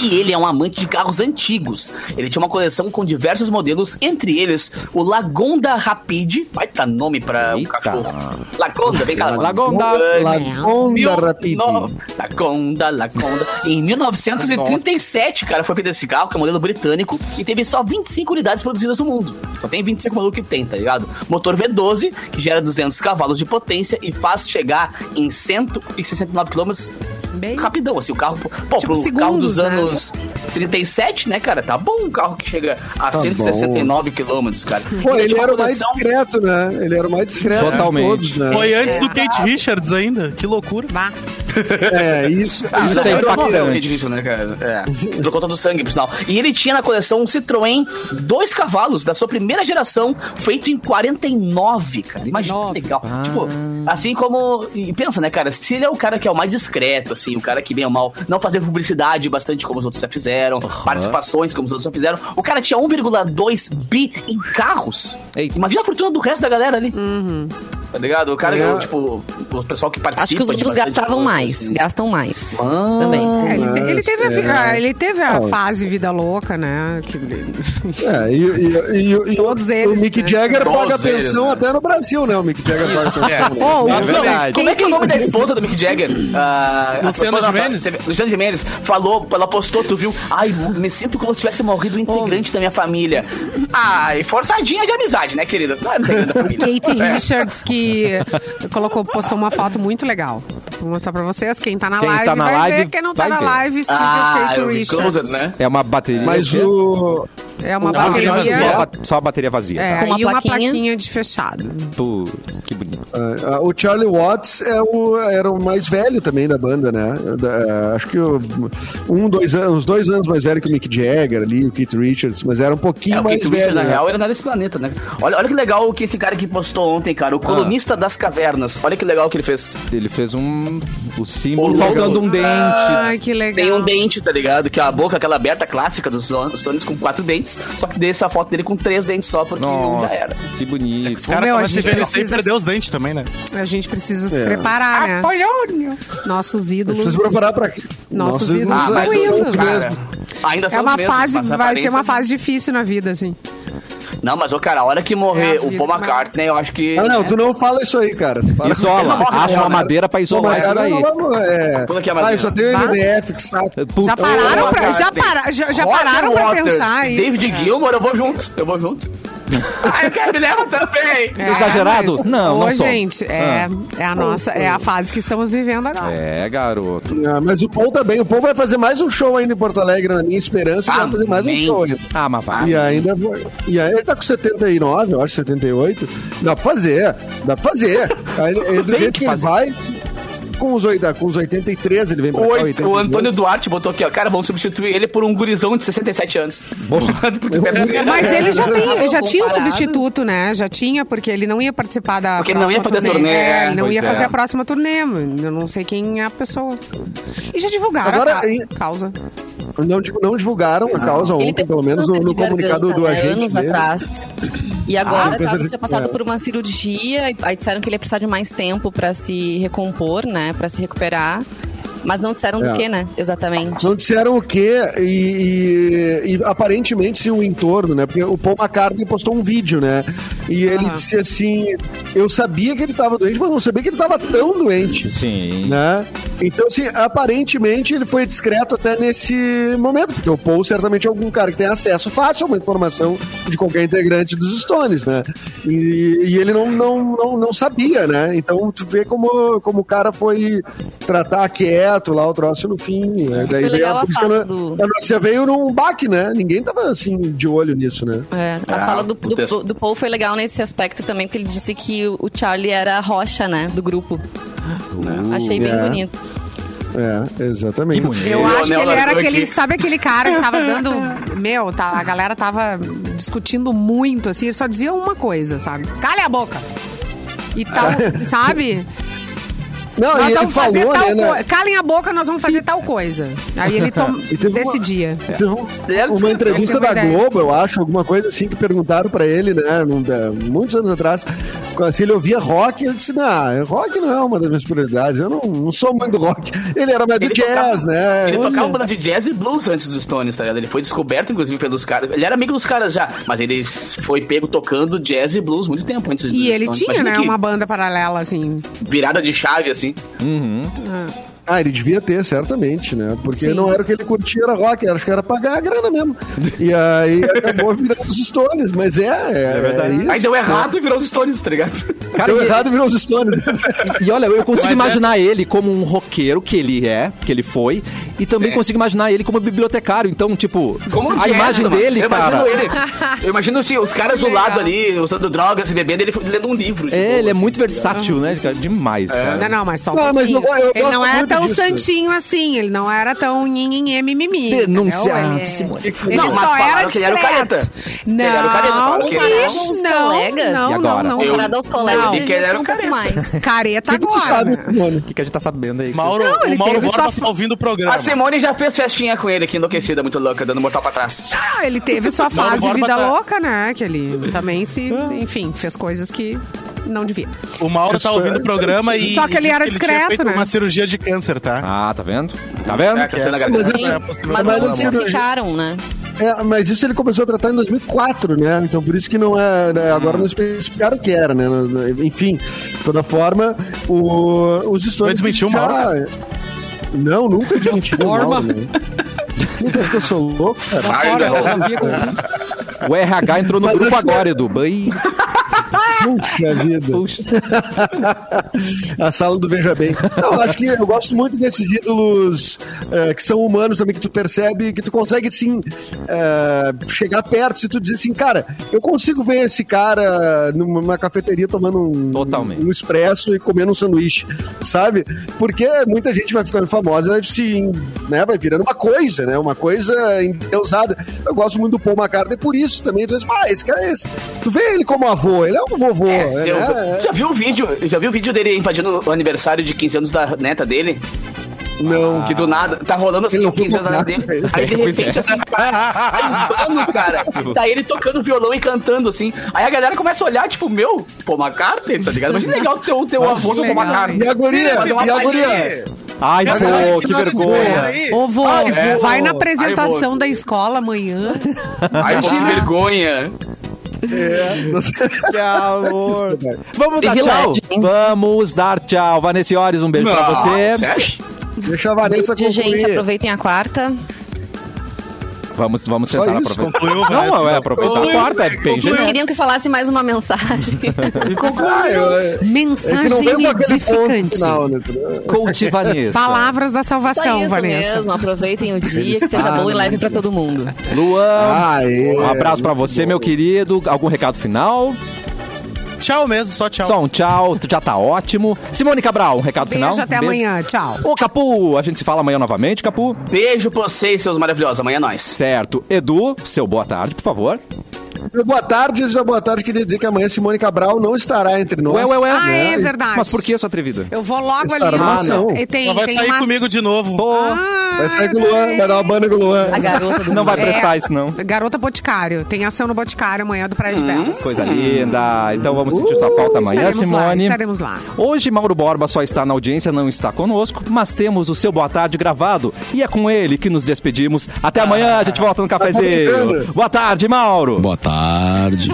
[SPEAKER 6] e ele é um amante de carros antigos. Ele tinha uma coleção com diversos modelos, entre eles o Lagonda Rapide. Vai dar nome pra um
[SPEAKER 1] Eita.
[SPEAKER 6] cachorro. Lagonda, vem cá.
[SPEAKER 1] Lagonda.
[SPEAKER 4] Lagonda Rapid.
[SPEAKER 6] No- Lagonda, Lagonda. Em 1937, cara, foi feito esse carro, que é um modelo britânico, e teve só 25 unidades produzidas no mundo. Só tem 25 modelos que tem, tá ligado? Motor V12, que gera 200 cavalos de potência e faz chegar em 169 km
[SPEAKER 5] Bem,
[SPEAKER 6] rapidão, assim, o carro. Pô,
[SPEAKER 5] Tipo,
[SPEAKER 6] pro carro
[SPEAKER 5] segundos,
[SPEAKER 6] dos
[SPEAKER 5] né?
[SPEAKER 6] anos 37, né, cara? Tá bom um carro que chega a 169 quilômetros, cara.
[SPEAKER 4] Pô, ele
[SPEAKER 6] tinha
[SPEAKER 4] era
[SPEAKER 6] uma
[SPEAKER 4] o mais
[SPEAKER 6] coleção-
[SPEAKER 4] discreto, né? Ele era o mais discreto
[SPEAKER 1] Totalmente.
[SPEAKER 4] de todos, né?
[SPEAKER 5] É.
[SPEAKER 3] Foi antes do Kate Richards ainda. Que loucura.
[SPEAKER 5] vá.
[SPEAKER 4] É, isso,
[SPEAKER 6] Ah,
[SPEAKER 4] isso
[SPEAKER 6] já
[SPEAKER 1] é
[SPEAKER 4] é
[SPEAKER 6] virou
[SPEAKER 1] impactante.
[SPEAKER 6] novela, eu acredito, né, cara? É. Trocou todo o sangue, por sinal. E ele tinha na coleção um Citroën, dois cavalos da sua primeira geração, feito em 49, cara. Imagina que legal. Tipo, assim como. E pensa, né, cara? Se ele é o cara que é o mais discreto, assim, o cara que bem ou mal não fazer publicidade bastante como os outros já fizeram, participações como os outros já fizeram, o cara tinha 1,2 bi em carros.
[SPEAKER 1] Eita.
[SPEAKER 6] Imagina a fortuna do resto da galera ali. Tá ligado? O cara,
[SPEAKER 4] É.
[SPEAKER 6] que, tipo, o pessoal que
[SPEAKER 2] Uhum.
[SPEAKER 6] participa.
[SPEAKER 2] Acho que os
[SPEAKER 6] de
[SPEAKER 2] outros
[SPEAKER 6] bastante
[SPEAKER 2] gastavam
[SPEAKER 6] coisa,
[SPEAKER 2] mais.
[SPEAKER 6] assim.
[SPEAKER 2] Gastam mais.
[SPEAKER 6] Ah.
[SPEAKER 5] É,
[SPEAKER 2] Também.
[SPEAKER 5] ele, te- ele teve a,
[SPEAKER 1] é.
[SPEAKER 5] vi-
[SPEAKER 4] Nossa,
[SPEAKER 5] a- ele teve a
[SPEAKER 4] Não.
[SPEAKER 5] fase vida louca, né? Que-
[SPEAKER 4] É, e, e- e- e
[SPEAKER 5] Todos
[SPEAKER 4] o,
[SPEAKER 5] eles,
[SPEAKER 4] o Mick
[SPEAKER 5] né?
[SPEAKER 4] Jagger
[SPEAKER 6] Todos
[SPEAKER 4] paga
[SPEAKER 6] eles,
[SPEAKER 4] pensão
[SPEAKER 6] né?
[SPEAKER 4] até no Brasil, né? O Mick Jagger paga pensão. né?
[SPEAKER 5] Ó, o-
[SPEAKER 1] É verdade.
[SPEAKER 6] Como é que é o nome da esposa do Mick Jagger? Ah, a
[SPEAKER 3] Luciana
[SPEAKER 6] esposa-
[SPEAKER 3] Gimenez?
[SPEAKER 6] Luciana Gimenez falou, ela postou, tu viu? Ai, me sinto como se tivesse morrido um
[SPEAKER 5] Oh.
[SPEAKER 6] integrante da minha família. Ai, forçadinha de amizade, né, querida? Não, não tem nada da família.
[SPEAKER 5] Kate
[SPEAKER 1] É.
[SPEAKER 5] Richards, que colocou, postou uma foto muito legal. Vou mostrar pra vocês. Quem tá na
[SPEAKER 1] Quem
[SPEAKER 5] live
[SPEAKER 1] está na
[SPEAKER 5] vai
[SPEAKER 1] live
[SPEAKER 5] ver. Quem não tá
[SPEAKER 1] vai
[SPEAKER 5] na
[SPEAKER 1] ver.
[SPEAKER 5] live, siga
[SPEAKER 6] Ah,
[SPEAKER 5] Kate
[SPEAKER 6] eu vi
[SPEAKER 5] Richards.
[SPEAKER 6] Closer, né?
[SPEAKER 1] É uma bateria.
[SPEAKER 4] Mas o.
[SPEAKER 5] É uma
[SPEAKER 3] Não,
[SPEAKER 1] Só
[SPEAKER 3] mas
[SPEAKER 1] a
[SPEAKER 5] bateria.
[SPEAKER 1] ba- Só a bateria vazia.
[SPEAKER 5] É,
[SPEAKER 1] tá?
[SPEAKER 2] Com uma
[SPEAKER 5] e uma
[SPEAKER 2] plaquinha.
[SPEAKER 5] plaquinha de fechado.
[SPEAKER 1] Tu- Que bonito.
[SPEAKER 4] Ah, ah, O Charlie Watts é o- era o mais velho também da banda, né? Da- acho que o- um, dois anos, uns dois anos mais velho que o Mick Jagger ali, o Keith Richards, mas era um pouquinho
[SPEAKER 6] É, o
[SPEAKER 4] mais
[SPEAKER 6] Kate Richards,
[SPEAKER 4] velho.
[SPEAKER 6] na
[SPEAKER 4] né?
[SPEAKER 6] real, era nada desse planeta, né? Olha, olha que legal o que esse cara aqui postou ontem, cara. O colunista das cavernas. Olha que legal que ele fez.
[SPEAKER 1] Ele fez um. O símbolo
[SPEAKER 6] Olha.
[SPEAKER 1] faltando um dente.
[SPEAKER 5] Ai, que legal.
[SPEAKER 6] Tem um dente, tá ligado? Que é a boca, aquela aberta clássica dos Stones com quatro dentes. Só que dessa foto dele com três dentes só, porque um já
[SPEAKER 1] Nossa,
[SPEAKER 6] era.
[SPEAKER 1] que
[SPEAKER 3] Os
[SPEAKER 1] bonito.
[SPEAKER 3] caras
[SPEAKER 5] meu,
[SPEAKER 3] começam
[SPEAKER 5] a
[SPEAKER 3] a
[SPEAKER 5] gente
[SPEAKER 3] envelhecer e
[SPEAKER 5] precisa-
[SPEAKER 3] perder os dentes também, né?
[SPEAKER 5] A gente precisa se
[SPEAKER 4] É.
[SPEAKER 6] Ah,
[SPEAKER 5] preparar, né? Nossos ídolos.
[SPEAKER 4] Preciso preparar pra quê?
[SPEAKER 5] Nossos
[SPEAKER 4] Nossos
[SPEAKER 5] ídolos
[SPEAKER 4] ídolos
[SPEAKER 5] são
[SPEAKER 4] ainda
[SPEAKER 6] Ah, mas
[SPEAKER 4] são
[SPEAKER 5] ídolos,
[SPEAKER 4] os
[SPEAKER 6] cara,
[SPEAKER 4] mesmos.
[SPEAKER 6] ainda são
[SPEAKER 5] É
[SPEAKER 6] os
[SPEAKER 5] uma
[SPEAKER 6] mesmos,
[SPEAKER 5] fase,
[SPEAKER 6] mas a
[SPEAKER 5] vai ser uma
[SPEAKER 6] aparência-
[SPEAKER 5] fase difícil na vida, assim.
[SPEAKER 6] Não, mas, ô, cara, a hora que
[SPEAKER 5] É
[SPEAKER 6] morrer
[SPEAKER 5] a
[SPEAKER 6] o
[SPEAKER 5] vida,
[SPEAKER 6] Paul
[SPEAKER 5] mas-
[SPEAKER 6] McCartney, eu acho que...
[SPEAKER 4] Ah, não,
[SPEAKER 6] né?
[SPEAKER 4] tu não fala isso aí, cara. Tu fala-
[SPEAKER 1] Isola.
[SPEAKER 6] Não,
[SPEAKER 1] Acha
[SPEAKER 6] não,
[SPEAKER 1] uma
[SPEAKER 6] né?
[SPEAKER 1] madeira pra
[SPEAKER 4] Pô,
[SPEAKER 1] isolar
[SPEAKER 4] mas
[SPEAKER 1] isso
[SPEAKER 4] cara,
[SPEAKER 1] daí.
[SPEAKER 4] não, não, é...
[SPEAKER 6] Como é que é,
[SPEAKER 4] Ah,
[SPEAKER 6] Marcelo?
[SPEAKER 4] eu só tenho MDF, que saco.
[SPEAKER 1] Putz,
[SPEAKER 5] Já pararam pra, já
[SPEAKER 6] McCartney.
[SPEAKER 5] para, já, já
[SPEAKER 6] Roger
[SPEAKER 5] pararam pra
[SPEAKER 6] Waters,
[SPEAKER 5] pensar isso.
[SPEAKER 6] David
[SPEAKER 5] né?
[SPEAKER 6] Gilmour, eu vou junto. Eu vou junto. Ai, eu quero me leva também.
[SPEAKER 5] É,
[SPEAKER 1] Exagerado?
[SPEAKER 5] mas-
[SPEAKER 1] Não, não
[SPEAKER 5] Ô,
[SPEAKER 1] sou. Ah.
[SPEAKER 5] gente, é, é a nossa, é a fase que estamos vivendo agora.
[SPEAKER 1] É, garoto.
[SPEAKER 4] Ah, mas o Paul também. O Paul vai fazer mais um show ainda em Porto Alegre, na minha esperança. Ele vai fazer mais um
[SPEAKER 6] Ah, Amém.
[SPEAKER 4] show ainda.
[SPEAKER 1] Ah, mas vai.
[SPEAKER 4] E ainda vai- e aí ele tá com 79, eu acho, 78. Dá pra fazer, dá pra fazer. Aí, ele- ele- do
[SPEAKER 1] Tem
[SPEAKER 4] jeito
[SPEAKER 1] que
[SPEAKER 4] que, ele
[SPEAKER 1] fazer.
[SPEAKER 4] vai, com os, oita- com os 83 ele vem pra
[SPEAKER 6] O,
[SPEAKER 4] cá,
[SPEAKER 6] oito- o
[SPEAKER 4] 82.
[SPEAKER 6] Antônio Duarte botou aqui, ó. Cara, vamos substituir ele por um gurizão de 67 anos. Porque,
[SPEAKER 5] Mas
[SPEAKER 4] É.
[SPEAKER 5] ele já, tem-
[SPEAKER 2] Comparado.
[SPEAKER 5] já tinha um substituto, né? Já tinha, porque ele não ia participar da
[SPEAKER 6] Porque ele não ia
[SPEAKER 5] próxima
[SPEAKER 6] fazer turnê,
[SPEAKER 5] É,
[SPEAKER 6] é.
[SPEAKER 5] ele não
[SPEAKER 1] Pois
[SPEAKER 5] ia
[SPEAKER 1] é.
[SPEAKER 5] fazer a próxima turnê. Eu não sei quem é a pessoa. E já divulgaram
[SPEAKER 4] Agora,
[SPEAKER 5] a ca-
[SPEAKER 4] e-
[SPEAKER 5] causa.
[SPEAKER 4] Não, div- não divulgaram a causa
[SPEAKER 2] Ele
[SPEAKER 4] ontem,
[SPEAKER 2] teve
[SPEAKER 4] pelo
[SPEAKER 2] um
[SPEAKER 4] menos no,
[SPEAKER 2] câncer
[SPEAKER 4] no
[SPEAKER 2] de
[SPEAKER 4] comunicado
[SPEAKER 2] garganta,
[SPEAKER 4] do
[SPEAKER 2] né,
[SPEAKER 4] agente.
[SPEAKER 2] anos
[SPEAKER 4] dele.
[SPEAKER 2] atrás. E agora
[SPEAKER 4] Ah,
[SPEAKER 2] tava-
[SPEAKER 4] coisa de-
[SPEAKER 2] tinha passado
[SPEAKER 4] é.
[SPEAKER 2] por uma cirurgia, e- aí disseram que ele ia precisar de mais tempo pra se recompor, né? Pra se recuperar. Mas não disseram
[SPEAKER 4] É.
[SPEAKER 2] do que, né? Exatamente.
[SPEAKER 4] Não disseram o quê e, e- e aparentemente se o entorno, né? Porque o Paul McCartney postou um vídeo, né? E ele disse assim: Eu sabia que ele tava doente, mas não sabia que ele tava tão doente.
[SPEAKER 1] Sim.
[SPEAKER 4] Né? Então, assim, aparentemente ele foi discreto até nesse momento, porque o Paul certamente é algum cara que tem acesso fácil a uma informação de qualquer integrante dos Stones, né? E, e ele não, não, não, não sabia, né? Então, tu vê como, como o cara foi tratar quieto lá o troço no fim. Né? Daí
[SPEAKER 2] Foi
[SPEAKER 4] veio
[SPEAKER 2] legal
[SPEAKER 4] a
[SPEAKER 2] a
[SPEAKER 4] polícia
[SPEAKER 2] fala
[SPEAKER 4] na-
[SPEAKER 2] do-
[SPEAKER 4] na notícia veio num baque, né? Ninguém tava assim de olho nisso, né?
[SPEAKER 2] É, a
[SPEAKER 6] Ah,
[SPEAKER 2] fala do,
[SPEAKER 6] o
[SPEAKER 2] do-
[SPEAKER 6] texto.
[SPEAKER 2] do Paul foi legal nesse aspecto também, porque ele disse que o o Charlie era a rocha, né? Do grupo.
[SPEAKER 6] Uh,
[SPEAKER 2] Achei bem
[SPEAKER 4] é.
[SPEAKER 2] bonito.
[SPEAKER 4] É, exatamente.
[SPEAKER 1] Que bonito.
[SPEAKER 5] Eu
[SPEAKER 6] o
[SPEAKER 5] acho que
[SPEAKER 6] Leonel
[SPEAKER 5] ele era
[SPEAKER 6] largou
[SPEAKER 5] aquele.
[SPEAKER 6] aqui.
[SPEAKER 5] Sabe aquele cara que tava dando. Meu, tá, a galera tava discutindo muito, assim, ele só dizia uma coisa, sabe? Calha a boca! E tal, sabe?
[SPEAKER 4] Não, e
[SPEAKER 5] nós
[SPEAKER 4] ele
[SPEAKER 5] vamos fazer
[SPEAKER 4] falou,
[SPEAKER 5] tal
[SPEAKER 4] né?
[SPEAKER 5] coisa.
[SPEAKER 4] né?
[SPEAKER 5] Calem a boca, nós vamos fazer tal coisa. Aí ele tom...
[SPEAKER 4] E teve uma-
[SPEAKER 5] decidia.
[SPEAKER 4] Teve um- uma entrevista da Globo, eu acho, alguma coisa assim, que perguntaram pra ele, né, num da- muitos anos atrás, se ele ouvia rock, ele disse, não, rock não é uma das minhas prioridades, eu não, não sou muito do rock. Ele era mais do
[SPEAKER 6] Ele
[SPEAKER 1] é,
[SPEAKER 4] jazz,
[SPEAKER 6] tocava-
[SPEAKER 4] né?
[SPEAKER 6] Ele tocava banda de jazz e blues antes dos Stones, tá ligado? Ele foi descoberto, inclusive, pelos caras. Ele era amigo dos caras já, mas ele foi pego tocando jazz e blues muito tempo antes dos
[SPEAKER 5] E ele
[SPEAKER 6] Stones.
[SPEAKER 5] tinha,
[SPEAKER 6] Imagina
[SPEAKER 5] né,
[SPEAKER 6] que
[SPEAKER 5] uma banda paralela, assim.
[SPEAKER 6] virada de chave, assim.
[SPEAKER 4] Ah, ele devia ter, certamente, né? Porque
[SPEAKER 5] Sim.
[SPEAKER 4] não era o que ele curtia, era rock, acho que era pagar a grana mesmo. E aí acabou virando os Stones, mas é, é,
[SPEAKER 1] verdade.
[SPEAKER 4] é isso.
[SPEAKER 6] Aí deu errado e virou os Stones, tá ligado?
[SPEAKER 1] Cara,
[SPEAKER 4] Deu
[SPEAKER 1] e-
[SPEAKER 4] errado e virou os Stones.
[SPEAKER 1] E olha, eu consigo
[SPEAKER 6] Mas
[SPEAKER 1] imaginar ele como um roqueiro que ele é, que ele foi, e também
[SPEAKER 6] É.
[SPEAKER 1] consigo imaginar ele como bibliotecário. Então, tipo,
[SPEAKER 6] Como
[SPEAKER 1] a
[SPEAKER 6] jazz,
[SPEAKER 1] imagem
[SPEAKER 6] mano.
[SPEAKER 1] dele,
[SPEAKER 6] eu
[SPEAKER 1] cara.
[SPEAKER 6] Imagino ele. Eu imagino assim, os caras do
[SPEAKER 5] Legal.
[SPEAKER 6] lado ali, usando drogas e bebendo, ele foi lendo um livro. de
[SPEAKER 1] É,
[SPEAKER 6] boa,
[SPEAKER 1] ele é
[SPEAKER 6] assim, É.
[SPEAKER 1] muito
[SPEAKER 6] tá ligado?
[SPEAKER 1] versátil, né, cara? Demais,
[SPEAKER 5] Não,
[SPEAKER 1] cara.
[SPEAKER 5] não, mas só um
[SPEAKER 4] Não, mas
[SPEAKER 5] pouquinho.
[SPEAKER 4] eu- eu
[SPEAKER 5] Ele
[SPEAKER 4] gosto
[SPEAKER 5] não era
[SPEAKER 4] muito
[SPEAKER 5] tão
[SPEAKER 4] disso.
[SPEAKER 5] santinho assim, ele não era tão nhinhinhê mimimi.
[SPEAKER 6] é.
[SPEAKER 1] Denunciado,
[SPEAKER 5] entendeu?
[SPEAKER 1] Simone.
[SPEAKER 5] Ele, ele
[SPEAKER 6] Não, mas
[SPEAKER 5] só
[SPEAKER 6] falaram
[SPEAKER 5] era
[SPEAKER 6] que ele era o
[SPEAKER 5] discreto.
[SPEAKER 6] careta. Ele era o careta,
[SPEAKER 5] Não,
[SPEAKER 6] falaram que ele era.
[SPEAKER 5] bicho,
[SPEAKER 2] Os
[SPEAKER 5] não,
[SPEAKER 2] colegas?
[SPEAKER 5] não,
[SPEAKER 1] E agora?
[SPEAKER 5] não, não.
[SPEAKER 6] Eu-
[SPEAKER 2] Então, Comparado aos colegas,
[SPEAKER 5] Não.
[SPEAKER 2] ele
[SPEAKER 6] Porque ele era
[SPEAKER 2] era um
[SPEAKER 6] um
[SPEAKER 2] pouco mais.
[SPEAKER 5] Careta
[SPEAKER 4] O que que tu
[SPEAKER 5] agora.
[SPEAKER 4] sabe,
[SPEAKER 5] né?
[SPEAKER 4] mano?
[SPEAKER 1] O que, que a gente tá sabendo aí?
[SPEAKER 3] Mauro,
[SPEAKER 5] Não, ele
[SPEAKER 3] o Mauro
[SPEAKER 5] teve
[SPEAKER 3] Borba
[SPEAKER 5] sua-
[SPEAKER 3] tá ouvindo o programa.
[SPEAKER 6] A Simone já fez festinha com ele aqui, enlouquecida, muito louca, dando mortal pra trás.
[SPEAKER 5] Ah, ele teve sua
[SPEAKER 3] Mauro
[SPEAKER 5] fase
[SPEAKER 3] Borba
[SPEAKER 5] vida
[SPEAKER 3] tá-
[SPEAKER 5] louca, né? Que ele também se, enfim, fez coisas que não devia.
[SPEAKER 3] O Mauro tá ouvindo o programa e.
[SPEAKER 5] Só que ele
[SPEAKER 3] disse
[SPEAKER 5] era
[SPEAKER 3] tinha
[SPEAKER 5] discreto,
[SPEAKER 3] feito
[SPEAKER 5] né?
[SPEAKER 3] Uma cirurgia de câncer, tá?
[SPEAKER 1] Ah, tá vendo? Tá vendo?
[SPEAKER 6] É, câncer na
[SPEAKER 4] Mas
[SPEAKER 6] garganta.
[SPEAKER 4] isso,
[SPEAKER 3] É,
[SPEAKER 2] Mas,
[SPEAKER 4] Mas
[SPEAKER 2] não
[SPEAKER 4] assim,
[SPEAKER 2] se ficaram, né?
[SPEAKER 4] É, mas isso ele começou a tratar em 2004, né? Então por isso que não é. né, Agora não especificaram o que era, né? Não- não- Enfim, de toda forma, o- os
[SPEAKER 3] Vai
[SPEAKER 4] históricos.
[SPEAKER 3] desmentir o
[SPEAKER 4] já-
[SPEAKER 3] Mauro?
[SPEAKER 4] Não, nunca desmentiu o
[SPEAKER 5] forma.
[SPEAKER 4] Mauro. né? Puta, acho que eu sou louco, cara.
[SPEAKER 6] Farda.
[SPEAKER 1] O RH entrou no
[SPEAKER 4] Mas
[SPEAKER 1] grupo
[SPEAKER 4] acho
[SPEAKER 1] agora, Edu. Bem,
[SPEAKER 4] Puxa vida.
[SPEAKER 1] puxa.
[SPEAKER 4] A sala do Veja Bem. Não, acho que eu gosto muito desses ídolos eh, que são humanos também, que tu percebe, que tu consegue, assim, eh, chegar perto se tu dizer assim, cara, eu consigo ver esse cara numa numa cafeteria tomando um,
[SPEAKER 1] Totalmente.
[SPEAKER 4] um expresso e comendo um sanduíche, sabe? Porque muita gente vai ficando famosa, vai se, né, vai virando uma coisa, né? Uma coisa endeusada. Eu gosto muito do Paul McCartney por isso também. Tu diz, ah, esse cara é esse. Tu vê ele como avô, ele é um vovô.
[SPEAKER 6] É,
[SPEAKER 4] né?
[SPEAKER 6] seu...
[SPEAKER 4] É-
[SPEAKER 6] Já viu o vídeo? Já viu o vídeo dele invadindo o aniversário de 15 anos da neta dele?
[SPEAKER 4] Não.
[SPEAKER 6] Que do nada tá rolando assim,
[SPEAKER 4] Ele não
[SPEAKER 6] 15 anos
[SPEAKER 4] foi
[SPEAKER 6] atrás
[SPEAKER 4] convidado.
[SPEAKER 6] dele. Aí de repente, assim, tá andando, cara. Tá ele tocando violão e cantando, assim. Aí a galera começa a olhar, tipo, meu, pô, McCartney, tá ligado? Imagina legal teu, teu um avô no Paul
[SPEAKER 5] legal,
[SPEAKER 6] McCartney.
[SPEAKER 4] E a guria?
[SPEAKER 6] Fazer uma
[SPEAKER 4] E a guria?
[SPEAKER 6] palhinha.
[SPEAKER 1] Ai, pô, que
[SPEAKER 6] é
[SPEAKER 1] vergonha.
[SPEAKER 3] Aí,
[SPEAKER 5] Ô, vô,
[SPEAKER 4] Ai, vô.
[SPEAKER 5] vai na
[SPEAKER 4] Ai, vô.
[SPEAKER 5] apresentação da escola
[SPEAKER 4] É
[SPEAKER 5] amanhã.
[SPEAKER 6] Ai, pô, que vergonha.
[SPEAKER 1] Que amor. Vamos dar tchau.
[SPEAKER 2] Privilégio, hein?
[SPEAKER 1] Vamos dar tchau. Vanessa Iores, um beijo pra você.
[SPEAKER 6] Sério?
[SPEAKER 4] Deixa a Vanessa
[SPEAKER 2] De
[SPEAKER 4] concluir.
[SPEAKER 2] gente, aproveitem a quarta.
[SPEAKER 1] é- Vamos, vamos
[SPEAKER 4] Só
[SPEAKER 1] tentar
[SPEAKER 4] isso,
[SPEAKER 1] aproveitar.
[SPEAKER 3] concluiu,
[SPEAKER 1] Não,
[SPEAKER 3] Vanessa. então.
[SPEAKER 1] é aproveitar a
[SPEAKER 3] Concluiu,
[SPEAKER 1] quarta, é bem genial.
[SPEAKER 2] Queriam que falasse mais uma mensagem.
[SPEAKER 4] Ah, eu- é que não
[SPEAKER 5] Mensagem
[SPEAKER 4] veio com aquele ponto
[SPEAKER 5] edificante.
[SPEAKER 4] final, né?
[SPEAKER 1] Coach Vanessa.
[SPEAKER 5] Palavras da
[SPEAKER 2] Só
[SPEAKER 5] salvação,
[SPEAKER 2] isso
[SPEAKER 5] Vanessa.
[SPEAKER 2] mesmo. Aproveitem o dia, que seja bom e leve pra todo mundo.
[SPEAKER 1] Luan,
[SPEAKER 4] Aê.
[SPEAKER 1] um abraço pra você, meu querido. Algum recado final?
[SPEAKER 3] é, Tchau mesmo, só tchau.
[SPEAKER 1] Só um tchau, já tá ótimo. Simone Cabral, um recado
[SPEAKER 5] Beijo,
[SPEAKER 1] final?
[SPEAKER 5] até amanhã. Tchau.
[SPEAKER 1] Ô, Capu, a gente se fala amanhã novamente, Capu.
[SPEAKER 6] Beijo pra vocês, seus maravilhosos. Amanhã é nóis.
[SPEAKER 1] Certo. Edu, seu boa tarde, por favor.
[SPEAKER 4] Meu Boa tarde, já boa tarde. Queria dizer que amanhã Simone Cabral não estará entre nós.
[SPEAKER 1] Ué, ué, ué.
[SPEAKER 5] Ah, é
[SPEAKER 1] Né?
[SPEAKER 5] verdade.
[SPEAKER 1] Mas por que sua atrevida?
[SPEAKER 5] Eu vou logo
[SPEAKER 4] Estará
[SPEAKER 5] ali.
[SPEAKER 4] na
[SPEAKER 5] ó.
[SPEAKER 4] ação.
[SPEAKER 5] E tem,
[SPEAKER 3] Ela vai
[SPEAKER 5] tem
[SPEAKER 3] sair
[SPEAKER 5] umas-
[SPEAKER 3] comigo de novo.
[SPEAKER 1] Pô,
[SPEAKER 5] Ah,
[SPEAKER 4] Vai sair com o Luan, vai dar uma banda com o Luan.
[SPEAKER 2] A garota do
[SPEAKER 1] Não vai
[SPEAKER 5] É.
[SPEAKER 1] prestar isso, não.
[SPEAKER 5] Garota Boticário. Tem ação no Boticário amanhã do Praia de Belas.
[SPEAKER 1] Hum, Coisa linda. Então vamos sentir sua falta amanhã,
[SPEAKER 5] Uh, estaremos lá,
[SPEAKER 1] Simone.
[SPEAKER 5] estaremos lá.
[SPEAKER 1] Hoje Mauro Borba só está na audiência, não está conosco, mas temos o seu Boa Tarde gravado. E é com ele que nos despedimos. Até
[SPEAKER 5] Ah.
[SPEAKER 1] amanhã, a gente volta
[SPEAKER 5] Tá
[SPEAKER 1] no cafezinho.
[SPEAKER 4] brincando?
[SPEAKER 1] Boa tarde, Mauro.
[SPEAKER 8] Boa tarde.